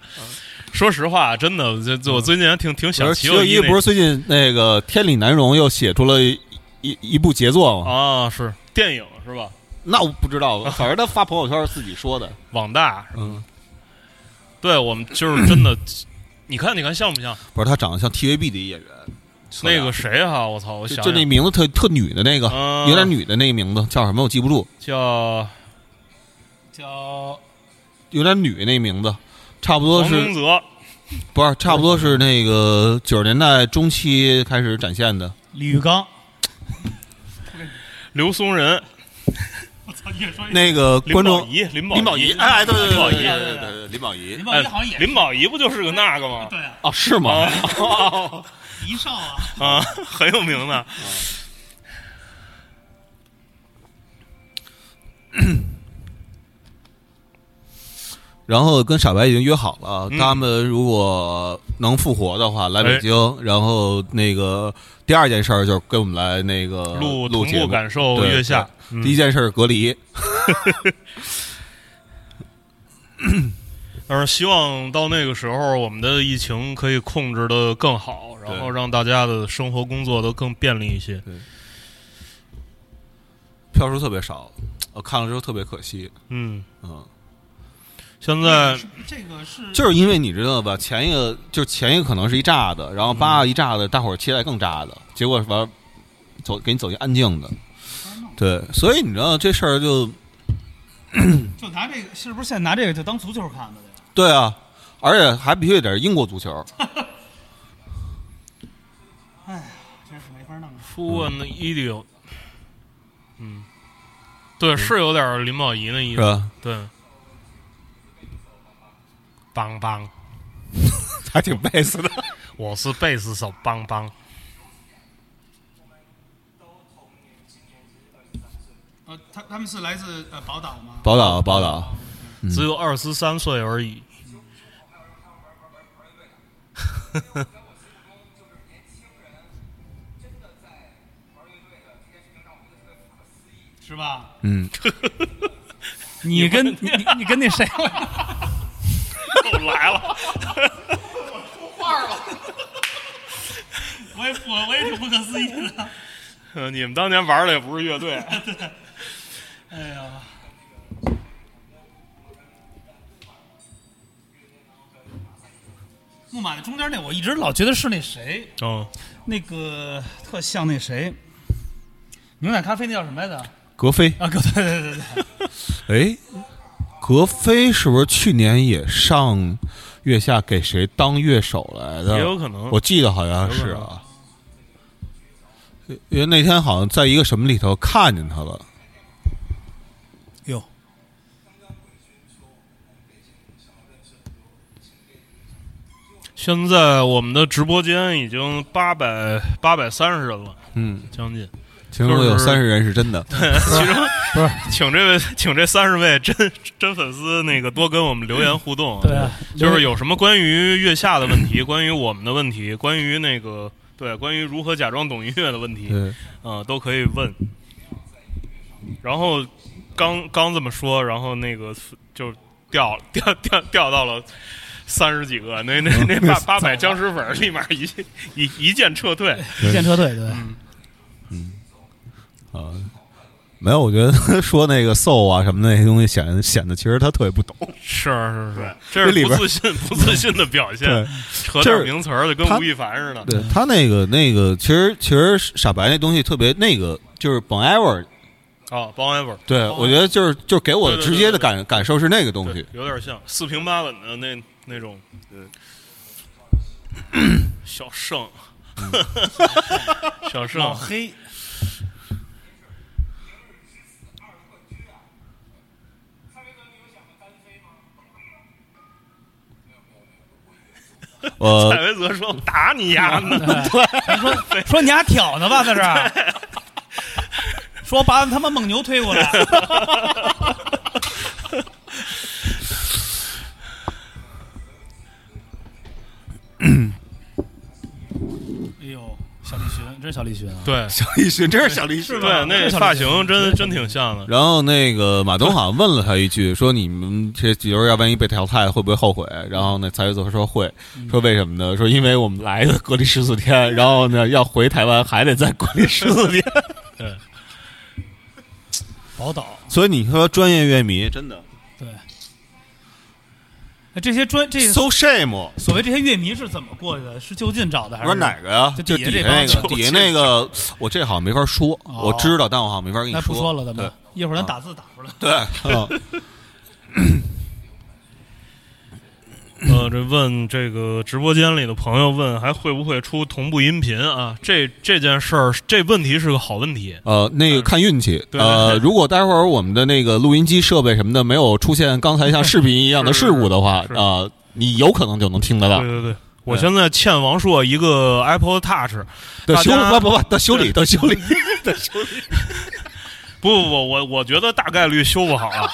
[SPEAKER 2] 说实话，真的，这这我最近还挺挺
[SPEAKER 1] 嗯我
[SPEAKER 2] 想
[SPEAKER 1] 说
[SPEAKER 2] 齐
[SPEAKER 1] 齐
[SPEAKER 2] 佑
[SPEAKER 1] 优
[SPEAKER 2] 一
[SPEAKER 1] 一
[SPEAKER 2] 那
[SPEAKER 1] 不是最近那个《天理难容》又写出了一一一部杰作吗？
[SPEAKER 2] 啊，是电影是吧？
[SPEAKER 1] 那我不知道，反正他发朋友圈自己说的。
[SPEAKER 2] 网大，
[SPEAKER 1] 嗯，
[SPEAKER 2] 对我们就是真的，你看你看像不像
[SPEAKER 1] 不是他长得像 TVB 的一演员，
[SPEAKER 2] 那个谁哈、我操，我
[SPEAKER 1] 就
[SPEAKER 2] 想
[SPEAKER 1] 就那
[SPEAKER 2] 想
[SPEAKER 1] 名字特特女的那个，
[SPEAKER 2] 嗯
[SPEAKER 1] 有点女的那个名字叫什么？我记不住，
[SPEAKER 2] 啊叫
[SPEAKER 3] 叫
[SPEAKER 1] 有点女那名字，差不多
[SPEAKER 2] 王明
[SPEAKER 1] 是
[SPEAKER 2] 泽，
[SPEAKER 1] 不是差不多是那个九十年代中期开始展现的。
[SPEAKER 3] 李玉刚。
[SPEAKER 2] 刘松仁，
[SPEAKER 3] 我操，你也说
[SPEAKER 1] 那个
[SPEAKER 2] 林
[SPEAKER 1] 观
[SPEAKER 2] 保
[SPEAKER 1] 众
[SPEAKER 2] 怡，林保
[SPEAKER 1] 林宝仪，哎，对对
[SPEAKER 2] 林保
[SPEAKER 1] 对
[SPEAKER 2] 怡
[SPEAKER 1] 对对对对，林宝仪
[SPEAKER 3] 林宝
[SPEAKER 2] 哎
[SPEAKER 3] 仪好像也，
[SPEAKER 2] 林保怡不就是个那个吗？
[SPEAKER 3] 对啊，
[SPEAKER 1] 哦，是吗？
[SPEAKER 3] 一少啊，
[SPEAKER 2] 啊，很有名的。
[SPEAKER 1] 然后跟傻白已经约好了，
[SPEAKER 2] 嗯
[SPEAKER 1] 他们如果能复活的话，来北京。
[SPEAKER 2] 哎
[SPEAKER 1] 然后那个第二件事儿就是跟我们来那个
[SPEAKER 2] 录
[SPEAKER 1] 呃录
[SPEAKER 2] 同
[SPEAKER 1] 节
[SPEAKER 2] 步
[SPEAKER 1] 目。
[SPEAKER 2] 感受
[SPEAKER 1] 对
[SPEAKER 2] 月下，嗯
[SPEAKER 1] 对第一件事儿隔离，
[SPEAKER 2] 但是希望到那个时候，我们的疫情可以控制的更好，然后让大家的生活工作都更便利一些。
[SPEAKER 1] 票数特别少，我看了之后特别可惜。
[SPEAKER 2] 嗯，
[SPEAKER 1] 嗯，
[SPEAKER 2] 现在
[SPEAKER 3] 这个是
[SPEAKER 1] 就是因为你知道吧，前一个就是前一个可能是一炸的，然后八一炸的，大伙儿期待更炸的，结果完走给你走进安静的，对，所以你知道这事儿就
[SPEAKER 3] 就拿这个，是不是现在拿这个就当足球看的？
[SPEAKER 1] 对啊，而且还必须得是英国足球，
[SPEAKER 3] 哎呀，真是没法弄。
[SPEAKER 2] 出问 idiot，嗯，对，是有点林保怡那
[SPEAKER 1] 嗯是
[SPEAKER 2] 意思，
[SPEAKER 1] 吧？
[SPEAKER 2] 对，邦邦，
[SPEAKER 1] 还挺贝斯的。
[SPEAKER 2] 我是贝斯手邦邦，
[SPEAKER 3] 呃，他他们是来自呃宝岛吗？
[SPEAKER 1] 宝岛，宝岛，
[SPEAKER 2] 只有二十三岁 而已。
[SPEAKER 3] 是吧？
[SPEAKER 1] 嗯，
[SPEAKER 3] 你跟你你你跟那谁，
[SPEAKER 2] 又来了，
[SPEAKER 3] 我也我我也挺不可思议的。
[SPEAKER 2] 呃你们当年玩的也不是乐队，
[SPEAKER 3] 哎呀，木马的中间那，我一直老觉得是那谁，
[SPEAKER 2] 嗯，
[SPEAKER 3] 那个特像那谁，牛奶咖啡那叫什么来着？啊，
[SPEAKER 1] 格非，
[SPEAKER 3] 对对对对对，
[SPEAKER 1] 哎，格非是不是去年也上月下给谁当乐手来的？
[SPEAKER 2] 也有可能
[SPEAKER 1] 我记得好像是啊，因为那天好像在一个什么里头看见他了。
[SPEAKER 3] 哟，
[SPEAKER 2] 现在我们的直播间已经八百八百三十人了，
[SPEAKER 1] 嗯，
[SPEAKER 2] 将近。
[SPEAKER 1] 其中有
[SPEAKER 2] 就是
[SPEAKER 1] 三十人是 真的，
[SPEAKER 2] 其中
[SPEAKER 3] 不是
[SPEAKER 2] 请这位， 请这三十位真真粉丝那个多跟我们留言互动啊。
[SPEAKER 3] 对啊，
[SPEAKER 2] 就是有什么关于月下的问题， 关于我们的问题，关于那个对，关于如何假装懂音乐的问题，
[SPEAKER 1] 对，
[SPEAKER 2] 嗯，都可以问。然后刚刚这么说，然后那个就掉了 掉掉掉到了三十几个，那那那 八八百僵尸粉儿立马一一一键撤退。
[SPEAKER 3] 一箭车队对，
[SPEAKER 1] 啊，没有，我觉得说那个 soul 啊什么那些东西显，显得其实他特别不懂。
[SPEAKER 2] 是是是，
[SPEAKER 1] 这
[SPEAKER 2] 这
[SPEAKER 1] 里
[SPEAKER 2] 是不
[SPEAKER 1] 边
[SPEAKER 2] 自信 不自信的表现
[SPEAKER 1] 对，
[SPEAKER 2] 扯
[SPEAKER 1] 就是
[SPEAKER 2] 点名词儿的跟
[SPEAKER 1] 他
[SPEAKER 2] 吴亦凡似的。
[SPEAKER 1] 对他那个那个，其实其实傻白那东西特别那个，就是 bon ever，
[SPEAKER 2] 啊，帮 ever，
[SPEAKER 1] 对、
[SPEAKER 3] 哦
[SPEAKER 1] 我觉得就是就是给我的
[SPEAKER 2] 对对
[SPEAKER 1] 直接的感感受是那个东
[SPEAKER 2] 对
[SPEAKER 1] 西。，
[SPEAKER 2] 有点像四平八稳的那那种。
[SPEAKER 4] 对
[SPEAKER 2] 小盛，小盛，
[SPEAKER 3] 老哦黑，
[SPEAKER 1] 呃
[SPEAKER 2] 蔡，维泽说：“打你丫的
[SPEAKER 3] 说你俩挑呢吧，在这 儿，说把他妈蒙牛推过来，哎呦，小栗旬，真是小栗旬啊！！”
[SPEAKER 2] 对
[SPEAKER 4] 小栗旬，真是小栗
[SPEAKER 2] 对
[SPEAKER 4] 旬，
[SPEAKER 2] 对，那
[SPEAKER 3] 小
[SPEAKER 2] 发
[SPEAKER 3] 李子
[SPEAKER 2] 型真真挺像的。
[SPEAKER 1] 然后那个马东好像问了他一句，说你们这几轮要万一被淘汰会不会后悔？然后呢，蔡徐泽说会，
[SPEAKER 3] 嗯
[SPEAKER 1] 说为什么呢？说因为我们来的隔离十四天，然后呢要回台湾还得再隔离十四 天。
[SPEAKER 3] 宝岛，
[SPEAKER 1] 所以你说专业乐迷真的
[SPEAKER 3] 对。那哎这些专这
[SPEAKER 1] so shame，
[SPEAKER 3] 所谓这些乐迷是怎么过去的？是就近找的还
[SPEAKER 1] 我
[SPEAKER 3] 是
[SPEAKER 1] 说哪个呀？
[SPEAKER 3] 就
[SPEAKER 1] 就
[SPEAKER 3] 底下
[SPEAKER 1] 底
[SPEAKER 3] 这
[SPEAKER 1] 下那
[SPEAKER 3] 帮
[SPEAKER 1] 个底下那个，我这好像没法说，
[SPEAKER 3] 哦
[SPEAKER 1] 我知道，但我好像没法跟你
[SPEAKER 3] 那不说
[SPEAKER 1] 说
[SPEAKER 3] 了，咱们一会儿咱打字打出来。
[SPEAKER 1] 对，嗯
[SPEAKER 2] 呃，这问这个直播间里的朋友问还会不会出同步音频啊？这这件事儿，这问题是个好问题。
[SPEAKER 1] 呃，那个看运气。
[SPEAKER 2] 对
[SPEAKER 1] 呃，如果待会儿我们的那个录音机设备什么的没有出现刚才像视频一样的事故的话，
[SPEAKER 2] 是是
[SPEAKER 1] 啊，你有可能就能听得到
[SPEAKER 2] 对。对对，我现在欠王硕一个 Apple Touch，
[SPEAKER 1] 对，
[SPEAKER 2] 大
[SPEAKER 1] 修
[SPEAKER 2] 家
[SPEAKER 1] 不不不，得修理，得修 理。
[SPEAKER 2] 不不不，我我觉得大概率修不好啊。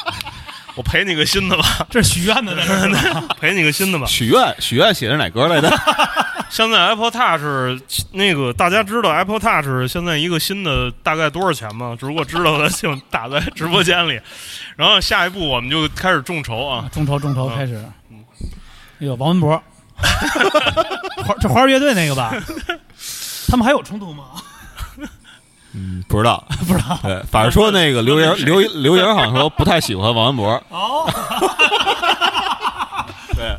[SPEAKER 2] 我赔你个新的吧，
[SPEAKER 3] 这是许愿的，在这儿呢
[SPEAKER 2] 赔你个新的吧。
[SPEAKER 1] 许愿，许愿写的哪歌 来的？
[SPEAKER 2] 现在 Apple Touch 那个大家知道 Apple Touch 现在一个新的大概多少钱吗？如果知道的，请打在直播间里。然后下一步我们就开始众筹啊，
[SPEAKER 3] 众筹众筹开始。那个王文博，花这花儿乐队那个吧？他们还有冲突吗？
[SPEAKER 1] 嗯，不知道，
[SPEAKER 3] 不知道。
[SPEAKER 1] 对，反正说那个刘岩，刘刘岩好像说不太喜欢王安博。
[SPEAKER 3] 哦，
[SPEAKER 1] 对，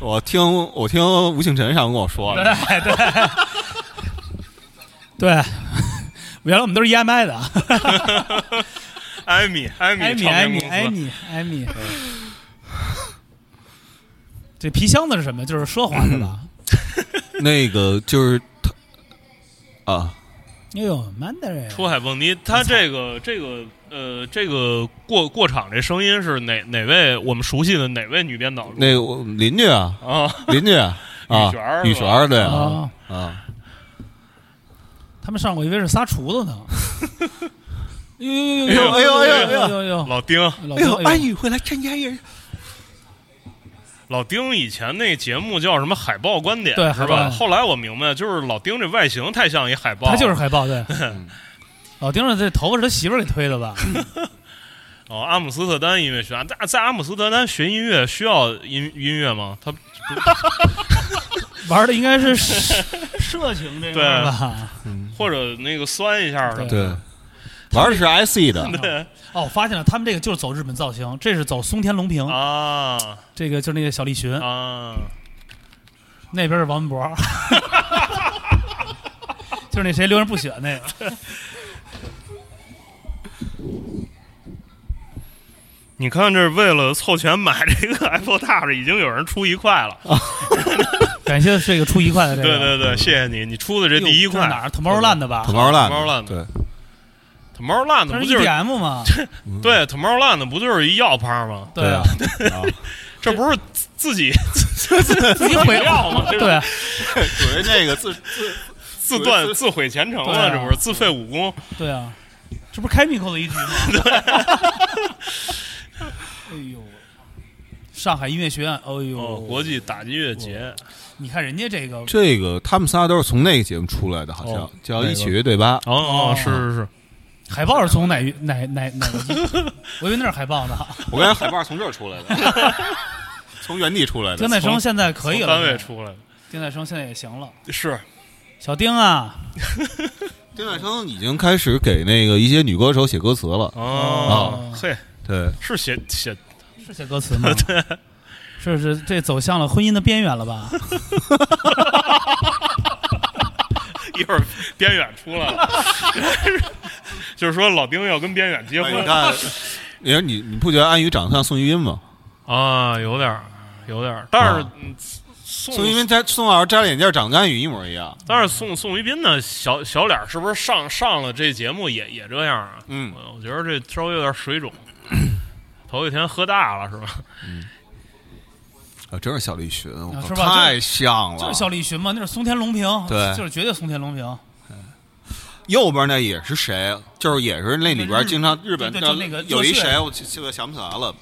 [SPEAKER 1] 我听我听吴庆辰上跟我说
[SPEAKER 3] 对
[SPEAKER 1] 的，
[SPEAKER 3] 对对，原来我们都是 EMI 的，
[SPEAKER 2] 艾米艾米
[SPEAKER 3] 艾米
[SPEAKER 2] 唱
[SPEAKER 3] 艾
[SPEAKER 2] 片
[SPEAKER 3] 米
[SPEAKER 2] 公司
[SPEAKER 3] 艾米艾米。这皮箱子是什么？就是奢华的吧？
[SPEAKER 1] 那个就是他啊，
[SPEAKER 3] 哎呦，Mandarin，
[SPEAKER 2] 出海蹦迪，他这个这个呃这个过过场这声音是哪哪位我们熟悉的哪位女编导录的
[SPEAKER 1] 那个我邻居啊，
[SPEAKER 2] 啊？
[SPEAKER 1] 邻居啊，啊
[SPEAKER 2] 雨璇儿是吧
[SPEAKER 1] 雨璇儿对
[SPEAKER 3] 啊！
[SPEAKER 1] 啊，
[SPEAKER 3] 他们上过一位是仨厨子呢。呦
[SPEAKER 1] 呦
[SPEAKER 3] 呦呦
[SPEAKER 1] 哎呦哎
[SPEAKER 3] 呦
[SPEAKER 1] 呦
[SPEAKER 3] 呦呦呦！
[SPEAKER 2] 老丁
[SPEAKER 3] 老公哎呦，
[SPEAKER 1] 雨回来看家人，
[SPEAKER 2] 老丁以前那节目叫什么海报观点
[SPEAKER 3] 对
[SPEAKER 2] 是
[SPEAKER 3] 海报
[SPEAKER 2] 吧？后来我明白，就是老丁这外形太像一海报，
[SPEAKER 3] 他就是海豹对。老丁的这头发是他媳妇儿给推的吧？
[SPEAKER 2] 哦，阿姆斯特丹音乐学院，在在阿姆斯特丹学音乐需要音音乐吗？他
[SPEAKER 3] 玩的应该 是社社情这块儿吧？
[SPEAKER 2] 或者那个酸一下什么的？
[SPEAKER 1] 对，玩的是 IC 的，
[SPEAKER 3] 哦，我发现了，他们这个就是走日本造型，这是走松田龙平，
[SPEAKER 2] 啊
[SPEAKER 3] 这个就是那个小栗旬，
[SPEAKER 2] 啊，
[SPEAKER 3] 那边是王文博， 就是那谁流人不选那个。
[SPEAKER 2] 你看，这为了凑钱买这个 Apple Touch，已经有人出一块了。
[SPEAKER 3] 感谢这个出一块的这个，
[SPEAKER 2] 对对对，谢谢你，你出的这
[SPEAKER 3] 啊哟，
[SPEAKER 2] 第一
[SPEAKER 3] 这是哪儿
[SPEAKER 2] 块
[SPEAKER 3] ？Tomorrowland 的吧
[SPEAKER 1] 土包烂，
[SPEAKER 2] Tomorrowland
[SPEAKER 1] 对，
[SPEAKER 2] ，Tomorrowland
[SPEAKER 3] 它
[SPEAKER 2] 不
[SPEAKER 3] 是
[SPEAKER 2] 就是
[SPEAKER 3] EDM 吗？
[SPEAKER 2] 对 Tomorrowland 不就是一药趴吗？
[SPEAKER 3] 对啊，
[SPEAKER 1] 啊，
[SPEAKER 2] 这不是自自己
[SPEAKER 3] 啊自己毁
[SPEAKER 2] 药 吗
[SPEAKER 3] 对啊，
[SPEAKER 4] 属于那个自自
[SPEAKER 2] 自断自毁前程
[SPEAKER 3] 对啊
[SPEAKER 2] 了，这不是自废武功？
[SPEAKER 3] 对啊，这不是 Chemical 的一局吗？ 哎呦，上海音乐学院，哎
[SPEAKER 2] 哦
[SPEAKER 3] 呦，，
[SPEAKER 2] 国际打击乐节，
[SPEAKER 3] 你看人家这个，
[SPEAKER 1] 这个他们仨都是从那个节目出来的，好像
[SPEAKER 2] 哦
[SPEAKER 1] 叫
[SPEAKER 2] 哪
[SPEAKER 1] 《
[SPEAKER 2] 个
[SPEAKER 1] 一起乐队吧》。
[SPEAKER 2] 哦哦，是是是，
[SPEAKER 3] 海报是从哪哪哪哪个地？我以为那是海报呢。
[SPEAKER 1] 我感觉海报从这儿出来的， 从原地出来
[SPEAKER 3] 丁
[SPEAKER 1] 的。
[SPEAKER 3] 在生现在可以
[SPEAKER 2] 从
[SPEAKER 3] 了，
[SPEAKER 2] 单位出来的
[SPEAKER 3] 丁在生现在也行了。
[SPEAKER 2] 是
[SPEAKER 3] 小丁啊，
[SPEAKER 1] 丁海生已经开始给那个一些女歌手写歌词了。
[SPEAKER 2] 哦，嘿，
[SPEAKER 1] 对，
[SPEAKER 2] 是写写
[SPEAKER 3] 是写歌词吗？对，是是，这走向了婚姻的边缘了吧？
[SPEAKER 2] 一会儿边远出来了， 就是说老丁要跟边远结
[SPEAKER 1] 哎
[SPEAKER 2] 婚
[SPEAKER 1] 你看，你说你你不觉得安宇长得像宋玉音吗？
[SPEAKER 2] 啊，有点儿有点儿，但是
[SPEAKER 1] 啊
[SPEAKER 2] 嗯宋
[SPEAKER 1] 宋玉音摘宋老师摘了眼镜，长得跟安宇一模一样。
[SPEAKER 2] 但是宋宋一斌的小小脸儿是不是上上了这节目也也这样啊？
[SPEAKER 1] 嗯
[SPEAKER 2] 我我觉得这稍微有点水肿。头一天喝大了是吧？
[SPEAKER 1] 啊，真是小栗旬，我
[SPEAKER 3] 啊
[SPEAKER 1] 靠
[SPEAKER 3] 是吧
[SPEAKER 1] 太像
[SPEAKER 3] 就
[SPEAKER 1] 了
[SPEAKER 3] 是。小李旬嘛，那是松田龙平，
[SPEAKER 1] 对
[SPEAKER 3] 就是绝对松田龙平。
[SPEAKER 1] 右边那也是谁？就是也是那里边经常
[SPEAKER 3] 日
[SPEAKER 1] 日本
[SPEAKER 3] 嗯对对就那个
[SPEAKER 1] 有一
[SPEAKER 3] 热血
[SPEAKER 1] 谁，我记记得想不起来了。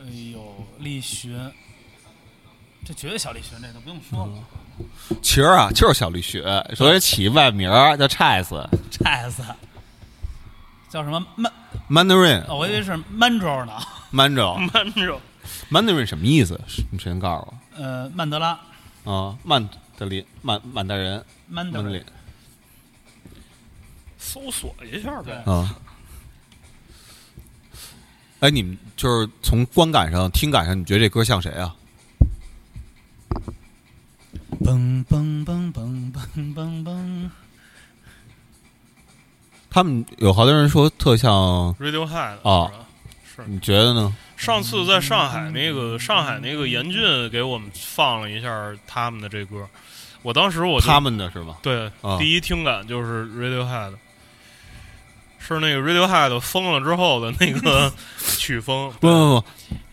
[SPEAKER 3] 哎呦，李旬，这绝对小李旬，这都不用说了。
[SPEAKER 1] 嗯 其实啊，就是小栗旬，所以起外名儿叫 Chess
[SPEAKER 3] 子，叫什么曼？
[SPEAKER 1] Mandarin
[SPEAKER 3] 哦我嗯以为是 Mandro 呢，
[SPEAKER 1] Mandro
[SPEAKER 2] 慢着，
[SPEAKER 1] Mandarin 什么意思？你谁能告诉
[SPEAKER 3] 呃，曼德拉
[SPEAKER 1] 我啊？曼德林曼曼德人曼
[SPEAKER 3] Mandro，
[SPEAKER 1] 德林
[SPEAKER 2] 搜索一下呗。
[SPEAKER 1] 啊。哎，你们就是从观感上、听感上，你觉得这歌像谁啊？
[SPEAKER 3] 嘣嘣嘣嘣嘣嘣嘣，
[SPEAKER 1] 他们有好多人说特像，
[SPEAKER 2] Radio High 的
[SPEAKER 1] 哦，
[SPEAKER 2] 是吧是
[SPEAKER 1] 你觉得呢？
[SPEAKER 2] 上次在上海那个上海那个严俊给我们放了一下他们的这歌，我当时我就
[SPEAKER 1] 他们的是吧？
[SPEAKER 2] 对、
[SPEAKER 1] 啊
[SPEAKER 2] 第一听感就是 Radiohead，是那个 Radiohead 疯了之后的 那个曲风
[SPEAKER 1] 不不不，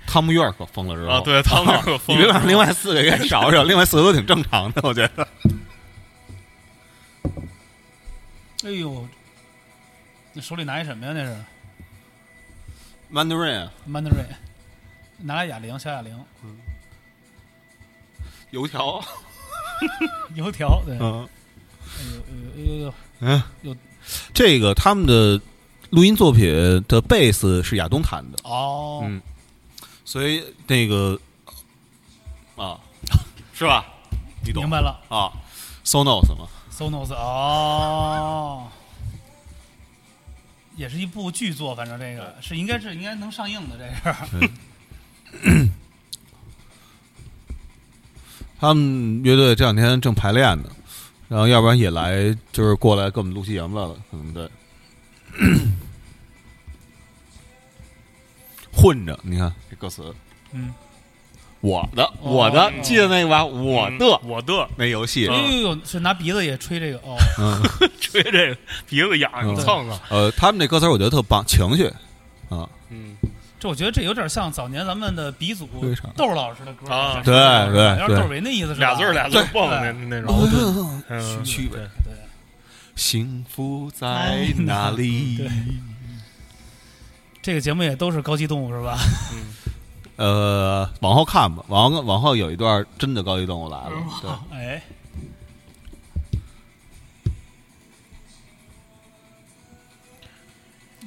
[SPEAKER 1] 汤姆·约克疯了之后
[SPEAKER 2] 啊，对，他们那个
[SPEAKER 1] 你
[SPEAKER 2] 疯
[SPEAKER 1] 别把另外四个给少少，另外四个都挺正常的，我觉得。
[SPEAKER 3] 哎呦，那手里拿一什么呀？那是
[SPEAKER 1] Mandarin
[SPEAKER 3] Mandro，拿俩哑铃，小哑铃，
[SPEAKER 1] 油条，
[SPEAKER 3] 油条，对，哎呦
[SPEAKER 1] 嗯。
[SPEAKER 3] 哎呦哎呦，
[SPEAKER 1] 这个他们的录音作品的贝斯是亚东弹的，
[SPEAKER 3] 哦
[SPEAKER 1] 嗯，所以那个啊，是吧？你懂
[SPEAKER 3] 明白了
[SPEAKER 1] 啊？Sonos 嘛，
[SPEAKER 3] ，Sonos，哦。也是一部巨作，反正这个是应该是应该能上映的，这是。
[SPEAKER 1] 他们乐队这两天正排练呢，然后要不然也来，就是过来跟我们录期节目来了，可能对。 混着，你看这歌词，
[SPEAKER 3] 嗯，
[SPEAKER 1] 我的，
[SPEAKER 3] 哦嗯
[SPEAKER 1] 我的，记得那个吧？我的
[SPEAKER 2] 嗯我的
[SPEAKER 1] 那游戏，
[SPEAKER 3] 哎呦呦，是拿鼻子也吹这个哦，
[SPEAKER 1] 嗯，
[SPEAKER 2] 吹这个鼻子痒
[SPEAKER 1] 嗯
[SPEAKER 2] 蹭啊，
[SPEAKER 1] 呃，他们这歌词我觉得特棒，情绪啊，
[SPEAKER 2] 嗯，
[SPEAKER 3] 这我觉得这有点像早年咱们的鼻祖
[SPEAKER 1] 为啥
[SPEAKER 3] 窦老师的歌
[SPEAKER 2] 啊
[SPEAKER 1] 对对
[SPEAKER 3] 有点
[SPEAKER 1] 对，
[SPEAKER 3] 窦唯那意思是吧
[SPEAKER 2] 俩字儿俩字儿
[SPEAKER 1] 对
[SPEAKER 2] 蹦
[SPEAKER 3] 对
[SPEAKER 2] 那那种，
[SPEAKER 3] 矛盾
[SPEAKER 2] 嗯，
[SPEAKER 1] 虚伪
[SPEAKER 2] 对
[SPEAKER 3] 对，
[SPEAKER 1] 幸福在哪里
[SPEAKER 3] 嗯对？这个节目也都是高级动物是吧？
[SPEAKER 1] 呃，往后看吧，往后往后有一段真的高级动物来了，啊对，
[SPEAKER 3] 哎，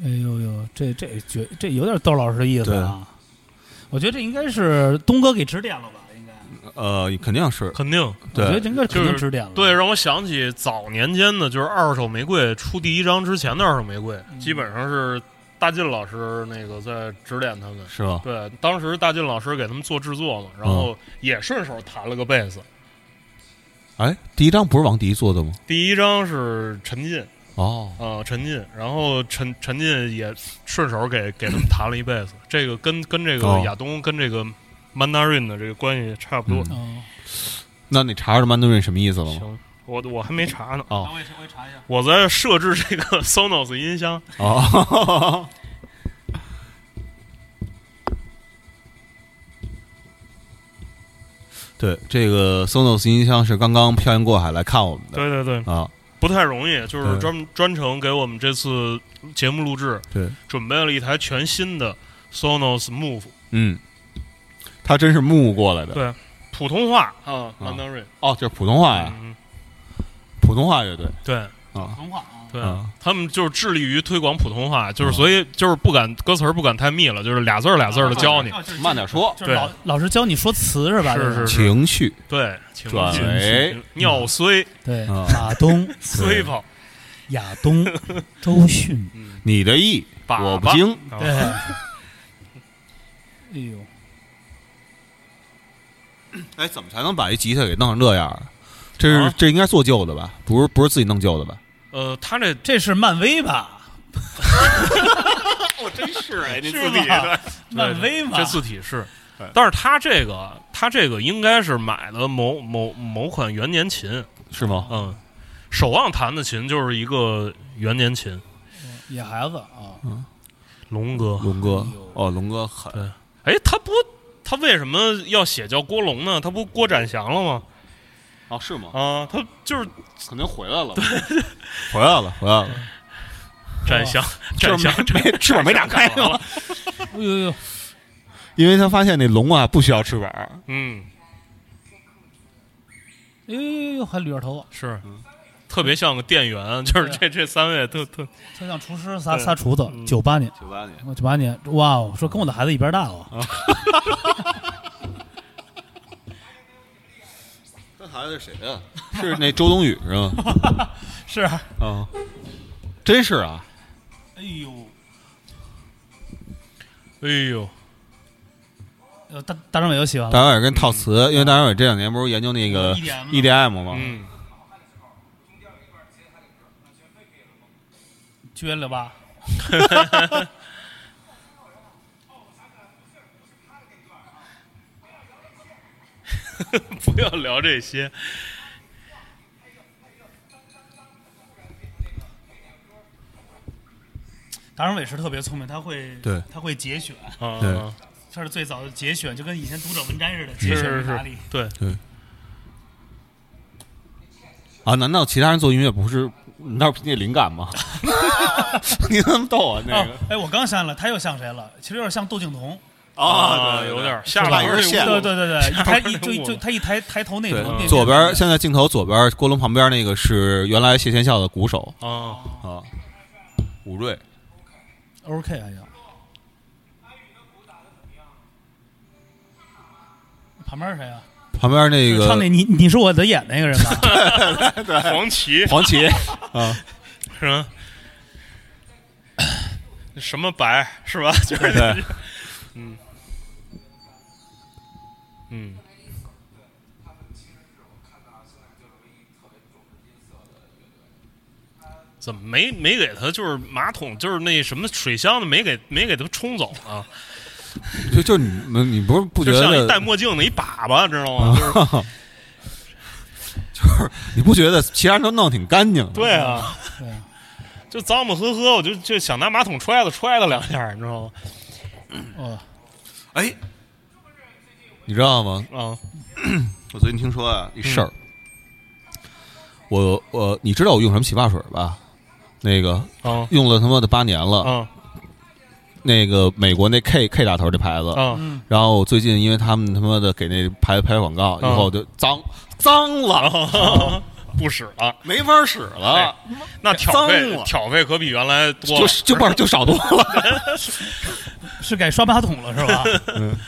[SPEAKER 3] 哎呦呦，这这绝这有点窦老师的意思啊！我觉得这应该是东哥给指点了吧？应该，
[SPEAKER 1] 呃，肯定是
[SPEAKER 2] 肯定
[SPEAKER 1] 对
[SPEAKER 3] 我觉得应该肯
[SPEAKER 2] 就
[SPEAKER 3] 定
[SPEAKER 2] 是
[SPEAKER 3] 指点了。
[SPEAKER 2] 对，让我想起早年间的，就是二手玫瑰出第一张之前的二手玫瑰，基本上是大进老师那个在指点他们。
[SPEAKER 1] 是吧？
[SPEAKER 2] 对，当时大进老师给他们做制作嘛，然
[SPEAKER 1] 啊
[SPEAKER 2] 后也顺手弹了个贝斯。
[SPEAKER 1] 哎，第一张不是王迪做的吗？
[SPEAKER 2] 第一张是陈进
[SPEAKER 1] 哦，
[SPEAKER 2] 啊、陈进，然后陈陈进也顺手给给他们弹了一贝斯。这个跟跟这个
[SPEAKER 1] 哦
[SPEAKER 2] 亚东跟这个 Mandarin 的这个关系差不多。
[SPEAKER 1] 嗯
[SPEAKER 3] 哦，
[SPEAKER 1] 那你查查曼顿瑞什么意思了吗？
[SPEAKER 2] 行，我我还没查呢，
[SPEAKER 1] 哦
[SPEAKER 3] 我也我也查一下。
[SPEAKER 2] 我在设置这个 Sonos 音箱。
[SPEAKER 1] 哦， 对，这个 Sonos 音箱是刚刚漂洋过海来看我们的
[SPEAKER 2] 对对对，
[SPEAKER 1] 啊，
[SPEAKER 2] 不太容易，就是
[SPEAKER 1] 对
[SPEAKER 2] 专专程给我们这次节目录制
[SPEAKER 1] 对，
[SPEAKER 2] 准备了一台全新的 Sonos Move，
[SPEAKER 1] 嗯，他真是木过来的
[SPEAKER 2] 对普通话啊，Mandarin，
[SPEAKER 1] 哦，就是普通话呀，
[SPEAKER 2] 嗯，
[SPEAKER 1] 普通话乐队
[SPEAKER 2] 对
[SPEAKER 1] 啊，
[SPEAKER 3] 文化啊，
[SPEAKER 2] 对
[SPEAKER 1] 啊，
[SPEAKER 2] 他们就是致力于推广普通话，就
[SPEAKER 1] 嗯
[SPEAKER 2] 是所以就是不敢歌词儿不敢太密了，就是俩字儿俩字儿的教你，
[SPEAKER 3] 啊，就是
[SPEAKER 1] 慢点说，
[SPEAKER 3] 就是老老师教你说词是吧？
[SPEAKER 2] 是
[SPEAKER 3] 这
[SPEAKER 2] 是是，
[SPEAKER 1] 情绪
[SPEAKER 2] 对，请
[SPEAKER 1] 转为
[SPEAKER 2] 尿虽
[SPEAKER 3] 对，
[SPEAKER 1] 啊
[SPEAKER 3] 马 东、
[SPEAKER 2] 虽跑，
[SPEAKER 3] 亚东、周迅，
[SPEAKER 1] 你的意，
[SPEAKER 2] 粑粑
[SPEAKER 1] 我不惊，
[SPEAKER 2] 啊
[SPEAKER 3] 对，哎呦，
[SPEAKER 1] 哎，怎么才能把一吉他给弄成这样啊？这是
[SPEAKER 2] 啊
[SPEAKER 1] 这应该做旧的吧？不是不是自己弄旧的吧？
[SPEAKER 2] 呃，他这
[SPEAKER 3] 这是漫威吧？
[SPEAKER 4] 我真是哎，这
[SPEAKER 3] 是
[SPEAKER 4] 自己
[SPEAKER 3] 吗
[SPEAKER 4] 的，
[SPEAKER 3] 漫威嘛，
[SPEAKER 2] 这字体是
[SPEAKER 4] 对。
[SPEAKER 2] 但是他这个，他这个应该是买的某某某款元年琴，
[SPEAKER 1] 是吗？
[SPEAKER 2] 嗯，守望弹的琴就是一个元年琴，
[SPEAKER 3] 野孩子啊，
[SPEAKER 2] 嗯龙哥。
[SPEAKER 1] 龙哥
[SPEAKER 3] 哎呦，
[SPEAKER 1] 哦，龙哥狠，
[SPEAKER 2] 哎，他不，他为什么要写叫郭龙呢？他不郭展祥了吗？
[SPEAKER 1] 哦，是吗？
[SPEAKER 2] 啊，他就是
[SPEAKER 1] 可能回来了，回来了，回来 了，
[SPEAKER 2] 展祥， 展
[SPEAKER 1] 就是
[SPEAKER 2] 祥
[SPEAKER 1] 没没翅膀没打开
[SPEAKER 2] 展
[SPEAKER 1] 吗
[SPEAKER 2] 了？
[SPEAKER 3] 哎呦呦，
[SPEAKER 1] 因为他发现那龙啊不需要翅膀，
[SPEAKER 2] 嗯，
[SPEAKER 3] 哎呦呦呦，还捋着头发，
[SPEAKER 2] 是，特别像个店员，就是这这三位特特
[SPEAKER 3] 他像厨师仨
[SPEAKER 2] 对
[SPEAKER 3] 仨厨子，
[SPEAKER 2] 嗯
[SPEAKER 3] 九八年，
[SPEAKER 1] 九八年，
[SPEAKER 3] 我九八年，哇哦，说跟我的孩子一边大
[SPEAKER 2] 嗯
[SPEAKER 3] 哦，
[SPEAKER 1] 那孩子是谁啊呀？是那周冬雨是吗？
[SPEAKER 3] 是啊，
[SPEAKER 1] 啊，真是啊，
[SPEAKER 3] 哎呦，
[SPEAKER 2] 哎呦，
[SPEAKER 3] 呃大大张伟又喜欢
[SPEAKER 1] 大
[SPEAKER 3] 了，
[SPEAKER 1] 张伟跟套词，因为大张伟这两年不是研究那个
[SPEAKER 3] EDM 吗
[SPEAKER 1] EDM E 吗？
[SPEAKER 2] 嗯，
[SPEAKER 3] 撅了吧？
[SPEAKER 2] 不要聊这些，
[SPEAKER 3] 大张伟是特别聪明，他会
[SPEAKER 1] 对
[SPEAKER 3] 他会节选，
[SPEAKER 2] 啊，
[SPEAKER 1] 对
[SPEAKER 3] 他是最早的节选，就跟以前读者文摘似的，
[SPEAKER 2] 是
[SPEAKER 3] 节选
[SPEAKER 2] 是
[SPEAKER 3] 哪
[SPEAKER 2] 是
[SPEAKER 3] 里？，
[SPEAKER 2] 对，
[SPEAKER 1] 啊，难道其他人做音乐不是那是凭借灵感 吗？你怎么逗我那
[SPEAKER 3] 哦
[SPEAKER 1] 个？，
[SPEAKER 3] 哎，我刚想起来，他又像谁了？其实有点像窦靖童，
[SPEAKER 1] 哦
[SPEAKER 4] 啊，对
[SPEAKER 2] 有点儿
[SPEAKER 4] 是
[SPEAKER 2] 下
[SPEAKER 4] 吧
[SPEAKER 2] 巴
[SPEAKER 4] 有点
[SPEAKER 2] 是
[SPEAKER 4] 线
[SPEAKER 3] 对
[SPEAKER 4] 路
[SPEAKER 3] 对对对，一 抬一
[SPEAKER 2] 吓我一
[SPEAKER 3] 就
[SPEAKER 2] 跳
[SPEAKER 3] 就他一抬抬头那头，那
[SPEAKER 1] 对，
[SPEAKER 3] 边
[SPEAKER 1] 左边现在镜头左边郭龙旁边那个是原来谢贤笑的鼓手
[SPEAKER 2] 啊，
[SPEAKER 1] 啊，武瑞。
[SPEAKER 3] OK 哎呀，旁边是谁啊？
[SPEAKER 1] 旁边那
[SPEAKER 3] 就
[SPEAKER 1] 个
[SPEAKER 3] 唱那你你是我的眼那个人吧？
[SPEAKER 2] 黄芪
[SPEAKER 1] 黄 芪啊，
[SPEAKER 2] 是吧？ 什么白是吧？ 就是
[SPEAKER 1] 对，
[SPEAKER 2] 嗯，怎么没没给他就是马桶就是那什么水箱的没给没给他冲走啊？
[SPEAKER 1] 就就你们你不是不觉
[SPEAKER 2] 就像你戴
[SPEAKER 1] 得
[SPEAKER 2] 墨镜的一粑粑，知道吗？就是
[SPEAKER 1] 你不觉得其他人都弄得挺干净的？
[SPEAKER 2] 对啊，
[SPEAKER 3] 对啊
[SPEAKER 2] 就脏不呵呵，我就就想拿马桶揣子揣了两下，你知道吗？
[SPEAKER 3] 哦，
[SPEAKER 1] 哎，你知道吗？
[SPEAKER 2] 啊，
[SPEAKER 1] 我最近听说啊一事儿，我我你知道我用什么洗发水吧？那个
[SPEAKER 2] 啊
[SPEAKER 1] 用了他妈的八年了，
[SPEAKER 2] 啊
[SPEAKER 1] 那个美国那 K K 打头这牌子，
[SPEAKER 2] 啊！
[SPEAKER 3] 嗯，
[SPEAKER 1] 然后我最近因为他们他妈的给那牌拍广告，以
[SPEAKER 2] 嗯
[SPEAKER 1] 后就脏脏了，
[SPEAKER 2] 啊不使了，
[SPEAKER 1] 没法使了
[SPEAKER 2] 哎，那挑
[SPEAKER 1] 脏
[SPEAKER 2] 费
[SPEAKER 1] 了
[SPEAKER 2] 挑费可比原来多
[SPEAKER 1] 就
[SPEAKER 2] 了。
[SPEAKER 1] 就不是就少多了。
[SPEAKER 3] 是该刷马桶了是吧？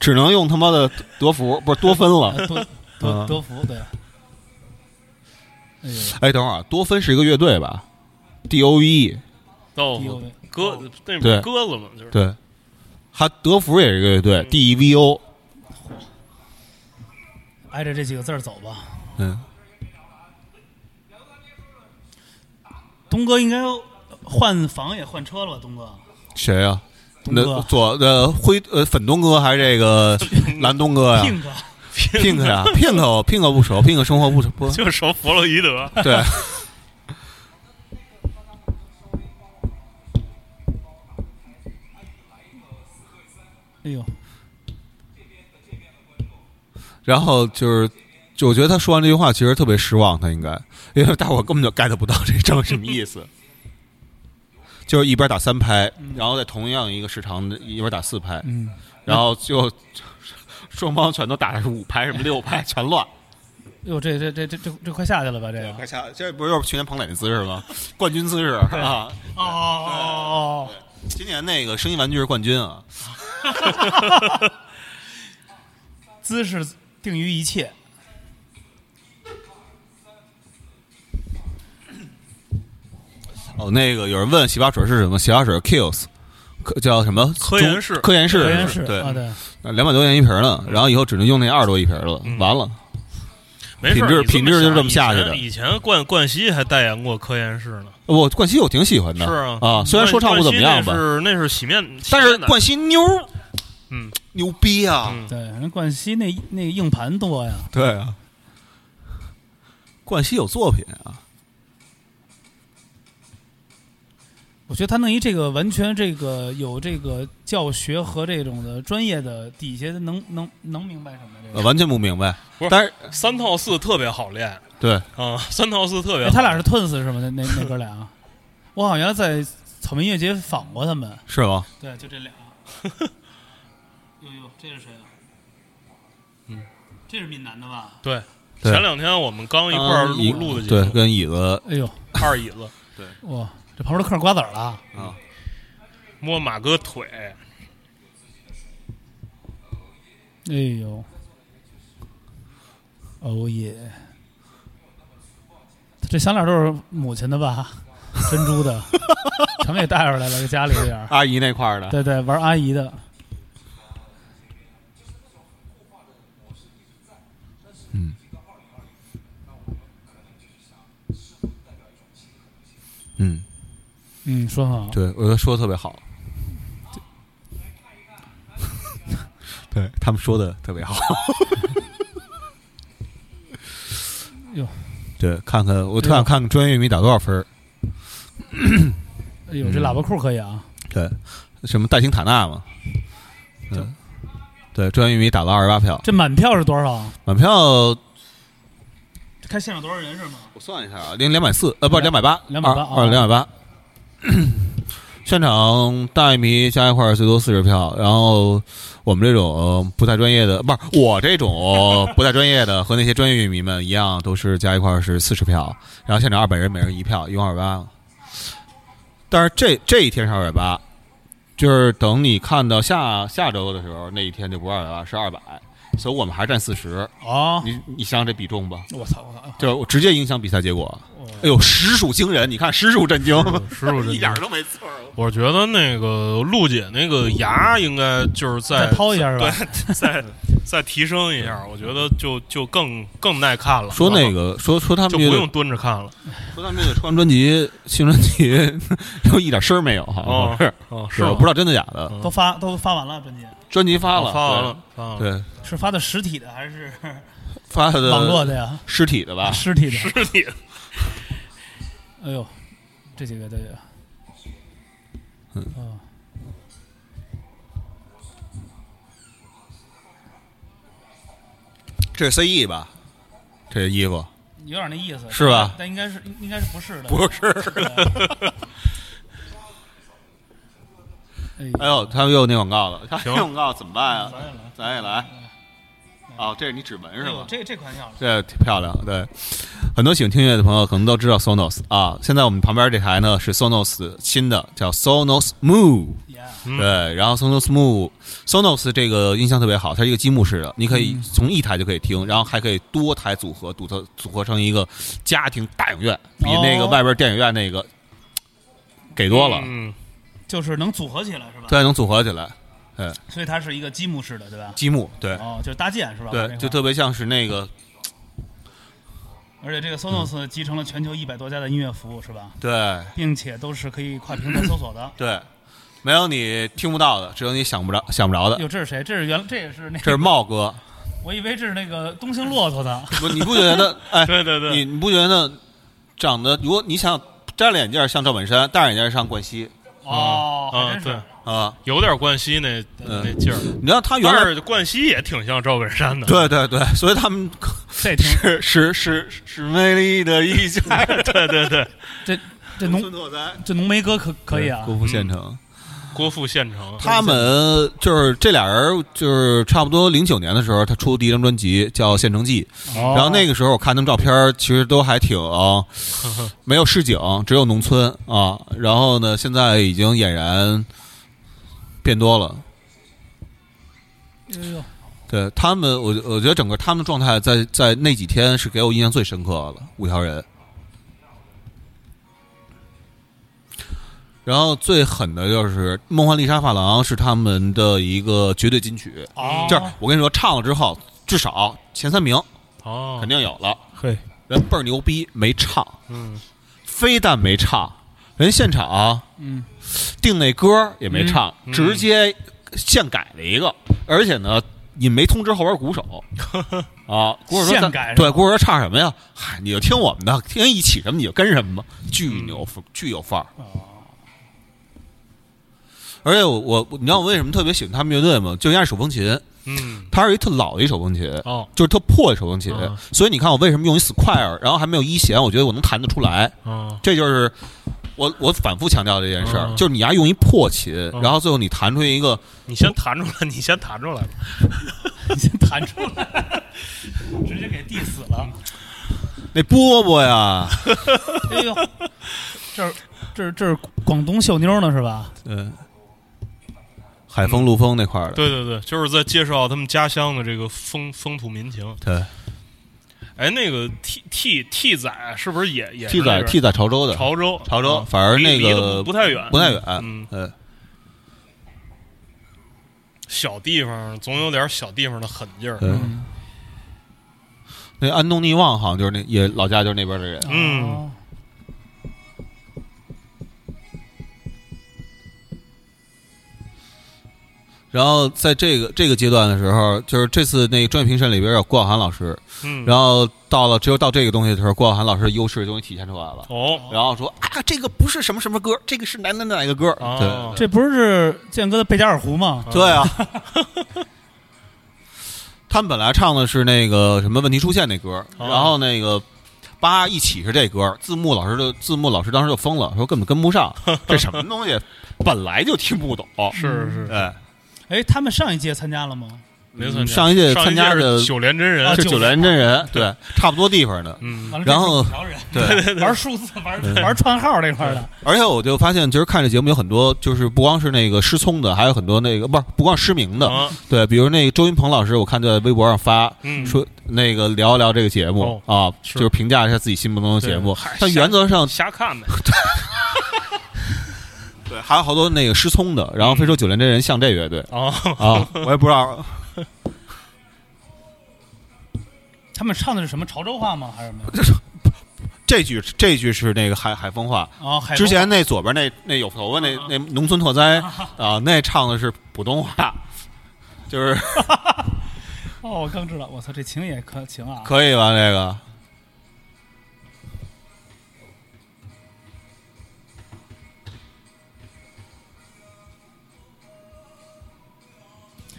[SPEAKER 1] 只能用他妈的德芙，不是多芬了。
[SPEAKER 3] 多
[SPEAKER 1] 啊
[SPEAKER 3] 多多福对。哎呦
[SPEAKER 1] 哎，等会儿啊，多芬是一个乐队吧？D O E，
[SPEAKER 2] 豆
[SPEAKER 3] ，D O
[SPEAKER 2] 腐
[SPEAKER 3] V，
[SPEAKER 2] 鸽那不
[SPEAKER 1] 对
[SPEAKER 2] 是鸽子嘛，就是
[SPEAKER 1] 对，他德芙也是一个乐队，D E V O，
[SPEAKER 3] 挨着这几个字儿走吧。
[SPEAKER 1] 嗯，
[SPEAKER 3] 东哥应该换房也换车了吧？东哥，
[SPEAKER 1] 谁啊？
[SPEAKER 3] 东
[SPEAKER 1] 那
[SPEAKER 3] 哥
[SPEAKER 1] 左呃灰呃粉东哥还是这个蓝东哥呀
[SPEAKER 3] ，Pink，
[SPEAKER 1] ？Pink 呀，Pink 我 Pink 我不熟，Pink 生活不熟不
[SPEAKER 2] 就熟弗洛伊德。
[SPEAKER 1] 对。
[SPEAKER 3] 哎呦，
[SPEAKER 1] 然后就是，就我觉得他说完这句话，其实特别失望，他应该，因为大伙根本就 get 不到这张什么意思。就是一边打三拍，然后在同样一个时长的一边打四拍，
[SPEAKER 3] 嗯，
[SPEAKER 1] 然后就双方全都打的是五拍，什么六拍全乱。
[SPEAKER 3] 哟，这这这这这这快下去了吧？这个，
[SPEAKER 1] 快下，这不是又是去年彭磊的姿势吗？冠军姿势啊！
[SPEAKER 3] 哦哦哦哦，
[SPEAKER 1] 今年那个声音玩具是冠军啊！
[SPEAKER 3] 姿势定于一切。
[SPEAKER 1] 哦，那个有人问洗发水是什么？洗发水 Kills，可叫什么？
[SPEAKER 2] 科研室
[SPEAKER 1] 中科研室，
[SPEAKER 3] 实验室
[SPEAKER 1] 对，
[SPEAKER 3] 啊，对，
[SPEAKER 1] 两百多元一瓶儿呢，然后以后只能用那二十多一瓶儿了，
[SPEAKER 2] 嗯
[SPEAKER 1] 完了。
[SPEAKER 2] 没事儿，
[SPEAKER 1] 品质
[SPEAKER 2] 你
[SPEAKER 1] 品质就
[SPEAKER 2] 想
[SPEAKER 1] 这么下去的
[SPEAKER 2] 以前以前冠冠希还代言过科研室呢，
[SPEAKER 1] 我冠希我挺喜欢的，
[SPEAKER 2] 是啊
[SPEAKER 1] 虽然说唱不怎么样吧
[SPEAKER 2] 冠，希那是那是洗面，洗
[SPEAKER 1] 但是
[SPEAKER 2] 面奶
[SPEAKER 1] 冠希妞儿，
[SPEAKER 2] 嗯，
[SPEAKER 1] 牛逼啊！
[SPEAKER 2] 嗯
[SPEAKER 3] 对，人冠希那那硬盘多呀，
[SPEAKER 1] 对啊，冠希有作品啊，
[SPEAKER 3] 我觉得他弄一这个完全这个有这个教学和这种的专业的底下能能能明白什么这
[SPEAKER 1] 呃
[SPEAKER 2] 嗯
[SPEAKER 3] 个？
[SPEAKER 1] 完全不明白
[SPEAKER 2] 不。是
[SPEAKER 1] 但是
[SPEAKER 2] 三套四特别好练
[SPEAKER 1] 对，
[SPEAKER 2] 啊，三套四特别
[SPEAKER 3] 哎，
[SPEAKER 2] 好。
[SPEAKER 3] 他俩是 Twins 是吗？那那那哥俩，啊我好像在草莓音乐节访过他们。
[SPEAKER 1] 是吗？
[SPEAKER 3] 对，就这俩。 呦呦，这是谁啊？
[SPEAKER 2] 嗯，
[SPEAKER 3] 这是闽南的吧？
[SPEAKER 2] 对，
[SPEAKER 1] 对
[SPEAKER 2] 前两天我们刚一块儿录
[SPEAKER 1] 嗯
[SPEAKER 2] 录的节
[SPEAKER 1] 对，
[SPEAKER 2] 目，
[SPEAKER 1] 跟椅子
[SPEAKER 3] 哎呦，
[SPEAKER 2] 二椅子
[SPEAKER 3] 哇，这旁边都嗑瓜子儿了。
[SPEAKER 1] 啊，
[SPEAKER 2] 摸马哥腿，
[SPEAKER 3] 哎呦，哦耶！这项链都是母亲的吧？珍珠的，全给带回来了，给家里有点 儿。
[SPEAKER 1] 阿姨那块儿的，
[SPEAKER 3] 对对，玩阿姨的。
[SPEAKER 1] 嗯，
[SPEAKER 3] 嗯，说很好。
[SPEAKER 1] 对，我觉得说的特别好。对他们说的特别好，
[SPEAKER 3] 哟，
[SPEAKER 1] 对，看看我特想看看专业乐迷打多少分儿。
[SPEAKER 3] 哎呦，这喇叭裤可以啊！
[SPEAKER 1] 对，什么戴星塔纳嘛，嗯，对，专业玉米打了二十八票，
[SPEAKER 3] 这满票是多少？
[SPEAKER 1] 满票我
[SPEAKER 3] 这看现场多少人是吗？
[SPEAKER 1] 算一下啊，零两百四，呃，不是两百八，哦
[SPEAKER 3] 280
[SPEAKER 1] 二两百八。 现场大玉米加一块儿最多四十票，然后我们这种呃不太专业的，不是我这种呃不太专业的和那些专业乐迷们一样，都是加一块儿是四十票，然后现场二百人每人一票，一共二百八。但是这这一天是二百八，就是等你看到下下周的时候，那一天就不是二百八，是二百，所以我们还占四十。
[SPEAKER 3] 哦，
[SPEAKER 1] 你你想想这比重吧，
[SPEAKER 3] 我操我操！
[SPEAKER 1] 就是我直接影响比赛结果。哎呦，实属惊人！你看，实属震惊，
[SPEAKER 2] 师 傅这
[SPEAKER 4] 一点儿都没错儿。
[SPEAKER 2] 我觉得那个陆姐那个牙应该就是在
[SPEAKER 3] 再抛一下是吧？
[SPEAKER 2] 对，再再提升一下，我觉得就就更更耐看了。
[SPEAKER 1] 说那
[SPEAKER 2] 个
[SPEAKER 1] 个说说他
[SPEAKER 2] 就
[SPEAKER 1] 们乐
[SPEAKER 2] 不
[SPEAKER 1] 队
[SPEAKER 2] 用蹲着看了。
[SPEAKER 1] 说他们乐队出完专辑新专辑，然后一点声儿没有，好像
[SPEAKER 2] 哦
[SPEAKER 1] 是
[SPEAKER 2] 哦，
[SPEAKER 1] 是
[SPEAKER 2] 吗
[SPEAKER 1] 我不知道真的假的，
[SPEAKER 3] 都发都发完了，专辑
[SPEAKER 1] 专辑哦发了
[SPEAKER 2] 发完了，发啊完了。
[SPEAKER 1] 对，对
[SPEAKER 3] 是发的实体的还是
[SPEAKER 1] 发的
[SPEAKER 3] 网络的呀？
[SPEAKER 1] 尸体的吧？
[SPEAKER 3] 实体的。
[SPEAKER 2] 是你
[SPEAKER 3] 哎呦，这几个这几个，嗯，
[SPEAKER 1] 这是 CE 吧？这衣服
[SPEAKER 3] 有点那意思
[SPEAKER 1] 是吧
[SPEAKER 3] 但应该是应该是不是的，
[SPEAKER 1] 不是。
[SPEAKER 3] 哎
[SPEAKER 1] 哎呦，他们又有那广告了，他
[SPEAKER 2] 行
[SPEAKER 1] 那广告怎么办啊
[SPEAKER 3] 咱？也来，
[SPEAKER 1] 咱也来。哦，这是你指纹
[SPEAKER 3] 哎
[SPEAKER 1] 是
[SPEAKER 3] 呦
[SPEAKER 1] 吗，？
[SPEAKER 3] 这这款要了，
[SPEAKER 1] 这挺漂亮，对。很多喜欢听音乐的朋友可能都知道 Sonos 啊，现在我们旁边这台呢是 Sonos 新的，叫 Sonos Move。
[SPEAKER 3] 耶，
[SPEAKER 2] 嗯
[SPEAKER 1] 对，然后 Sonos Move Sonos 这个音箱特别好，它是一个积木式的，你可以从一台就可以听，然后还可以多台组合，组合组合成一个家庭大影院，比那个
[SPEAKER 3] 哦
[SPEAKER 1] 外边电影院那个给多了。
[SPEAKER 2] 嗯，
[SPEAKER 3] 就是能组合起来是吧？，
[SPEAKER 1] 对，能组合起来，
[SPEAKER 3] 所以它是一个积木式的，对吧？
[SPEAKER 1] 积木，对
[SPEAKER 3] 哦，就是搭建是吧？往那
[SPEAKER 1] 对，
[SPEAKER 3] 块
[SPEAKER 1] 就特别像是那个，
[SPEAKER 3] 而且这个 Sonos 集成了全球一百多家的音乐服务是吧？
[SPEAKER 1] 嗯对
[SPEAKER 3] 并且都是可以跨平台搜索的。
[SPEAKER 1] 对，没有你听不到的，只有你想不着想不着的。
[SPEAKER 3] 哟，这是谁？这是原这也是那
[SPEAKER 1] 这是茂哥，
[SPEAKER 3] 我以为这是那个东兴骆驼的。
[SPEAKER 1] 不，你不觉得？哎，
[SPEAKER 2] 对
[SPEAKER 1] 你
[SPEAKER 2] 对对，
[SPEAKER 1] 你不觉得长得？如果你想摘了眼镜像赵本山，戴上眼镜像冠希
[SPEAKER 3] 哦，还
[SPEAKER 2] 嗯
[SPEAKER 3] 真，
[SPEAKER 2] 对
[SPEAKER 3] 是。，
[SPEAKER 1] 啊？
[SPEAKER 2] 有点冠希那那劲儿，
[SPEAKER 1] 你知道他原
[SPEAKER 2] 但
[SPEAKER 1] 来
[SPEAKER 2] 是冠希也挺像赵本山的。
[SPEAKER 1] 对对对，所以他们
[SPEAKER 3] 这听
[SPEAKER 1] 是是是是美丽的一家 人。
[SPEAKER 2] 对对对，
[SPEAKER 3] 这这浓
[SPEAKER 4] 村拓哉，
[SPEAKER 3] 这浓眉哥可哎可以啊
[SPEAKER 1] 郭。富县城，
[SPEAKER 2] 郭富县城，
[SPEAKER 1] 他们就是这俩人，就是差不多零九年的时候，他出第一张专辑叫《县城记》，
[SPEAKER 3] 然
[SPEAKER 1] 然后那个时候我看他们照片儿，其实都还挺、啊
[SPEAKER 2] 嗯
[SPEAKER 1] 没有市井，只有农村啊。然后呢，现在已经俨然变多了。
[SPEAKER 3] 个
[SPEAKER 1] 对他们，我我觉得整个他们的状态在在那几天是给我印象最深刻了，五条人。然后最狠的就是《梦幻丽莎发廊》是他们的一个绝对金曲，
[SPEAKER 3] 哦，
[SPEAKER 1] 就是我跟你说，唱了之后至少前三名
[SPEAKER 2] 哦，
[SPEAKER 1] 肯定有了，
[SPEAKER 3] 嘿，
[SPEAKER 1] 人倍儿牛逼，没唱，
[SPEAKER 2] 嗯，
[SPEAKER 1] 非但没唱，人现场啊
[SPEAKER 3] 嗯，
[SPEAKER 1] 定那歌也没唱，
[SPEAKER 2] 嗯嗯
[SPEAKER 1] 直接现改了一个，而且呢也没通知后边鼓手啊。鼓手说咱
[SPEAKER 3] 现改是吧
[SPEAKER 1] 对，鼓手说唱什么呀？嗨，你就听我们的，听一起什么你就跟什么吧，巨牛，巨有范儿。而且我我你知道我为什么特别喜欢他们乐队吗？就因为手风琴，
[SPEAKER 2] 嗯，
[SPEAKER 1] 它是一特老的一手风琴，
[SPEAKER 2] 哦
[SPEAKER 1] 就是特破的手风琴
[SPEAKER 2] 啊。
[SPEAKER 1] 所以你看我为什么用一 Square，然后还没有一弦，我觉得我能弹得出来。
[SPEAKER 2] 哦，
[SPEAKER 1] 这就是我我反复强调这件事儿，
[SPEAKER 2] 嗯
[SPEAKER 1] 就是你要用一破琴，
[SPEAKER 2] 嗯
[SPEAKER 1] 然后最后你弹出一个
[SPEAKER 2] 你先弹出来，你 先弹出来吧。
[SPEAKER 3] 你先弹出来， 直接给 diss 了。
[SPEAKER 1] 那饽饽 呀，
[SPEAKER 3] 哎呦， 这是这是这是广东秀妞呢是吧？
[SPEAKER 1] 嗯，海丰陆丰那块儿的，
[SPEAKER 2] 嗯对对对，就是在介绍他们家乡的这个风风土民情。
[SPEAKER 1] 对
[SPEAKER 2] 哎，那个 T T T 仔是不是也也是
[SPEAKER 1] ，T
[SPEAKER 2] 那
[SPEAKER 1] 仔
[SPEAKER 2] 边
[SPEAKER 1] T 仔潮州的，
[SPEAKER 2] 潮州
[SPEAKER 1] 潮州
[SPEAKER 2] 啊
[SPEAKER 1] 反而那
[SPEAKER 2] 离离得
[SPEAKER 1] 个
[SPEAKER 2] 不不太远，
[SPEAKER 1] 不太远，
[SPEAKER 2] 嗯，
[SPEAKER 1] 嗯，
[SPEAKER 2] 小地方总有点小地方的狠劲儿。
[SPEAKER 1] 对
[SPEAKER 3] 嗯，
[SPEAKER 1] 那安东尼旺好像就是那也老家就是那边的人，
[SPEAKER 2] 嗯
[SPEAKER 3] 哦，
[SPEAKER 1] 然后在这个这个阶段的时候，就是这次那个专业评审里边有郭晓涵老师，
[SPEAKER 2] 嗯，
[SPEAKER 1] 然后到了只有到这个东西的时候，郭晓涵老师的优势终于体现出来了。
[SPEAKER 2] 哦，
[SPEAKER 1] 然后说啊，这个不是什么什么歌，这个是哪哪哪个歌？对
[SPEAKER 2] 哦，
[SPEAKER 3] 这不是建哥的贝加尔湖吗？
[SPEAKER 1] 对啊， 他们本来唱的是那个什么问题出现那歌，
[SPEAKER 2] 哦
[SPEAKER 1] 然后那个八一起是这歌，字幕老师就字幕老师当时就疯了，说根本跟不上，这什么东西，本来就听不懂。
[SPEAKER 2] 是是，
[SPEAKER 1] 哎，
[SPEAKER 3] 哎，他们上一届参加了吗？
[SPEAKER 2] 没参加
[SPEAKER 1] 上一届
[SPEAKER 2] 上
[SPEAKER 1] 参加的
[SPEAKER 2] 是九连真人
[SPEAKER 3] 啊，
[SPEAKER 1] 是九连真人，对，差不多地方的。
[SPEAKER 2] 嗯，
[SPEAKER 3] 完了，
[SPEAKER 1] 然后嗯
[SPEAKER 3] 这是五条 人
[SPEAKER 1] 对，
[SPEAKER 3] 玩数字、玩玩串号这块的，
[SPEAKER 1] 而且我就发现，其实看这节目有很多，就是不光是那个失聪的，还有很多那个不是不光失明的，
[SPEAKER 2] 啊，
[SPEAKER 1] 对，比如那个周云鹏老师，我看在微博上发，
[SPEAKER 2] 嗯哦
[SPEAKER 1] 说那个聊一聊这个节目、啊，
[SPEAKER 2] 是
[SPEAKER 1] 就是评价一下自己心目中的节目
[SPEAKER 2] 对嗨。
[SPEAKER 1] 但原则上，
[SPEAKER 2] 瞎看呗，
[SPEAKER 1] 对，还有好多那个失聪的，然后非说九连真人像这乐 队
[SPEAKER 2] 哦，
[SPEAKER 1] 啊，我也不知道，
[SPEAKER 3] 他们唱的是什么潮州话吗？还是什么？
[SPEAKER 1] 这句这句是那个海海风话，
[SPEAKER 3] 哦，海
[SPEAKER 1] 之前那左边那那有头发那
[SPEAKER 2] 啊
[SPEAKER 1] 那农村拓哉啊，那唱的是普通话， 就是
[SPEAKER 3] 东哦，我刚知道，我操，这情也可情啊！
[SPEAKER 1] 可以吧？这个。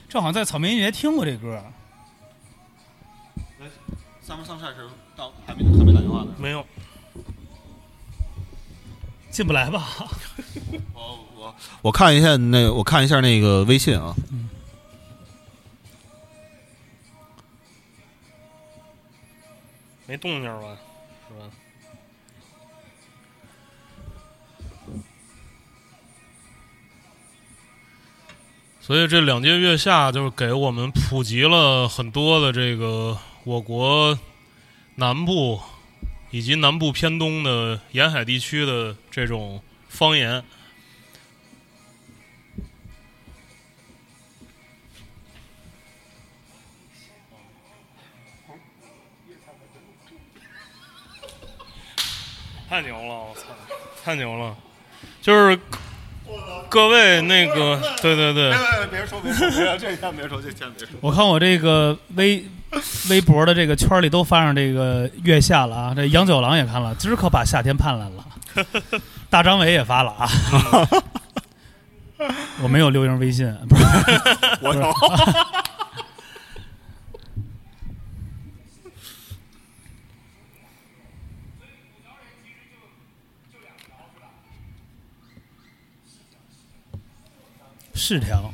[SPEAKER 3] 这好像在草莓音乐节听过这歌，
[SPEAKER 1] Summer Sunshine 是到还没还没打电话呢，
[SPEAKER 2] 没有，
[SPEAKER 3] 进不来吧？
[SPEAKER 1] 我哦我我看一下那我看一下那个微信 啊，
[SPEAKER 2] 没动静吧？是吧？所以这两届月下就是给我们普及了很多的这个我国南部以及南部偏东的沿海地区的这种方言。太牛了，我操，太牛了！就是各位那个，对 对对，
[SPEAKER 4] 别别说，别说，别这先别说，这先别说。
[SPEAKER 3] 我看我这个微微博的这个圈里都发上这个月下了啊，这杨九郎也看了，今儿可把夏天盼来了，大张伟也发了啊。我没有刘英微信，不是
[SPEAKER 4] 我操！
[SPEAKER 3] 是条，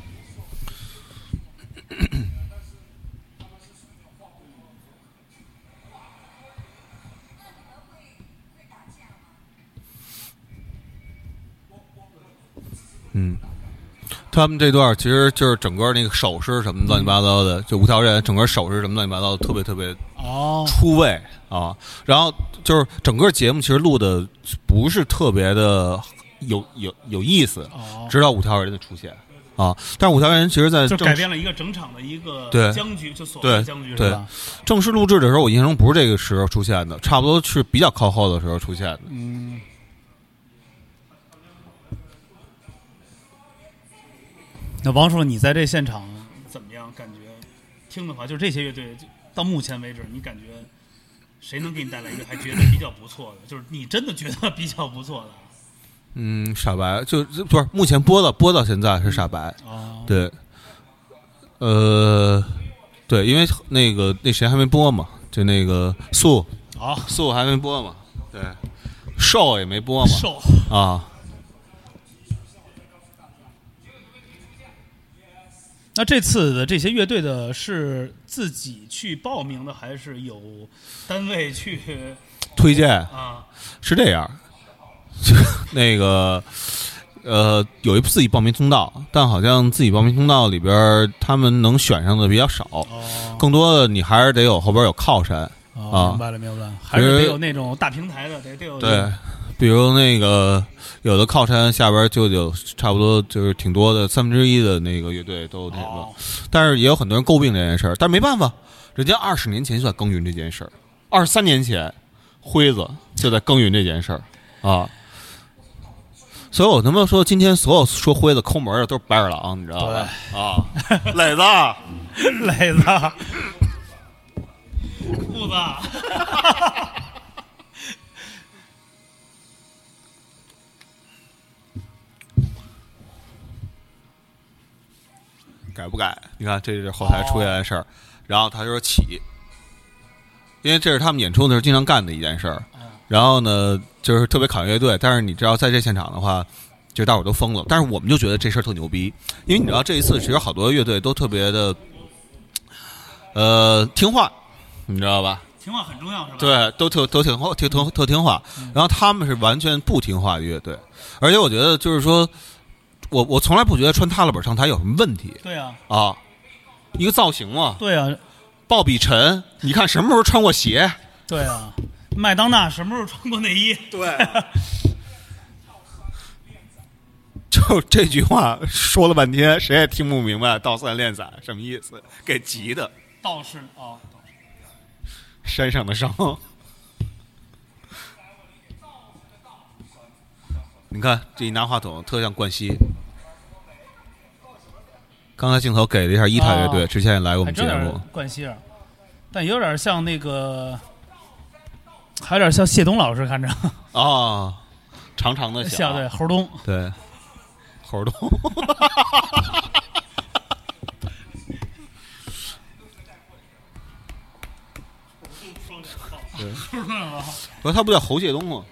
[SPEAKER 1] 他们这段其实就是整个那个手势什么乱七八糟的，就五条人整个手势什么乱七八糟的，特别特别
[SPEAKER 3] 哦，
[SPEAKER 1] 出位啊。然后就是整个节目其实录的不是特别的有有有意思，
[SPEAKER 3] 哦，
[SPEAKER 1] 直到五条人的出现啊。但是五条人其实在
[SPEAKER 3] 就
[SPEAKER 1] 正
[SPEAKER 3] 改变了一个整场的一个
[SPEAKER 1] 对
[SPEAKER 3] 僵局，就所谓的
[SPEAKER 1] 对
[SPEAKER 3] 僵局是
[SPEAKER 1] 对
[SPEAKER 3] 吧？
[SPEAKER 1] 正式录制的时候，我印象中不是这个时候出现的，差不多是比较靠后的时候出现的。
[SPEAKER 3] 嗯，那王叔，你在这现场怎么样？感觉听的话，就这些乐队，就到目前为止，你感觉谁能给你带来一个还觉得比较不错的？ 就是你真的觉得比较不错的
[SPEAKER 1] 嗯，傻白就就不是目前播的播到现在是傻白，
[SPEAKER 3] 哦，
[SPEAKER 1] 对，呃，对，因为那个那谁还没播嘛，就那个素
[SPEAKER 3] 好
[SPEAKER 1] 素还没播嘛，对，瘦也没播嘛，
[SPEAKER 3] 瘦，
[SPEAKER 1] 啊，
[SPEAKER 3] 那这次的这些乐队的是自己去报名的，还是有单位去
[SPEAKER 1] 推荐
[SPEAKER 3] 啊？
[SPEAKER 1] 是这样， 那个呃，有一自己报名通道，但好像自己报名通道里边儿他们能选上的比较少，
[SPEAKER 3] 哦
[SPEAKER 1] 更多的你还是得有后边有靠山，
[SPEAKER 3] 哦，
[SPEAKER 1] 啊
[SPEAKER 3] 明白了，明白了，还是
[SPEAKER 1] 比
[SPEAKER 3] 得
[SPEAKER 1] 如
[SPEAKER 3] 有那种大平台的，得得有
[SPEAKER 1] 对，比如那个有的靠山下边就有差不多就是挺多的三分之一的那个乐队都那个，
[SPEAKER 3] 哦
[SPEAKER 1] 但是也有很多人诟病这件事儿，但没办法，人家二十年前就在耕耘这件事儿，二十三年前辉子就在耕耘这件事儿啊。所以我他妈说，今天所有说辉子抠门儿的都是白眼狼，你知道吧？啊，
[SPEAKER 4] 磊子，
[SPEAKER 3] 磊子，啊裤子，
[SPEAKER 2] 啊
[SPEAKER 1] 改不改？你看，这是后台出现的事儿。然后他就说起，因为这是他们演出的时候经常干的一件事儿。然后呢，就是特别考验乐队，但是你知道，在这现场的话，就大伙儿都疯了。但是我们就觉得这事儿特牛逼，因为你知道这一次其实好多乐队都特别的，呃，听话，你知道吧？
[SPEAKER 3] 情况很重要是吧？，
[SPEAKER 1] 对，都特都挺话，挺特特听话。然后他们是完全不听话的乐队，而且我觉得就是说，我我从来不觉得穿踏拉板上台有什么问题。
[SPEAKER 3] 对啊，
[SPEAKER 1] 啊，一个造型嘛。
[SPEAKER 3] 对啊，
[SPEAKER 1] 鲍比陈，你看什么时候穿过鞋？
[SPEAKER 3] 对啊，麦当娜什么时候穿过内衣？
[SPEAKER 4] 对，
[SPEAKER 1] 就这句话说了半天，谁也听不明白倒三练散什么意思，给急的
[SPEAKER 3] 道士哦，道士
[SPEAKER 1] 身上的伤。 你看这一拿话筒，特像冠希。刚才镜头给了一下伊塔乐队，
[SPEAKER 3] 哦
[SPEAKER 1] 之前也来过我
[SPEAKER 3] 还
[SPEAKER 1] 们节
[SPEAKER 3] 真有
[SPEAKER 1] 目
[SPEAKER 3] 点。冠希尔，啊但有点像那个，还有点像谢东老师，看着
[SPEAKER 1] 哦，长长的
[SPEAKER 3] 像对猴东，
[SPEAKER 1] 对，猴儿洞。不是他不叫侯谢东吗？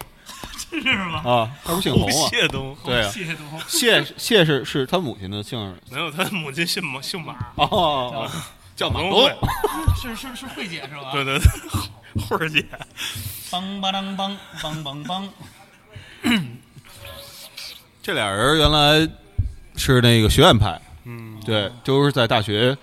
[SPEAKER 3] 是吗？
[SPEAKER 1] 啊，他不姓侯啊？
[SPEAKER 2] 谢东，
[SPEAKER 1] 对啊，
[SPEAKER 3] 谢东，
[SPEAKER 1] 谢谢是是他母亲的姓儿
[SPEAKER 2] 没有他母亲姓马，姓马，
[SPEAKER 1] 哦，叫马
[SPEAKER 2] 马
[SPEAKER 1] 东啊
[SPEAKER 2] 东。
[SPEAKER 3] 是是是慧姐是吧？
[SPEAKER 2] 对，对对，慧 儿姐，
[SPEAKER 3] 梆吧当梆梆梆梆，
[SPEAKER 1] 这俩人原来是那个学院派，
[SPEAKER 2] 嗯，
[SPEAKER 1] 对，就是在大学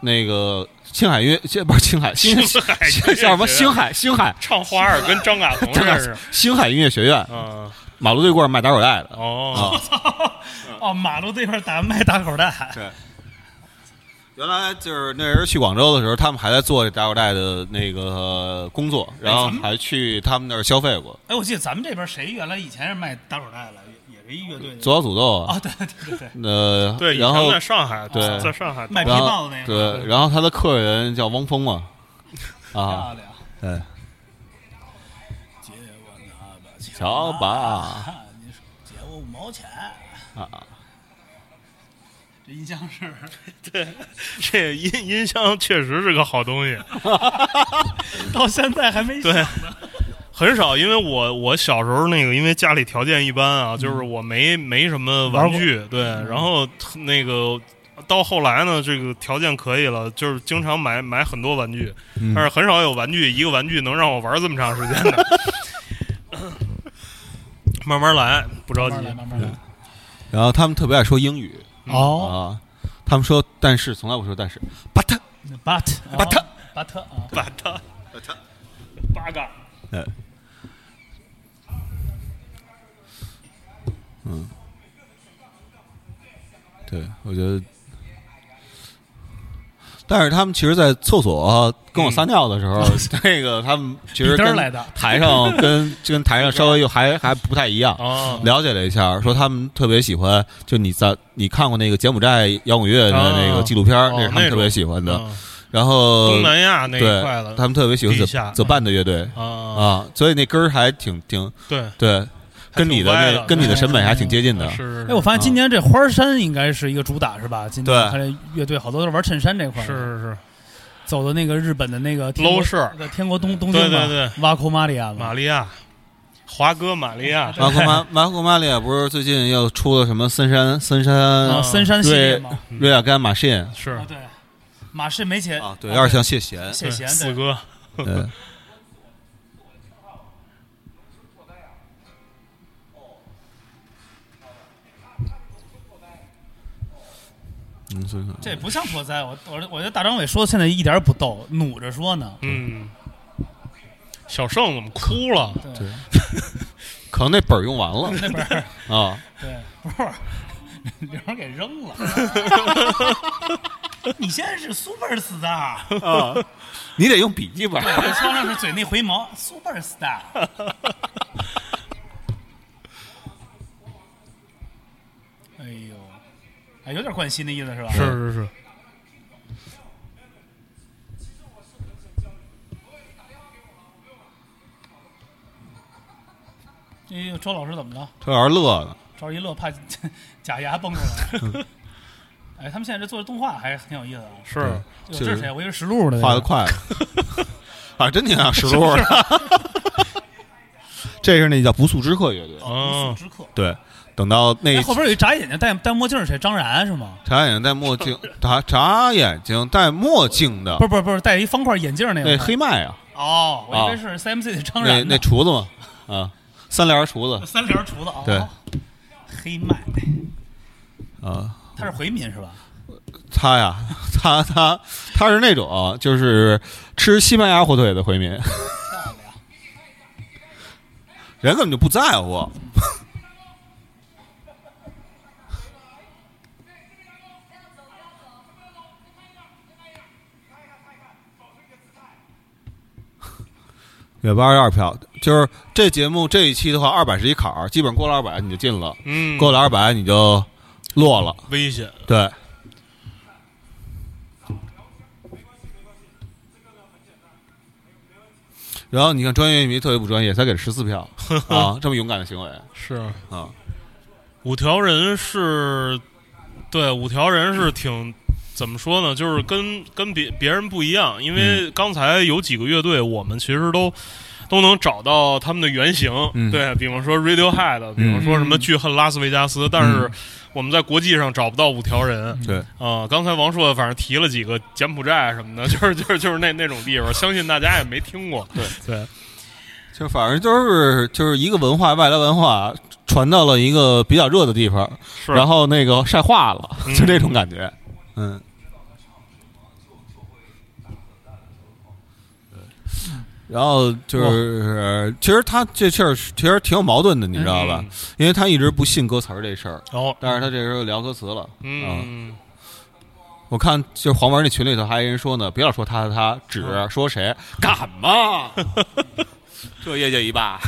[SPEAKER 1] 那个青海乐，这不是青海，新
[SPEAKER 2] 青 海
[SPEAKER 1] 叫什么？
[SPEAKER 2] 音乐学
[SPEAKER 1] 星
[SPEAKER 2] 院
[SPEAKER 1] 海，星海，
[SPEAKER 2] 唱花儿跟张嘎 彤
[SPEAKER 1] 真
[SPEAKER 2] 认识
[SPEAKER 1] 的，， 星海音乐学院，
[SPEAKER 2] 嗯，
[SPEAKER 1] 马路对过卖打火带的。
[SPEAKER 2] 哦，
[SPEAKER 3] 哦，马路对面打卖打口袋，
[SPEAKER 1] 对，原来就是那人去广州的时候，他们还在做这打口袋的那个工作，然后还去他们那儿消费过。
[SPEAKER 3] 哎，我记得咱们这边谁原来以前是卖打口袋的，也也是一乐队的
[SPEAKER 1] 左小诅咒
[SPEAKER 3] 啊，，对对对对，
[SPEAKER 1] 呃，
[SPEAKER 2] 对，以
[SPEAKER 1] 然
[SPEAKER 2] 前
[SPEAKER 1] 后
[SPEAKER 2] 在上海，
[SPEAKER 1] 对
[SPEAKER 2] 在上海
[SPEAKER 3] 卖皮
[SPEAKER 1] 然
[SPEAKER 3] 帽
[SPEAKER 1] 后
[SPEAKER 3] 子那个
[SPEAKER 1] 对，然后他的客人叫汪峰嘛，啊，哎
[SPEAKER 3] 漂亮。
[SPEAKER 1] 对，
[SPEAKER 3] 借我那把枪
[SPEAKER 1] 瞧吧，
[SPEAKER 3] 你说借我五毛钱，
[SPEAKER 1] 啊，
[SPEAKER 3] 这音箱是
[SPEAKER 2] 对，这音音箱确实是个好东西，
[SPEAKER 3] 到现在还没
[SPEAKER 2] 对，很少，因为我我小时候那个，因为家里条件一般
[SPEAKER 3] 嗯
[SPEAKER 2] 啊，就是我没没什么玩具，对，然后那个到后来呢，这个条件可以了，就是经常买买很多玩具，
[SPEAKER 3] 嗯
[SPEAKER 2] 但是很少有玩具一个玩具能让我玩这么长时间 的。慢慢来，不着
[SPEAKER 3] 慢
[SPEAKER 2] 急
[SPEAKER 3] 慢。来，慢慢来。
[SPEAKER 1] 然后他们特别爱说英语
[SPEAKER 3] 哦
[SPEAKER 1] 啊，他们说但是从来不说但是，but
[SPEAKER 3] ，but
[SPEAKER 1] 巴特
[SPEAKER 3] 巴特啊，
[SPEAKER 2] 把它八嘎，
[SPEAKER 1] 呃，嗯，对，我觉得，但是他们其实，在厕所跟我撒尿的时候，这个他们其实
[SPEAKER 3] 比嘚儿
[SPEAKER 1] 跟
[SPEAKER 3] 来的
[SPEAKER 1] 台上跟跟台上稍微又还还不太一样。
[SPEAKER 3] 啊
[SPEAKER 2] 哦
[SPEAKER 1] 了解了一下，说他们特别喜欢，就你在你看过那个柬埔寨摇滚乐的那个纪录片，
[SPEAKER 2] 哦
[SPEAKER 1] 那是他们特别喜欢的。
[SPEAKER 2] 嗯
[SPEAKER 1] 然后
[SPEAKER 2] 东南亚那一块
[SPEAKER 1] 对，他
[SPEAKER 2] 的
[SPEAKER 1] 们特别喜
[SPEAKER 2] 地
[SPEAKER 1] 欢
[SPEAKER 2] 下嗯
[SPEAKER 1] The Band 乐队，
[SPEAKER 2] 啊，
[SPEAKER 1] 啊，所以那根儿还挺挺
[SPEAKER 2] 对，
[SPEAKER 1] 对，跟你的那
[SPEAKER 2] 歪的
[SPEAKER 1] 跟你的审美还挺接近的。
[SPEAKER 2] 是
[SPEAKER 3] 哎，我发现今年这花山应该是一个主打是吧？今
[SPEAKER 1] 对
[SPEAKER 3] 年我看这乐队好多都是玩衬衫这块儿
[SPEAKER 2] 是
[SPEAKER 3] 的，
[SPEAKER 2] 是是，
[SPEAKER 3] 走的那个日本的那个
[SPEAKER 2] 搂事儿，
[SPEAKER 3] 的天国东东京
[SPEAKER 2] 对
[SPEAKER 3] 吧
[SPEAKER 2] 对对，
[SPEAKER 3] 瓦库玛利亚
[SPEAKER 2] 玛
[SPEAKER 3] 嘛，
[SPEAKER 2] 利亚，华哥玛利亚，
[SPEAKER 3] 哎
[SPEAKER 1] 马库马马库马里亚不是最近又出了什么森山森
[SPEAKER 3] 啊，
[SPEAKER 1] 山
[SPEAKER 3] 森山系列嗯
[SPEAKER 1] 瑞
[SPEAKER 3] 嘛，
[SPEAKER 1] 瑞亚甘马信
[SPEAKER 2] 是嗯
[SPEAKER 3] 啊对，马氏哦梅钱
[SPEAKER 1] 啊？对，有点像谢贤。
[SPEAKER 3] 谢嗯贤
[SPEAKER 2] 四
[SPEAKER 3] 对
[SPEAKER 2] 哥，
[SPEAKER 1] 对，嗯，所以
[SPEAKER 3] 这不像破灾，我我我觉得大张伟说的现在一点儿也不逗，努着说呢。
[SPEAKER 2] 嗯，小盛怎么哭了？
[SPEAKER 3] 对，
[SPEAKER 1] 可能那本儿用完了
[SPEAKER 3] 那本儿
[SPEAKER 1] 啊。
[SPEAKER 3] 对，不是 玲儿给扔了。你现在是 super star，
[SPEAKER 4] 啊，
[SPEAKER 1] 你得用笔记本儿。
[SPEAKER 3] 我说上是嘴内回毛 super star。哎呦，哎，有点关心的意思是吧？
[SPEAKER 2] 是是是，
[SPEAKER 3] 哎呦，周老师怎么了？
[SPEAKER 1] 这玩意儿乐呢，
[SPEAKER 3] 赵一乐怕假牙蹦出来。 哎，他们现在这做的动画还很有意思啊。
[SPEAKER 2] 是
[SPEAKER 3] 这是谁？我以为是石路的那个。
[SPEAKER 1] 画的快了， 啊，真挺像石路的。 这是那叫不速之客乐队，
[SPEAKER 3] 无
[SPEAKER 2] 嗯
[SPEAKER 3] 数，之客。
[SPEAKER 1] 哦对。等到那
[SPEAKER 3] 哎，后边有一眨眼睛戴戴墨镜是谁？张然是吗？
[SPEAKER 1] 眨眼睛戴墨镜，眨眨眼睛戴墨镜的
[SPEAKER 3] 不，是不是不是，戴一方块眼镜那个。
[SPEAKER 1] 那啊黑麦啊，
[SPEAKER 3] 哦，我以
[SPEAKER 1] 啊
[SPEAKER 3] 为是 CMC 的张
[SPEAKER 1] 那
[SPEAKER 3] 然
[SPEAKER 1] 那
[SPEAKER 3] 呢。
[SPEAKER 1] 厨子嘛，啊，三联厨子
[SPEAKER 3] 三联厨子啊。
[SPEAKER 1] 对
[SPEAKER 3] 哦黑麦，
[SPEAKER 1] 啊，
[SPEAKER 3] 他是回民是吧？
[SPEAKER 1] 他呀， 他他他是那种就是吃西班牙火腿的回民，
[SPEAKER 3] 漂亮。
[SPEAKER 1] 人根本就不在乎。 也不二十二票，就是这节目这一期的话，二百是一坎儿，基本过了二百你就进了，
[SPEAKER 2] 嗯，
[SPEAKER 1] 过了二百你就落了。
[SPEAKER 2] 危险，
[SPEAKER 1] 对，然后你看专业乐迷特别不专业，才给十四 票啊，这么勇敢的行为
[SPEAKER 2] 是
[SPEAKER 1] 啊，
[SPEAKER 2] 五条人是，对，五条人是挺。怎么说呢？就是跟跟别别人不一样，因
[SPEAKER 1] 嗯
[SPEAKER 2] 为刚才有几个乐队，我们其实都都能找到他们的原型。
[SPEAKER 1] 嗯
[SPEAKER 2] 对比方说 Radiohead，比方说什么《巨恨拉斯维加斯》，但
[SPEAKER 1] 嗯
[SPEAKER 2] 是我们在国际上找不到五条人。
[SPEAKER 1] 对，
[SPEAKER 2] 啊、刚才王硕反正提了几个柬埔寨什么的， 就是就是就是那那种地方，相信大家也没听过。对对，
[SPEAKER 1] 就反正就是就是一个文化外来文化传到了一个比较热的地方，
[SPEAKER 2] 是。
[SPEAKER 1] 然后那个晒化了，
[SPEAKER 2] 嗯
[SPEAKER 1] 就这种感觉，嗯。然后就是，其实他这事儿其实挺有矛盾的，你知道吧？
[SPEAKER 2] 嗯
[SPEAKER 1] 因为他一直不信歌词儿这事儿，
[SPEAKER 2] 然后
[SPEAKER 1] 但是他这时候聊歌词了，啊
[SPEAKER 2] 嗯，
[SPEAKER 1] 我看就是黄文那群里头还有人说呢，别老说他他指
[SPEAKER 2] 嗯
[SPEAKER 1] 说谁敢吗？这业界一霸，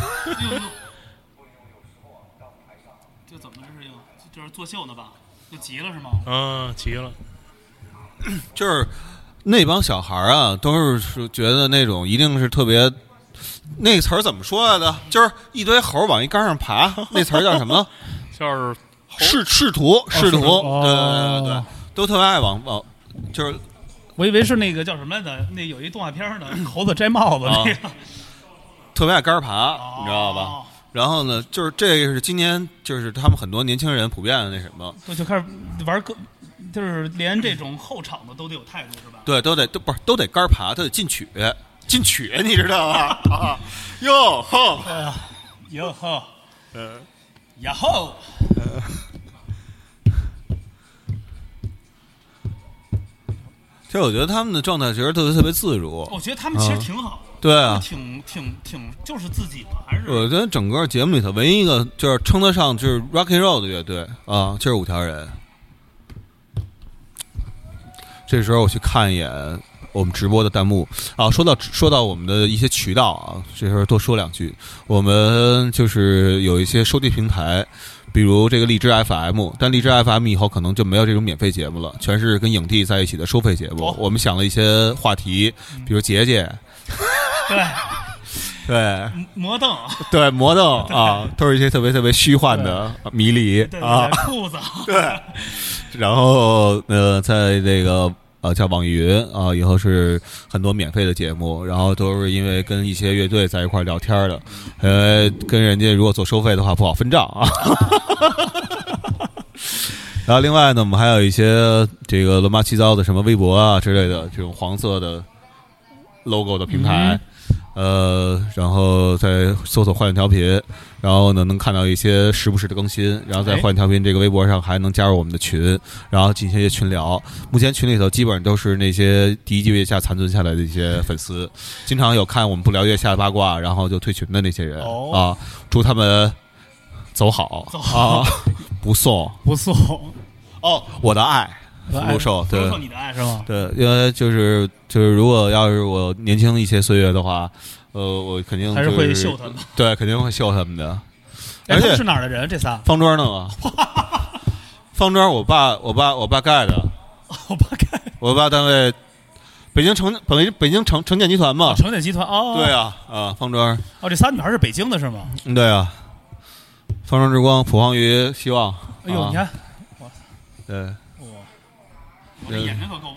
[SPEAKER 3] 这怎么这是又这是作秀呢吧？就急了是吗？
[SPEAKER 1] 啊
[SPEAKER 2] 嗯，急了，
[SPEAKER 1] 就是那帮小孩儿啊，都是是觉得那种一定是特别。那词儿怎么说来的？就是一堆猴儿往一杆上爬，那词儿叫什 么？
[SPEAKER 2] 就是猴
[SPEAKER 1] 试试图，试图，
[SPEAKER 3] 哦
[SPEAKER 1] 对对对对对，都特别爱往往，就是
[SPEAKER 3] 我以为是那个叫什么来着？那有一动画片儿呢，猴子摘帽子
[SPEAKER 1] 啊
[SPEAKER 3] 那个，
[SPEAKER 1] 特别爱杆儿爬，
[SPEAKER 3] 哦
[SPEAKER 1] 你知道吧？？然后呢，就是这个是今年就是他们很多年轻人普遍的那什么，
[SPEAKER 3] 都就开始玩各，就是连这种后场的都得有态度是吧？
[SPEAKER 1] 对，都得都不是都得杆儿爬，都得进取，进取，你知道吧？
[SPEAKER 4] 啊，哟吼，
[SPEAKER 3] 哎呀，哟呵，
[SPEAKER 4] 嗯，
[SPEAKER 3] 呀吼，
[SPEAKER 1] 其实我觉得他们的状态其实特别特别自如，
[SPEAKER 3] 我觉得他们其实挺好的，
[SPEAKER 1] 对嗯啊。呃
[SPEAKER 3] 挺挺挺就是自己嘛，还是
[SPEAKER 1] 我觉得整个节目里头唯一一个就是称得上就是 Rocky Road 的乐队啊，就是五条人。这时候我去看一眼我们直播的弹幕啊，说到说到我们的一些渠道啊，这时候多说两句，我们就是有一些收听平台。比如这个荔枝 FM，但荔枝 FM 以后可能就没有这种免费节目了，全是跟影帝在一起的收费节目。
[SPEAKER 3] 哦
[SPEAKER 1] 我们想了一些话题，比如杰杰，
[SPEAKER 3] 对
[SPEAKER 1] 对，
[SPEAKER 3] 魔凳，
[SPEAKER 1] 对，魔豆啊，都是一些特别特别虚幻的迷离
[SPEAKER 3] 对对
[SPEAKER 1] 啊
[SPEAKER 3] 对，。裤子，
[SPEAKER 1] 然后呃，在这个呃叫网易云啊，以后是很多免费的节目，然后都是因为跟一些乐队在一块儿聊天儿的，呃，跟人家如果做收费的话不好分账啊。 然后另外呢，我们还有一些这个乱七八糟的什么微博啊之类的这种黄色的 logo 的平台，呃，然后再搜索“幻影调频”，然后呢能看到一些时不时的更新，然后在
[SPEAKER 3] 哎
[SPEAKER 1] “幻影调频”这个微博上还能加入我们的群，然后进行一些群聊。目前群里头基本上都是那些第一季月下残存下来的一些粉丝，经常有看我们不聊月下八卦，然后就退群的那些人、
[SPEAKER 3] 哦
[SPEAKER 1] 啊，祝他们走好
[SPEAKER 3] 走好
[SPEAKER 1] 啊，不送。
[SPEAKER 3] 不送，
[SPEAKER 1] 哦，我的爱，福寿，
[SPEAKER 3] 不
[SPEAKER 1] 对
[SPEAKER 3] 送你的爱是吗？
[SPEAKER 1] 对，因为就是就是，如果要是我年轻一些岁月的话，呃，我肯定、就
[SPEAKER 3] 还是会秀他们，
[SPEAKER 1] 对，肯定会秀他们的。
[SPEAKER 3] 哎，
[SPEAKER 1] 而
[SPEAKER 3] 他们
[SPEAKER 1] 且
[SPEAKER 3] 是哪儿的人？这仨，
[SPEAKER 1] 方庄呢嘛，方庄，我爸我爸我爸盖的，
[SPEAKER 3] 我爸看
[SPEAKER 1] 我爸单位北京城北北京城城建集团嘛，
[SPEAKER 3] 成点集团哦，
[SPEAKER 1] 对啊啊，方庄，
[SPEAKER 3] 哦，这仨女孩是北京的是吗？
[SPEAKER 1] 嗯对啊，方庄之光，普黄鱼，希望，
[SPEAKER 3] 哎呦，
[SPEAKER 1] 啊呃
[SPEAKER 3] 你看，
[SPEAKER 1] 对，
[SPEAKER 3] 哇，我这眼睛可够，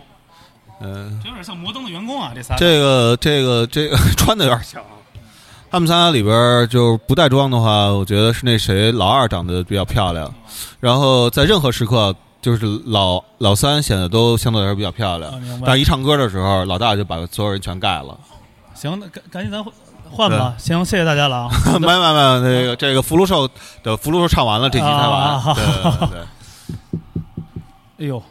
[SPEAKER 1] 嗯、
[SPEAKER 3] 这有点像摩登的员工啊，这仨，
[SPEAKER 1] 这个这个这个 穿的有点像啊。他们仨里边儿就是不带妆的话，我觉得是那谁老二长得比较漂亮，然后在任何时刻就是老老三显得都相对来说比较漂亮
[SPEAKER 3] 啊，明白
[SPEAKER 1] 但一唱歌的时候，老大就把所有人全盖了。
[SPEAKER 3] 行，那赶赶紧咱换吧，行，谢谢大家了啊，
[SPEAKER 1] 没没没，那个这个福禄寿的福禄寿唱完了，这集才完
[SPEAKER 3] 啊。
[SPEAKER 1] 对对对对，
[SPEAKER 3] 哎呦，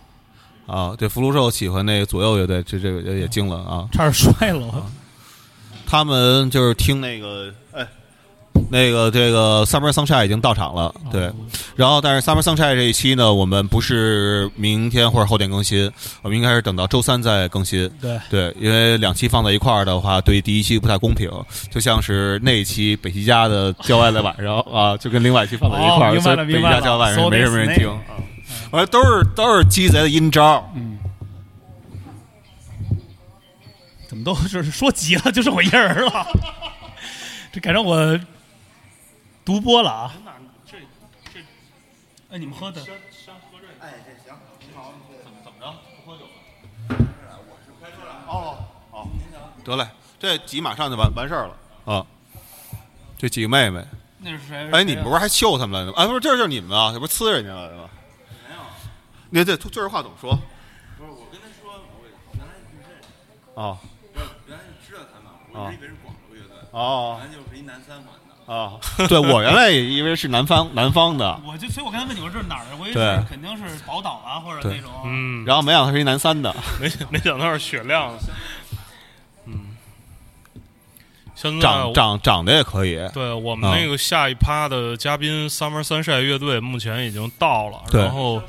[SPEAKER 1] 啊，对福禄寿喜欢那个左右乐队，这这个也惊了啊。
[SPEAKER 3] 差点摔了我，
[SPEAKER 1] 他们就是听那个，哎，那个这个 Summer Sunshine 已经到场了，
[SPEAKER 3] 哦
[SPEAKER 1] 对。然后，但是 Summer Sunshine 这一期呢，我们不是明天或者后天更新，我们应该是等到周三再更新。
[SPEAKER 3] 对，
[SPEAKER 1] 对，因为两期放在一块儿的话，对第一期不太公平，就像是那一期北极家的郊外的晚上 啊，就跟另外一期放在一块
[SPEAKER 3] 哦
[SPEAKER 1] 儿，
[SPEAKER 3] 明白
[SPEAKER 1] 所以
[SPEAKER 3] 了
[SPEAKER 1] 北
[SPEAKER 3] 明
[SPEAKER 1] 极
[SPEAKER 3] 白了
[SPEAKER 1] 家郊外是
[SPEAKER 3] So
[SPEAKER 1] 没什么人
[SPEAKER 3] this 嗯
[SPEAKER 1] 听。啊我说都是都是鸡贼的阴招，
[SPEAKER 3] 怎么都是说急了，就剩我一人儿了， 这改成我独播了啊，哎，你们喝的，
[SPEAKER 1] 得嘞，这集马上就完完事儿了啊。这几个妹妹，
[SPEAKER 3] 那是谁？
[SPEAKER 1] 哎，你们不是还秀他们来着吗？哎，不是，这就是你们啊，这不是呲人家来了吗？没有，对对，对着话筒说。
[SPEAKER 5] 不是，我跟他说，我原来不认识，
[SPEAKER 1] 哦
[SPEAKER 5] 原来知道他们，
[SPEAKER 4] 啊
[SPEAKER 5] 我一直以为是广州乐队，
[SPEAKER 1] 哦
[SPEAKER 5] 原来就是一南三环的。
[SPEAKER 1] 哦， 对我原来也以为是南方南方的，
[SPEAKER 3] 我就所以，我刚才问你，我说这是哪儿的？我以为
[SPEAKER 1] 对
[SPEAKER 3] 是肯定是宝岛啊，或者
[SPEAKER 1] 对
[SPEAKER 3] 那种。
[SPEAKER 2] 嗯，
[SPEAKER 1] 然后没想到他是一南三的。
[SPEAKER 2] 没没想到是雪亮的，嗯，现在
[SPEAKER 1] 长长长得也可以。
[SPEAKER 2] 对我们
[SPEAKER 1] 啊
[SPEAKER 2] 那个下一趴的嘉宾 Summer Sunshine 乐队目前已经到了，
[SPEAKER 1] 对
[SPEAKER 2] 然后，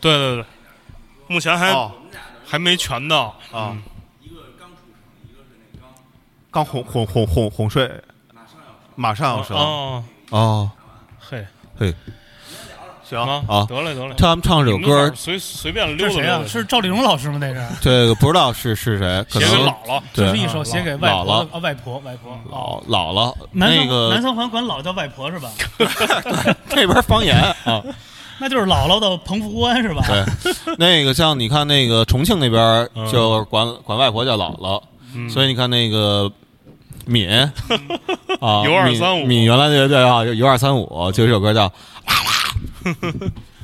[SPEAKER 2] 对对对，目前还、
[SPEAKER 4] 哦
[SPEAKER 2] 还没全到。
[SPEAKER 4] 啊，
[SPEAKER 5] 一个刚出生，一个是那刚
[SPEAKER 4] 刚哄哄哄哄哄睡，
[SPEAKER 5] 马上要生，
[SPEAKER 4] 马上要生，
[SPEAKER 2] 哦，
[SPEAKER 1] 哦，
[SPEAKER 2] 嘿，
[SPEAKER 1] 嘿，
[SPEAKER 4] 行
[SPEAKER 2] 啊
[SPEAKER 1] 啊
[SPEAKER 2] 得嘞得嘞，
[SPEAKER 1] 他们唱这首
[SPEAKER 2] 你们
[SPEAKER 1] 歌
[SPEAKER 2] 哪儿，随随便溜
[SPEAKER 3] 这是谁
[SPEAKER 2] 达溜
[SPEAKER 3] 啊？
[SPEAKER 2] 达，
[SPEAKER 3] 是赵丽蓉老师吗？那是，
[SPEAKER 1] 这个不知道是是谁，可
[SPEAKER 2] 写给
[SPEAKER 1] 能
[SPEAKER 2] 姥姥。
[SPEAKER 3] 这是
[SPEAKER 1] 对
[SPEAKER 3] 一首写给外
[SPEAKER 1] 姥
[SPEAKER 3] 婆的啊，外婆，外婆。
[SPEAKER 1] 老老了
[SPEAKER 3] 南
[SPEAKER 1] 那
[SPEAKER 3] 三 南
[SPEAKER 1] 个
[SPEAKER 3] 三环管姥叫外婆是吧？
[SPEAKER 1] 那边方言啊，
[SPEAKER 3] 那就是姥姥的彭福关是吧？
[SPEAKER 1] 对，那个像你看那个重庆那边
[SPEAKER 2] 嗯
[SPEAKER 1] 就管管外婆叫姥姥，所以你看那个敏 啊，
[SPEAKER 2] 有二
[SPEAKER 1] 敏
[SPEAKER 2] 三五
[SPEAKER 1] 敏原来的乐队啊，有有二三五，就有一首歌叫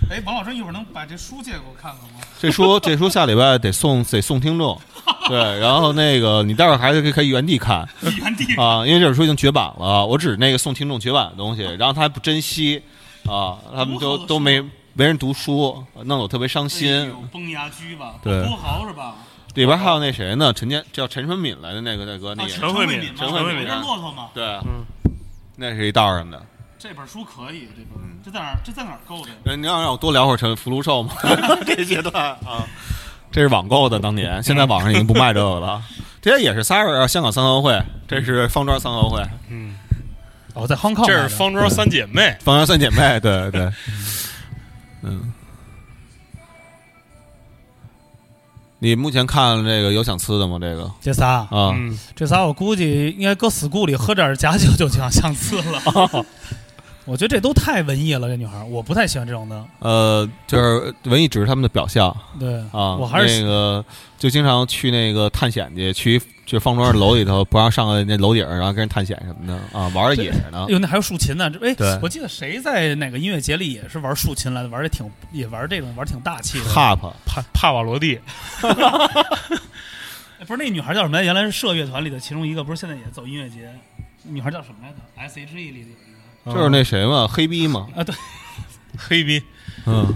[SPEAKER 3] 哎，王老师，一会儿能把这书借给我看看吗？
[SPEAKER 1] 这书这书下礼拜得送得送听 众，对，然后那个你待会儿还是可以可以原地看。
[SPEAKER 3] 原地
[SPEAKER 1] 啊，因为这本书已经绝版了，我只那个送听众绝版的东西，然后他还不珍惜，啊，他们都
[SPEAKER 3] 多好的书哎
[SPEAKER 1] 都没没人读书，弄得我特别伤心
[SPEAKER 3] 有。崩牙驹吧？
[SPEAKER 1] 对
[SPEAKER 3] 多豪是吧？啊
[SPEAKER 1] 里边还有那谁呢？陈建叫陈春敏来的那个大哥，那
[SPEAKER 3] 啊
[SPEAKER 1] 个
[SPEAKER 2] 陈慧敏
[SPEAKER 3] 吗
[SPEAKER 1] 陈慧敏
[SPEAKER 3] 有点骆驼嘛。
[SPEAKER 1] 对，啊
[SPEAKER 2] 嗯
[SPEAKER 1] 那是一道上的。
[SPEAKER 3] 这本书可以，这
[SPEAKER 1] 嗯
[SPEAKER 3] 本这在哪儿？这在哪儿购的？
[SPEAKER 1] 呃你要让我多聊会儿陈福禄寿吗？ 这阶段啊，这是网购的，当年现在网上已经不卖这个 了。这也是 s a r a 香港三合会，这是方庄三合会，
[SPEAKER 2] 嗯，
[SPEAKER 3] 哦，在 Hong Kong
[SPEAKER 2] 这是方
[SPEAKER 1] 嗯
[SPEAKER 2] 庄三姐妹，
[SPEAKER 1] 方庄三姐 妹，对对对，嗯。你目前看这个有想呲的吗？这个
[SPEAKER 3] 这仨，
[SPEAKER 1] 啊，
[SPEAKER 2] 嗯，
[SPEAKER 3] 这仨我估计应该搁 school 里喝点假酒就想相似了。
[SPEAKER 1] 哦
[SPEAKER 3] 我觉得这都太文艺了，这女孩儿，我不太喜欢这种的。
[SPEAKER 1] 呃，就是文艺只是他们的表象
[SPEAKER 3] 对
[SPEAKER 1] 啊。
[SPEAKER 3] 我还是喜
[SPEAKER 1] 那个就经常去那个探险去，去去方庄的楼里头，不让上那楼顶儿，然后跟人探险什么的啊，玩的野呢。
[SPEAKER 3] 哟，那还有竖琴呢？这哎
[SPEAKER 1] 对，
[SPEAKER 3] 我记得谁在哪个音乐节里也是玩竖琴来的，玩的挺也玩这个，玩得挺大气的。
[SPEAKER 1] Hop
[SPEAKER 2] 帕帕瓦罗蒂，
[SPEAKER 3] 哎不是那女孩叫什么来？原来是社乐团里的其中一个，不是现在也走音乐节？女孩叫什么来着？S H E 里的有一个
[SPEAKER 1] 就是那谁嘛，黑逼嘛，
[SPEAKER 3] 啊，对
[SPEAKER 2] 黑逼，
[SPEAKER 1] 嗯，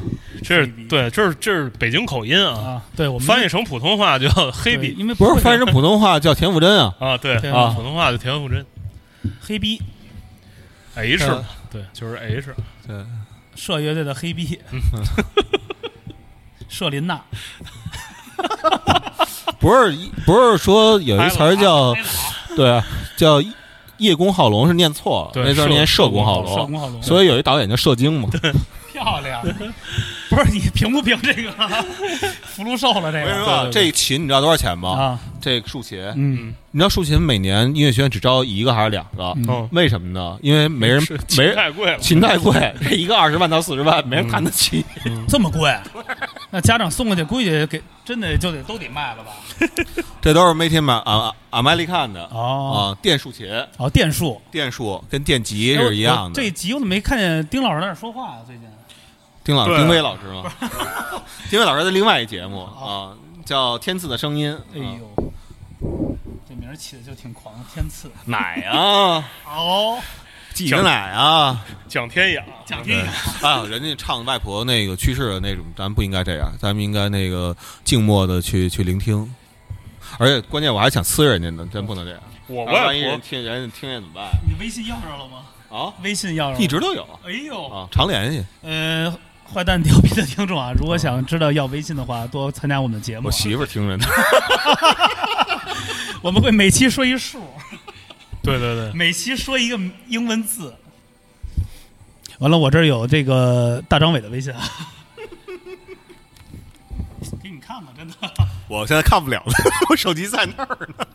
[SPEAKER 2] 这是
[SPEAKER 3] 黑逼
[SPEAKER 2] 对，这是这是北京口音啊，
[SPEAKER 3] 啊，对我们
[SPEAKER 2] 翻译成普通话叫黑
[SPEAKER 3] 对
[SPEAKER 2] 逼
[SPEAKER 3] 因 为
[SPEAKER 1] 不是
[SPEAKER 3] 会
[SPEAKER 1] 翻译成普通话叫田馥甄啊，
[SPEAKER 2] 啊，对
[SPEAKER 3] 对
[SPEAKER 1] 啊
[SPEAKER 2] 普通话就田馥甄
[SPEAKER 3] 黑逼
[SPEAKER 2] H，
[SPEAKER 1] 嗯
[SPEAKER 2] 对，哎就是 H，
[SPEAKER 1] 对，
[SPEAKER 3] 社乐队的黑逼， 社林娜
[SPEAKER 1] 不是不是说有一词儿叫
[SPEAKER 3] 黑佬
[SPEAKER 1] 对啊叫叶公好龙是念错了，
[SPEAKER 2] 对
[SPEAKER 1] 那字儿念射公好
[SPEAKER 3] 社
[SPEAKER 1] 龙，
[SPEAKER 3] 工好龙，
[SPEAKER 1] 所以有一导演叫射精嘛，
[SPEAKER 3] 漂亮。 不是你评不评这个？ 福禄寿了这
[SPEAKER 1] 我跟你
[SPEAKER 3] 个
[SPEAKER 1] 说啊，
[SPEAKER 2] 对对
[SPEAKER 1] 这琴你知道多少钱吗？
[SPEAKER 3] 啊，
[SPEAKER 1] 这个竖琴，
[SPEAKER 3] 嗯，
[SPEAKER 1] 你知道竖琴每年音乐学院只招一个还是两个？
[SPEAKER 3] 嗯
[SPEAKER 2] 嗯，
[SPEAKER 1] 为什么呢？因为没 人
[SPEAKER 2] 是
[SPEAKER 1] 没
[SPEAKER 2] 琴
[SPEAKER 1] 人
[SPEAKER 2] 太贵了，
[SPEAKER 1] 琴哦 太贵，这一个二十万到四十万，没人弹得起。
[SPEAKER 3] 这么贵， 那家长送过去，估计给真的就得都得卖了吧？
[SPEAKER 1] 这都是 Made in 阿啊阿麦利看的
[SPEAKER 3] 哦
[SPEAKER 1] 啊，电竖琴、
[SPEAKER 3] 哦，电数
[SPEAKER 1] 电竖跟电吉是一样的
[SPEAKER 3] 哎这。集我怎么没看见丁老师在那儿说话啊？最近
[SPEAKER 1] 丁老
[SPEAKER 2] 对
[SPEAKER 1] 丁威老师 吗？丁威老师的另外一节目啊，叫《天赐的声音》。
[SPEAKER 3] 哦哎
[SPEAKER 1] 啊，
[SPEAKER 3] 呦，这名儿起的就挺狂，天赐
[SPEAKER 1] 奶 啊，
[SPEAKER 3] 哦，
[SPEAKER 1] 挤着奶啊
[SPEAKER 2] 蒋天雅，
[SPEAKER 3] 蒋天雅
[SPEAKER 1] 啊！人家唱外婆那个去世的那种，咱们不应该这样，咱们应该那个静默的去去聆听。而且关键我还想呲人家呢，真不能这样。
[SPEAKER 3] 哦
[SPEAKER 2] 我
[SPEAKER 1] 啊万
[SPEAKER 2] 外
[SPEAKER 1] 一人
[SPEAKER 2] 婆，
[SPEAKER 1] 听人家听见怎么办
[SPEAKER 3] 你微信要着了吗？
[SPEAKER 1] 啊？
[SPEAKER 3] 微信要着了
[SPEAKER 1] 一直都有
[SPEAKER 3] 哎呦，
[SPEAKER 1] 啊，常联系。
[SPEAKER 3] 呃，坏蛋调皮的听众啊，如果想知道要微信的话，多参加我们的节目
[SPEAKER 1] 我
[SPEAKER 3] 啊，
[SPEAKER 1] 媳妇儿听着呢。
[SPEAKER 3] 我们会每期说一数，
[SPEAKER 2] 对 对对，
[SPEAKER 3] 每期说一个英文字。完了，我这儿有这个大张伟的微信啊， 给你看看，真的。
[SPEAKER 4] 我现在看不了 了，我手机在那儿呢。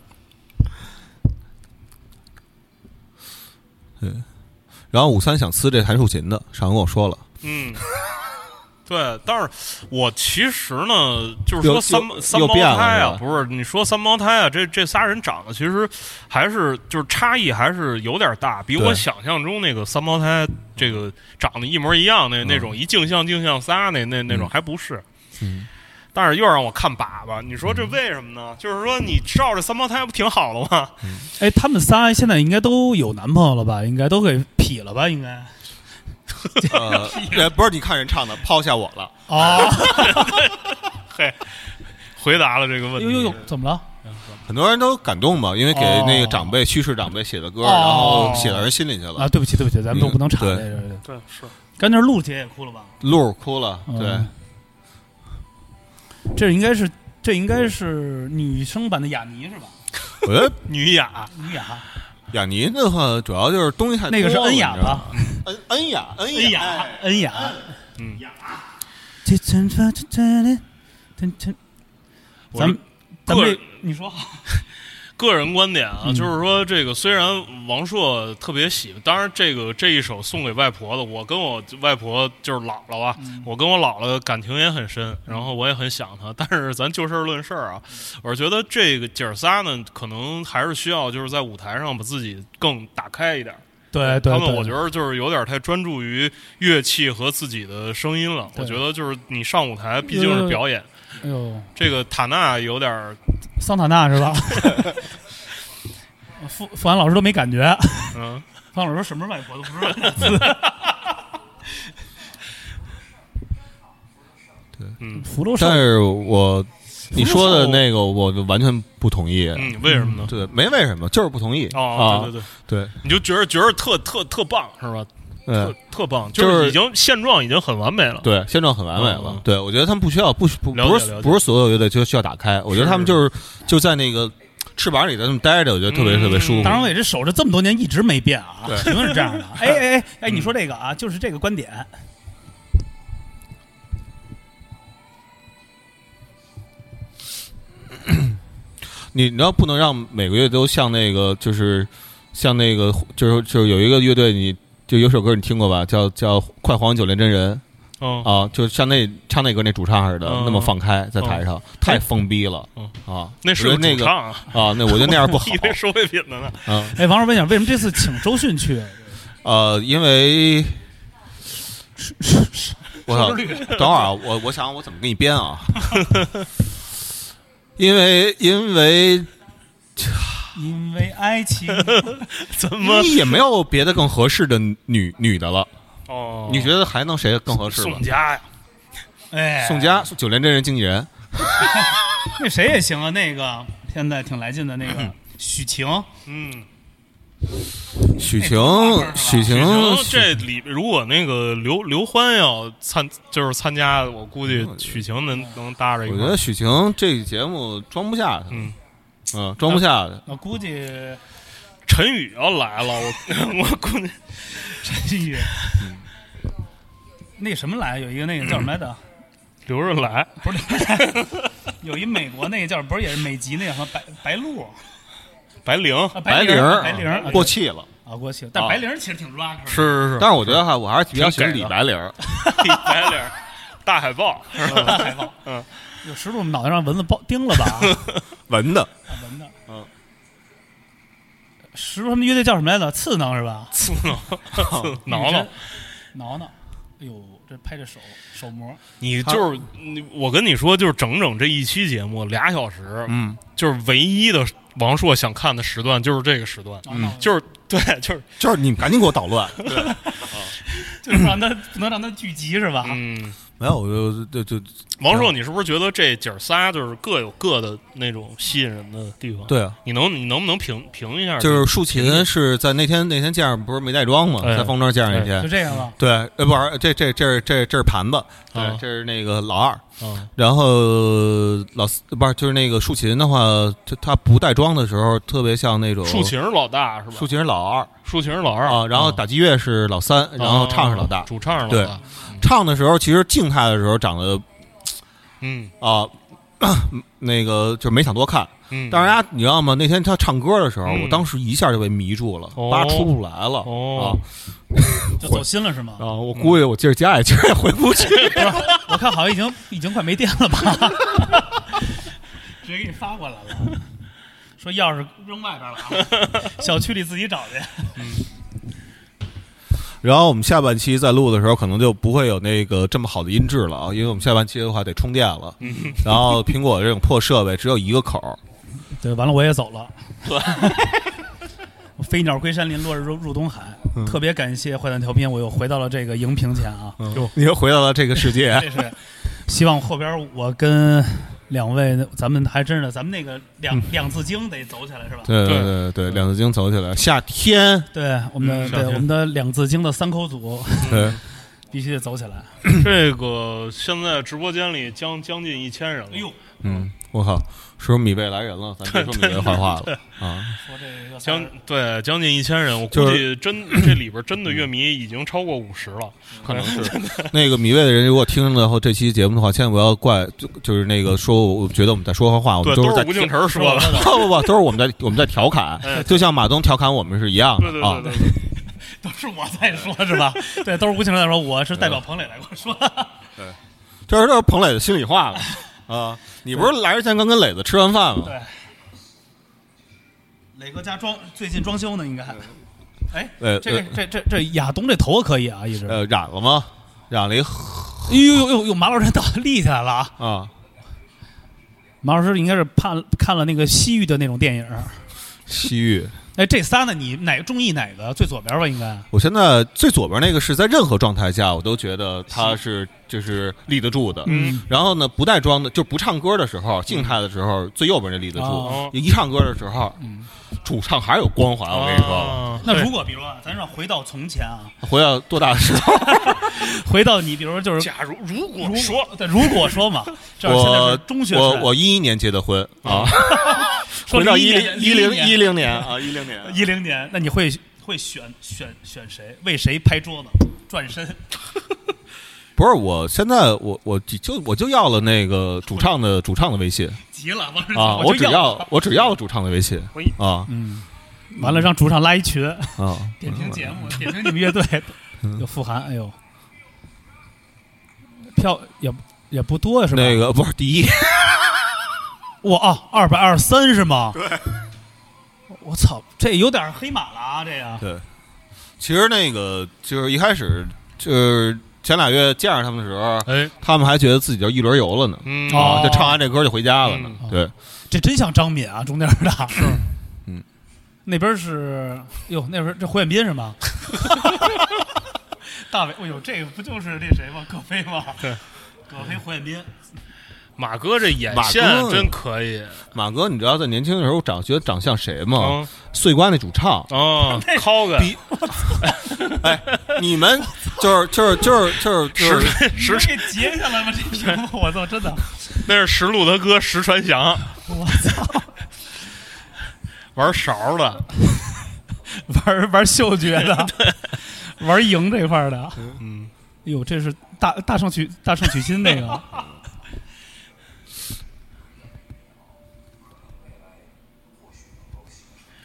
[SPEAKER 1] 然后五三想呲这弹竖琴的，上回跟我说了，
[SPEAKER 2] 嗯。 对，但是我其实呢，就是
[SPEAKER 1] 又
[SPEAKER 2] 说三
[SPEAKER 1] 又
[SPEAKER 2] 三
[SPEAKER 1] 又
[SPEAKER 2] 胞
[SPEAKER 1] 变了
[SPEAKER 2] 胎啊，
[SPEAKER 1] 是吧
[SPEAKER 2] 不是你说三胞胎啊，这这仨人长得其实还是就是差异还是有点大，比我
[SPEAKER 1] 对
[SPEAKER 2] 想象中那个三胞胎这个长得一模一样那那种一镜像镜像仨那那那种还不是，
[SPEAKER 1] 嗯，
[SPEAKER 2] 但是又让我看粑粑，你说这为什么呢？就是说你照着三胞胎不挺好的吗？
[SPEAKER 3] 哎，他们仨现在应该都有男朋友了吧？应该都给劈了吧？应该
[SPEAKER 1] 呃，呃不是你看人唱的，抛下我了。
[SPEAKER 3] 哦，
[SPEAKER 2] 嘿，回答了这个问题。
[SPEAKER 3] 呦呦呦，怎么了？
[SPEAKER 1] 很多人都感动嘛，因为给
[SPEAKER 3] 哦
[SPEAKER 1] 那个长辈、去世长辈写的歌，
[SPEAKER 3] 哦
[SPEAKER 1] 然后写到人心里去了。
[SPEAKER 3] 啊，对不起，对不起，咱们都不能查这
[SPEAKER 1] 对
[SPEAKER 3] 个。对
[SPEAKER 2] 对，是
[SPEAKER 3] 刚才陆姐也哭了吧？
[SPEAKER 1] 露儿哭了，
[SPEAKER 3] 嗯
[SPEAKER 1] 对，
[SPEAKER 3] 这应该是这应该是女生版的雅尼是吧？
[SPEAKER 1] 我觉得
[SPEAKER 2] 女雅，
[SPEAKER 3] 女雅，
[SPEAKER 1] 雅尼的话，主要就是东西太
[SPEAKER 3] 那个是
[SPEAKER 1] 多了
[SPEAKER 3] 恩雅？吧？
[SPEAKER 1] 恩恩雅，恩
[SPEAKER 3] 恩雅，恩雅，
[SPEAKER 2] 嗯。
[SPEAKER 3] 咱们咱
[SPEAKER 2] 个
[SPEAKER 3] 们
[SPEAKER 2] 人
[SPEAKER 3] 这你说
[SPEAKER 2] 个人观点啊，
[SPEAKER 3] 嗯
[SPEAKER 2] 就是说这个虽然王朔特别喜欢，当然这个这一首送给外婆的，我跟我外婆就是姥姥啊，
[SPEAKER 3] 嗯
[SPEAKER 2] 我跟我姥姥感情也很深，然后我也很想她，但是咱就事儿论事儿啊，我是觉得这个姐儿仨呢，可能还是需要就是在舞台上把自己更打开一点儿。
[SPEAKER 3] 哎对
[SPEAKER 2] 他们我觉得就是有点太专注于乐器和自己的声音了。我
[SPEAKER 3] 对
[SPEAKER 2] 觉得就是你上舞台毕竟是表演，
[SPEAKER 3] 哎呦，
[SPEAKER 2] 这个塔纳有点儿
[SPEAKER 3] 桑塔纳是 吧？付付安老师都没感觉，
[SPEAKER 2] 嗯，
[SPEAKER 3] 付安老师说什么外婆都不知道。 福禄寿
[SPEAKER 1] 但是我你说的那个，我完全不同意。
[SPEAKER 2] 嗯，为什么呢？
[SPEAKER 1] 对，没为什么，就是不同意。
[SPEAKER 2] 哦，
[SPEAKER 1] 啊
[SPEAKER 2] 对对对，
[SPEAKER 1] 对，
[SPEAKER 2] 你就觉得觉得特特特棒是吧？
[SPEAKER 1] 嗯
[SPEAKER 2] 特，特棒，
[SPEAKER 1] 就是
[SPEAKER 2] 是已经现状已经很完美了。
[SPEAKER 1] 对，现状很完美了。
[SPEAKER 2] 嗯嗯
[SPEAKER 1] 对，我觉得他们不需要，不不
[SPEAKER 2] 了解
[SPEAKER 1] 不是
[SPEAKER 2] 了解
[SPEAKER 1] 不是所有乐队就需要打开，我觉得他们就是就在那个翅膀里头那么待着，我觉得特别
[SPEAKER 2] 嗯
[SPEAKER 1] 特别舒服
[SPEAKER 3] 大。张伟这守着这么多年一直没变啊，
[SPEAKER 1] 对
[SPEAKER 3] 肯定是这样的。 哎哎哎哎，你说这个啊，就是这个观点。
[SPEAKER 1] 你你要不能让每个乐队都像那个就是像那个就是就是有一个乐队你。就有首歌你听过吧，叫叫《快还九连真人
[SPEAKER 2] 嗯》，
[SPEAKER 1] 啊，就像那唱那歌那主唱似的，
[SPEAKER 2] 嗯
[SPEAKER 1] 那么放开在台上，太封闭了
[SPEAKER 2] 嗯
[SPEAKER 1] 啊！
[SPEAKER 2] 那是
[SPEAKER 1] 我觉得
[SPEAKER 2] 主
[SPEAKER 1] 那个
[SPEAKER 2] 唱 啊，
[SPEAKER 1] 啊，那我觉得那样 不好
[SPEAKER 2] 以为收废品的呢。
[SPEAKER 1] 啊。
[SPEAKER 3] 哎，王老板讲，为什么这次请周迅去？
[SPEAKER 1] 呃，因 为我操，等会儿啊，我我想我怎么给你编啊？ 因为因为
[SPEAKER 3] 因为爱情。
[SPEAKER 2] 怎
[SPEAKER 1] ，E
[SPEAKER 2] 么？
[SPEAKER 1] 你也没有别的更合适的女女的了，
[SPEAKER 2] 哦，
[SPEAKER 1] 你觉得还能谁更合适了
[SPEAKER 2] 宋？佳呀？
[SPEAKER 3] 哎，
[SPEAKER 1] 宋佳，九连真人经纪人，
[SPEAKER 3] 那谁也行啊，那个现在挺来劲的那个许晴，
[SPEAKER 2] 嗯，
[SPEAKER 1] 许
[SPEAKER 2] 哎
[SPEAKER 1] 晴，许晴
[SPEAKER 2] 许，晴这里如果那个刘刘欢要参就是参加，我估计许晴能能搭着一
[SPEAKER 1] 嗯我
[SPEAKER 2] 块
[SPEAKER 1] 觉
[SPEAKER 2] 儿。
[SPEAKER 1] 得许晴这节目装不下她，
[SPEAKER 2] 嗯
[SPEAKER 1] 嗯，装不下她。
[SPEAKER 3] 我估计
[SPEAKER 2] 陈宇要来了，我我 估计
[SPEAKER 3] 陈宇，
[SPEAKER 1] 嗯
[SPEAKER 3] 那什么来，有一个那个叫什么来着？
[SPEAKER 2] 刘润来
[SPEAKER 1] 嗯
[SPEAKER 3] 不是， 有一美国那个叫不是也是美籍那个什么白白鹿
[SPEAKER 2] 白灵嗯
[SPEAKER 3] 啊，
[SPEAKER 1] 灵
[SPEAKER 3] 灵
[SPEAKER 1] 儿，
[SPEAKER 3] 白灵
[SPEAKER 1] 过气了，
[SPEAKER 3] 啊过去，但
[SPEAKER 1] 啊
[SPEAKER 3] 白灵儿其实挺 rock 的。
[SPEAKER 2] 是是
[SPEAKER 1] 但是我觉得哈，我还是比较喜欢
[SPEAKER 2] 挺给
[SPEAKER 1] 李
[SPEAKER 2] 的
[SPEAKER 1] 白灵儿。
[SPEAKER 2] 白灵大海报，
[SPEAKER 3] 海报，
[SPEAKER 2] 嗯，
[SPEAKER 3] 有石头脑袋让蚊子包叮了吧？
[SPEAKER 1] 文的，
[SPEAKER 3] 啊蚊子，
[SPEAKER 1] 嗯，
[SPEAKER 3] 石头他们乐队叫什么来着？刺挠是吧？
[SPEAKER 2] 刺 挠刺挠
[SPEAKER 3] 女
[SPEAKER 2] 挠
[SPEAKER 3] 真，，挠挠，哎呦，这拍着手手模，
[SPEAKER 2] 你就是你，我跟你说，就是整整这一期节目俩小时，
[SPEAKER 1] 嗯，
[SPEAKER 2] 就是唯一的王朔想看的时段就是这个时段，
[SPEAKER 1] 哦嗯
[SPEAKER 3] 挠挠
[SPEAKER 2] 就是对，就是
[SPEAKER 1] 就是你们赶紧给我捣 乱。
[SPEAKER 3] 就是让他不能让他聚集是吧？
[SPEAKER 2] 嗯，
[SPEAKER 1] 没有，我就就就
[SPEAKER 2] 王朔，你是不是觉得这姐儿仨就是各有各的那种吸引人的地方？，
[SPEAKER 1] 对啊，
[SPEAKER 2] 你能你能不能评评一下？
[SPEAKER 1] 就是竖琴是在那天那天见着不是没带妆吗？
[SPEAKER 2] 哎
[SPEAKER 1] 在方庄见着那
[SPEAKER 3] 就
[SPEAKER 1] 天，
[SPEAKER 3] 这样吧。
[SPEAKER 1] 对，呃，不是，这这这这这是盘子，
[SPEAKER 2] 啊
[SPEAKER 1] 对，这是那个老二，
[SPEAKER 2] 啊，
[SPEAKER 1] 然后老四不是就是那个竖琴的话，他他不带妆的时候特别像那种
[SPEAKER 2] 竖，琴是老大是吧？
[SPEAKER 1] 竖琴是老二
[SPEAKER 2] 竖琴是老二
[SPEAKER 1] 啊，然后打击乐是老三，然后唱是老
[SPEAKER 2] 啊
[SPEAKER 1] 大，
[SPEAKER 2] 主唱是老
[SPEAKER 1] 对
[SPEAKER 2] 大，
[SPEAKER 1] 唱的时候其实静态的时候长得
[SPEAKER 2] 嗯
[SPEAKER 1] 啊。 那个就是没想多看，
[SPEAKER 2] 嗯，
[SPEAKER 1] 但是大家你知道吗？那天他唱歌的时候，
[SPEAKER 2] 嗯
[SPEAKER 1] 我当时一下就被迷住了，
[SPEAKER 2] 哦
[SPEAKER 1] 八出不来了啊
[SPEAKER 2] 哦，
[SPEAKER 3] 就走心了是吗？
[SPEAKER 1] 啊，我估计我今儿家里今儿也回不 去。
[SPEAKER 3] 我看好像已经 已经快没电了吧，直接给你发过来了， 说钥匙扔外边了啊， 小区里自己找去。
[SPEAKER 1] 然后我们下半期再录的时候，可能就不会有那个这么好的音质了啊，因为我们下半期的话得充电了。
[SPEAKER 2] 嗯
[SPEAKER 1] 然后苹果这种破设备只有一个口儿，
[SPEAKER 3] 对，完了我也走了。 我飞鸟归山林，落日入入东海。特别感谢坏蛋调频，我又回到了这个荧屏前啊。
[SPEAKER 1] 你又回到了这个世 界。
[SPEAKER 3] 这是希望后边我跟两位，咱们还真是咱们那个两、两字经得走起来是吧？
[SPEAKER 1] 对对对对，两字经走起来，夏天，
[SPEAKER 3] 对，我们的、
[SPEAKER 2] 嗯
[SPEAKER 3] 对
[SPEAKER 2] 小心嗯
[SPEAKER 3] 我们的两字经的三口组
[SPEAKER 1] 对，
[SPEAKER 3] 必须得走起来。
[SPEAKER 2] 这个现在直播间里将将近一千人了。
[SPEAKER 3] 哎呦，
[SPEAKER 1] 嗯，我靠，说米未来人了，咱别说米未坏话了 啊！
[SPEAKER 3] 说这个
[SPEAKER 2] 将对将近一千人，我
[SPEAKER 1] 就
[SPEAKER 2] 估
[SPEAKER 1] 是
[SPEAKER 2] 计真这里边真的乐迷已经超过五十了。嗯
[SPEAKER 1] 可能是那个米未的人，如果听了后这期节目的话，千万不要怪，就就是那个说，我觉得我们在说坏话，我
[SPEAKER 2] 对，
[SPEAKER 1] 们都
[SPEAKER 2] 都
[SPEAKER 1] 是在
[SPEAKER 2] 是吴敬晨说的。哎
[SPEAKER 1] 不 不不，都是我们在我们在调侃，就像马东调侃我们是一样
[SPEAKER 2] 对对
[SPEAKER 1] 的啊
[SPEAKER 2] 对。对对，
[SPEAKER 3] 都是我在说是吧？ 对，都是吴庆在说，我是代表彭磊来跟我 说。
[SPEAKER 1] 这是这是彭磊的心里话了 啊！你不是来之前刚跟磊子吃完饭吗？
[SPEAKER 3] 对，磊哥家装最近装修呢，应该。哎，
[SPEAKER 1] 呃
[SPEAKER 3] 这个这这这亚东这头发可以啊，一直。哎
[SPEAKER 1] 呃，染了吗？染了一黑
[SPEAKER 3] 呦呦呦呦，马老师倒立起来了啊！
[SPEAKER 1] 啊，
[SPEAKER 3] 马老师应该是看看了那个西域的那种电影。
[SPEAKER 1] 西域。
[SPEAKER 3] 哎，这仨呢，你哪中意哪个？最左边吧，应该。
[SPEAKER 1] 我现在最左边那个是在任何状态下，我都觉得他是就是立得住的。
[SPEAKER 3] 嗯，
[SPEAKER 1] 然后呢，不带装的，就不唱歌的时候，静态的时候，最右边那立得
[SPEAKER 3] 哦嗯
[SPEAKER 1] 住；一唱歌的时候，主唱还是有光环。我跟你说，
[SPEAKER 2] 啊
[SPEAKER 3] 那如果比如说啊，咱让回到从前啊，
[SPEAKER 1] 回到多大的时候？
[SPEAKER 3] 回到你，比如说就是
[SPEAKER 2] 假如如果
[SPEAKER 3] 如
[SPEAKER 2] 说，
[SPEAKER 3] 对，如果 说嘛，这 现在是
[SPEAKER 1] 我
[SPEAKER 3] 中学
[SPEAKER 1] 我
[SPEAKER 3] 生
[SPEAKER 1] 我一一年结的婚啊，
[SPEAKER 3] 说
[SPEAKER 1] 回到一
[SPEAKER 3] 零
[SPEAKER 1] 零一零一
[SPEAKER 3] 一
[SPEAKER 1] 零年啊，
[SPEAKER 4] 啊，一 零年
[SPEAKER 3] 一零年，那你会会选选选谁？为谁拍桌子？转身
[SPEAKER 1] 不是，我现在我我就我就要了那个主唱的主唱的微信
[SPEAKER 3] 急了，王志
[SPEAKER 1] 啊，
[SPEAKER 3] 嗯我
[SPEAKER 1] 我
[SPEAKER 3] 就
[SPEAKER 1] 只要我只要主唱的微信啊
[SPEAKER 3] 嗯，完了让主唱拉一群，
[SPEAKER 1] 啊，
[SPEAKER 3] 点评节目，点评你们乐队，
[SPEAKER 1] 嗯
[SPEAKER 3] 有富含，哎呦，票也也不多呀是吧？
[SPEAKER 1] 那个不是第一，
[SPEAKER 3] 哇啊，二百二三是吗？对，我操，这有点黑马了啊，这个。
[SPEAKER 1] 对，其实那个就是一开始就是前俩月见着他们的时候，
[SPEAKER 2] 哎，
[SPEAKER 1] 他们还觉得自己就一轮游了呢，
[SPEAKER 2] 嗯，
[SPEAKER 3] 哦
[SPEAKER 1] 啊，就唱完这歌就回家了呢，对，
[SPEAKER 3] 这真像张敏啊，中间的是，
[SPEAKER 1] 嗯，
[SPEAKER 3] 那边是哟，那边这胡彦斌是吗？ 大伟，哎呦，这个不就是那谁吗？葛飞吗？
[SPEAKER 2] 对，
[SPEAKER 3] 葛飞胡彦斌，
[SPEAKER 2] 马哥这眼
[SPEAKER 1] 马
[SPEAKER 2] 线
[SPEAKER 1] 哥啊
[SPEAKER 2] 真可以
[SPEAKER 1] 马哥，你知道在年轻的时候长觉得长像谁吗？
[SPEAKER 2] 啊
[SPEAKER 1] 碎瓜那主唱，
[SPEAKER 2] 啊，敲个
[SPEAKER 1] 比
[SPEAKER 2] 哦
[SPEAKER 1] 你们就是就是就是就是就
[SPEAKER 2] 石
[SPEAKER 1] 是。
[SPEAKER 2] 石，
[SPEAKER 3] 给截下来吗？这屏幕，我操，真的，
[SPEAKER 2] 那是石路他哥石传 祥
[SPEAKER 3] 我操，
[SPEAKER 2] 玩勺的，
[SPEAKER 3] 玩玩嗅觉 的，玩赢这块儿的，
[SPEAKER 2] 嗯，
[SPEAKER 3] 哎呦，这是大大圣娶大圣娶亲那 个。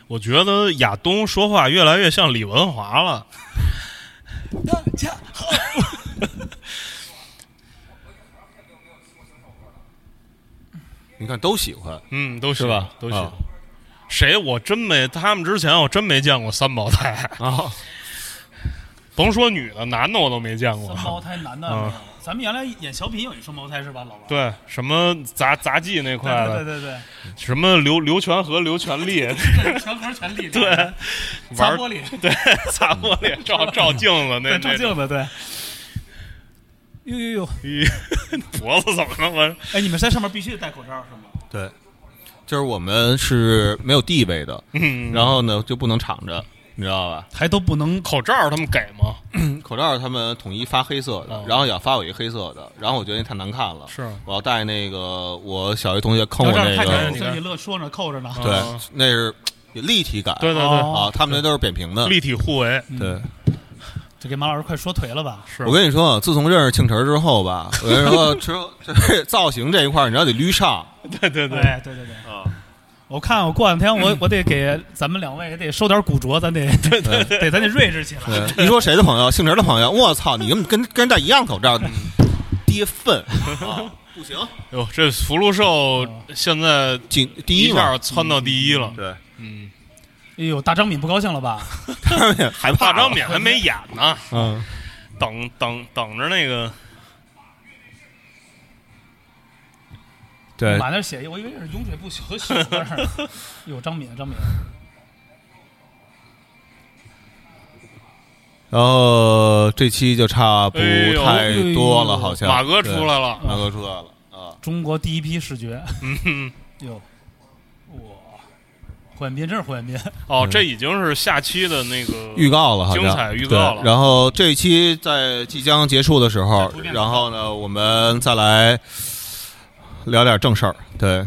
[SPEAKER 2] 我觉得亚东说话越来越像李文华了。
[SPEAKER 1] 你看都喜欢，
[SPEAKER 2] 嗯，都
[SPEAKER 1] 是吧
[SPEAKER 2] 都行。
[SPEAKER 1] 啊
[SPEAKER 2] 谁？我真没他们之前，我真没见过三胞胎。
[SPEAKER 1] 啊，
[SPEAKER 2] 甭说女的，男的我都没见
[SPEAKER 3] 三
[SPEAKER 2] 过。
[SPEAKER 3] 胞胎男的没有，咱们原来演小品有一双胞胎是吧，老王？
[SPEAKER 2] 对，什么杂杂技那块
[SPEAKER 3] 对对
[SPEAKER 2] 的，
[SPEAKER 3] 对对
[SPEAKER 2] 什么刘刘全和刘全 利
[SPEAKER 3] 对，全盒全力，对，
[SPEAKER 2] 玩
[SPEAKER 3] 砸玻璃，
[SPEAKER 2] 对擦玻璃 照照镜子
[SPEAKER 3] 对，
[SPEAKER 2] 那
[SPEAKER 3] 照
[SPEAKER 2] 那
[SPEAKER 3] 镜子，对。呦呦呦！
[SPEAKER 2] 脖子怎么那么
[SPEAKER 3] 哎，你们在上面必须得戴口罩是吗？
[SPEAKER 1] 对， 就是我们是没有地位的，
[SPEAKER 2] 嗯
[SPEAKER 1] 然后呢就不能敞着，你知道吧？
[SPEAKER 3] 还都不能
[SPEAKER 2] 口罩他们给吗？
[SPEAKER 1] 口罩他们统一发黑色的
[SPEAKER 2] 哦，
[SPEAKER 1] 然后也发我一黑色的，然后我觉得那太难看了，
[SPEAKER 2] 是
[SPEAKER 1] 我要戴那个我小学同学坑我
[SPEAKER 3] 口罩
[SPEAKER 1] 那
[SPEAKER 3] 看起来
[SPEAKER 1] 个
[SPEAKER 2] 你，
[SPEAKER 3] 孙乐说着扣着呢。
[SPEAKER 2] 嗯
[SPEAKER 1] 对，那是有立体感，
[SPEAKER 2] 对对嗯对，
[SPEAKER 3] 哦
[SPEAKER 1] 啊，他们那都是扁平的。
[SPEAKER 2] 立体互为
[SPEAKER 1] 对，
[SPEAKER 3] 这给马老师快说颓了吧？
[SPEAKER 2] 是
[SPEAKER 1] 我跟你说，自从认识庆晨之后吧， 我跟你说，这这造型这一块儿，你知道得捋 上，
[SPEAKER 2] 对对对，
[SPEAKER 3] 哎，对对对，
[SPEAKER 4] 啊，
[SPEAKER 3] 我看我过两天我我得给咱们两位得收点古着，咱得对对对，咱得睿智起来。
[SPEAKER 1] 对一说谁的朋友，姓陈的朋友，我操，你跟跟跟人戴一样口罩，跌份啊！不行，
[SPEAKER 2] 哟，这福禄寿现在
[SPEAKER 1] 进第
[SPEAKER 2] 嗯一
[SPEAKER 1] 一
[SPEAKER 2] 下
[SPEAKER 1] 嘛，
[SPEAKER 2] 窜到第一了。
[SPEAKER 1] 对，
[SPEAKER 2] 嗯，
[SPEAKER 3] 哎呦，大张敏不高兴了吧？
[SPEAKER 1] 他们也害怕
[SPEAKER 2] 大
[SPEAKER 1] 了
[SPEAKER 2] 张，敏还没演呢，
[SPEAKER 1] 嗯，
[SPEAKER 2] 等等等着那个
[SPEAKER 1] 对，
[SPEAKER 3] 满那儿写一，我以为是永水不朽的朽字儿。有张敏，张敏，
[SPEAKER 1] 然后这期就差不太多了，好像
[SPEAKER 2] 哎马哥出来
[SPEAKER 1] 对，
[SPEAKER 2] 了，
[SPEAKER 1] 马哥出来了啊，
[SPEAKER 3] 中国第一批视觉。
[SPEAKER 2] 嗯，
[SPEAKER 3] 哟，哇，火焰鞭真是火焰鞭，
[SPEAKER 2] 哦，这已经是下期的那个
[SPEAKER 1] 预告了，好像
[SPEAKER 2] 嗯精彩预告了
[SPEAKER 1] 对然后这一期在即将结束的时候
[SPEAKER 3] 在铺，垫
[SPEAKER 1] 然后呢，我们再来聊点正事儿。对，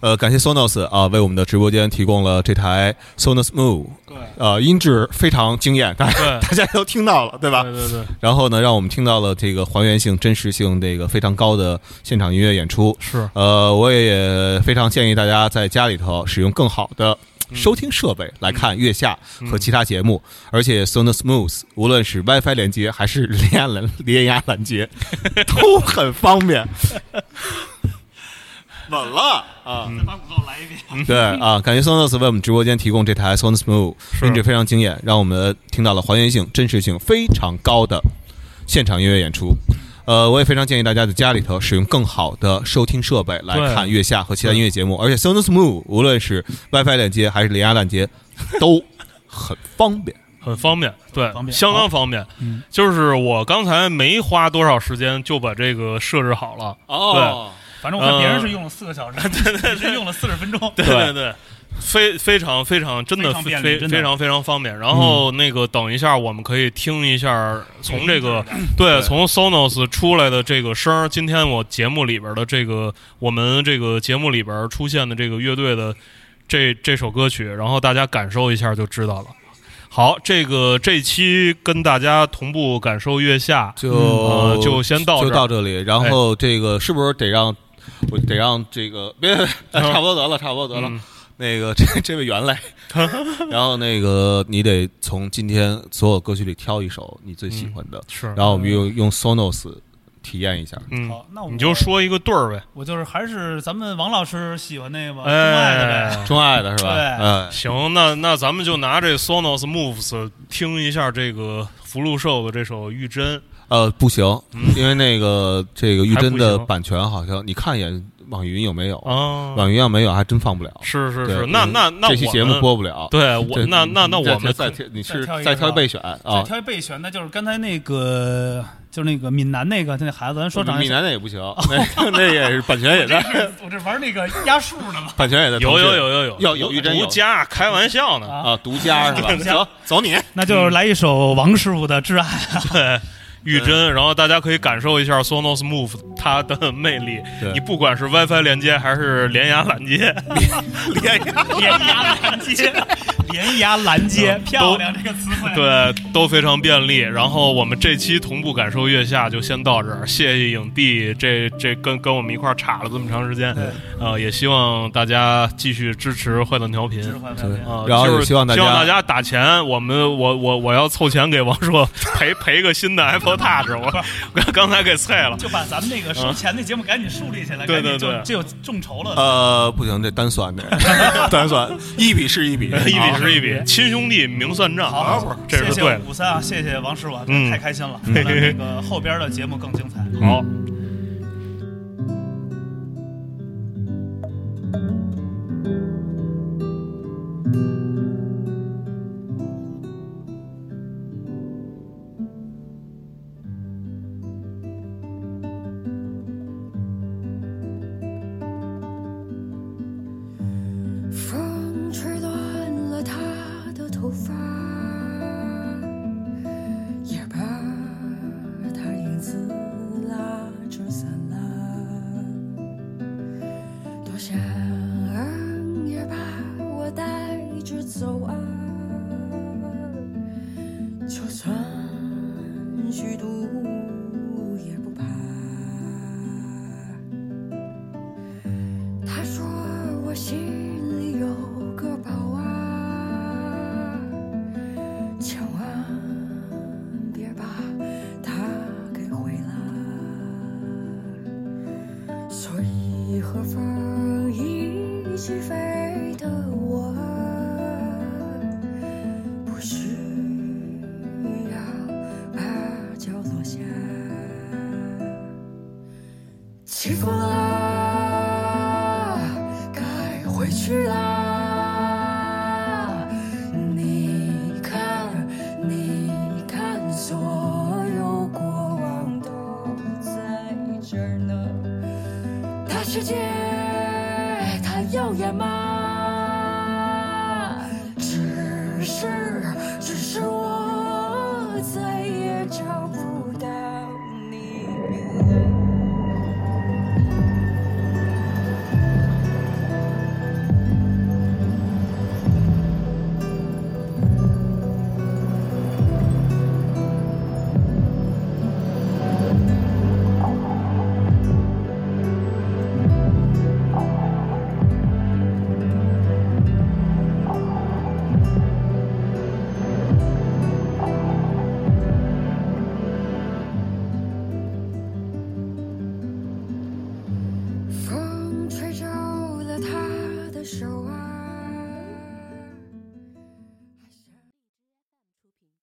[SPEAKER 1] 呃，感谢 Sonos 啊，为我们的直播间提供了这台 Sonos Move，
[SPEAKER 3] 对
[SPEAKER 1] 呃，音质非常惊艳，大家
[SPEAKER 2] 对
[SPEAKER 1] 大家都听到了，对吧？
[SPEAKER 2] 对对对，
[SPEAKER 1] 然后呢，让我们听到了这个还原性、真实性这个非常高的现场音乐演出。
[SPEAKER 2] 是
[SPEAKER 1] 呃，我也非常建议大家在家里头使用更好的收听设备来看月下
[SPEAKER 3] 嗯
[SPEAKER 1] 和其他节目，而且 Sonos Smooth 无论是 WiFi 连接还是蓝牙蓝 蓝牙拦截都很方便。
[SPEAKER 4] 稳了啊！
[SPEAKER 3] 再把广告来一遍。
[SPEAKER 1] 对啊，感谢 Sonos 为我们直播间提供这台 Sonos Smooth，
[SPEAKER 2] 是
[SPEAKER 1] 音质非常惊艳，让我们听到了还原性、真实性非常高的现场音乐演出。呃，我也非常建议大家在家里头使用更好的收听设备来
[SPEAKER 2] 对
[SPEAKER 1] 看月下和其他音乐节目，而且 Sonos Move 无论是 WiFi 链接还是蓝牙链 接，都很方便。
[SPEAKER 2] 很方便，对，
[SPEAKER 3] 方便
[SPEAKER 2] 相当方便。
[SPEAKER 3] 嗯
[SPEAKER 2] 就是我刚才没花多少时间就把这个设置好了。
[SPEAKER 4] 哦，
[SPEAKER 3] 反正我看别人
[SPEAKER 2] 呃
[SPEAKER 3] 是用了四个小时， 对对，是用了四十分钟。
[SPEAKER 2] 对对对，非非常非常真的
[SPEAKER 3] 非常
[SPEAKER 2] 非
[SPEAKER 3] 便利
[SPEAKER 2] 非
[SPEAKER 3] 真的嗯
[SPEAKER 2] 非常非常方便。然后那个等一下，我们可以听一下从这个对从 Sonos 出来的这个声儿。今天我节目里边的这个我们这个节目里边出现的这个乐队的这这首歌曲，然后大家感受一下就知道了。好，这个这期跟大家同步感受月下，
[SPEAKER 1] 就、
[SPEAKER 2] 呃，就先到
[SPEAKER 1] 就
[SPEAKER 2] 这
[SPEAKER 1] 到
[SPEAKER 2] 儿。哎
[SPEAKER 1] 这里，然后这个是不是得让我得让这个 别别，别差不多得了，差不多得了。
[SPEAKER 2] 嗯
[SPEAKER 1] 那个 这这位 原来，然后那个你得从今天所有歌曲里挑一首你最喜欢的，
[SPEAKER 2] 是，
[SPEAKER 1] 然后我们用用 Sonos 体验一下。
[SPEAKER 2] 嗯，
[SPEAKER 3] 好，那我
[SPEAKER 2] 你就，说一个对儿呗，
[SPEAKER 3] 我就是还是咱们王老师喜欢那个吧，钟爱的呗。
[SPEAKER 2] 哎。
[SPEAKER 1] 钟爱的是吧？
[SPEAKER 3] 对
[SPEAKER 1] 哎，
[SPEAKER 2] 行，那那咱们就拿这 Sonos Moves 听一下这个福禄寿的这首《玉珍》。
[SPEAKER 1] 呃，不行，因为那 个这个玉珍
[SPEAKER 2] 嗯还不
[SPEAKER 1] 的
[SPEAKER 2] 行
[SPEAKER 1] 版权好像，你看一眼网易云有没有？
[SPEAKER 2] 啊，
[SPEAKER 1] 网易云要没有，还真放不了。
[SPEAKER 2] 是是
[SPEAKER 1] 哦对嗯
[SPEAKER 2] 是，那那那
[SPEAKER 1] 这期
[SPEAKER 2] 我
[SPEAKER 1] 节目
[SPEAKER 2] 们
[SPEAKER 1] 播不了。
[SPEAKER 2] 对我
[SPEAKER 1] 对
[SPEAKER 2] 那那那
[SPEAKER 1] 你再
[SPEAKER 2] 我们
[SPEAKER 1] 再挑，你是
[SPEAKER 3] 再挑一个
[SPEAKER 1] 再挑
[SPEAKER 3] 是吧
[SPEAKER 1] 备选
[SPEAKER 3] 再
[SPEAKER 1] 啊？
[SPEAKER 3] 挑一备选的，就是刚才那个，就是那个闽南那个，他那孩子，咱说长
[SPEAKER 1] 闽南的也不 行， 那那也是版权也在，
[SPEAKER 3] 我这玩那个压数呢嘛。
[SPEAKER 1] 版权也在腾
[SPEAKER 2] 有
[SPEAKER 1] 讯。
[SPEAKER 2] 有有有有
[SPEAKER 1] 要有玉珍有
[SPEAKER 2] 独家开玩笑呢。
[SPEAKER 3] 啊
[SPEAKER 1] 啊，独家是吧？走走你，
[SPEAKER 2] 嗯
[SPEAKER 3] 那就来一首王师傅的《挚爱》。
[SPEAKER 2] 对，玉珍，然后大家可以感受一下 Sonos Move 它的魅力
[SPEAKER 1] 对。
[SPEAKER 2] 你不管是 WiFi 连接还是蓝牙拦截，
[SPEAKER 1] 连呀。
[SPEAKER 3] 连牙拦截，连牙拦截，
[SPEAKER 2] 嗯
[SPEAKER 3] 漂亮这个词汇。，
[SPEAKER 2] 对，都非常便利。然后我们这期同步感受月下就先到这儿，谢谢影帝，这这跟跟我们一块儿插了这么长时间，呃，也希望大家继续支持坏蛋调频。啊、
[SPEAKER 1] 然后
[SPEAKER 2] 就是
[SPEAKER 1] 也希望大家
[SPEAKER 2] 打钱，我们我我我要凑钱给王硕赔赔个新的 Apple Touch，我我刚才给碎了。
[SPEAKER 3] 就把咱们那个收钱的节目赶紧树立起来，
[SPEAKER 2] 嗯对
[SPEAKER 3] 赶紧
[SPEAKER 2] 对对啊
[SPEAKER 3] 就就众筹了。
[SPEAKER 1] 呃，不行，这单算这， 单算一笔是 一笔，
[SPEAKER 2] 一笔是一笔，亲兄弟明算账，啊
[SPEAKER 3] 好，
[SPEAKER 2] 这
[SPEAKER 3] 谢
[SPEAKER 2] 是
[SPEAKER 3] 谢
[SPEAKER 2] 对的。
[SPEAKER 3] 五三啊，谢谢王师傅啊，
[SPEAKER 2] 嗯
[SPEAKER 3] 太开心了。那个后边的节目更精彩。
[SPEAKER 2] 好，
[SPEAKER 6] 风吹乱了她的头发，也把她影子拉着散了。多想也把我带着走啊，就算虚度也不怕。他说我心里有个宝啊，千万别把它给毁了。所以和风一起飞的我，不需要把脚落下。起风啦，该回去啦。你看，你看，所有过往都在这儿呢。大世界，它耀眼吗？手啊。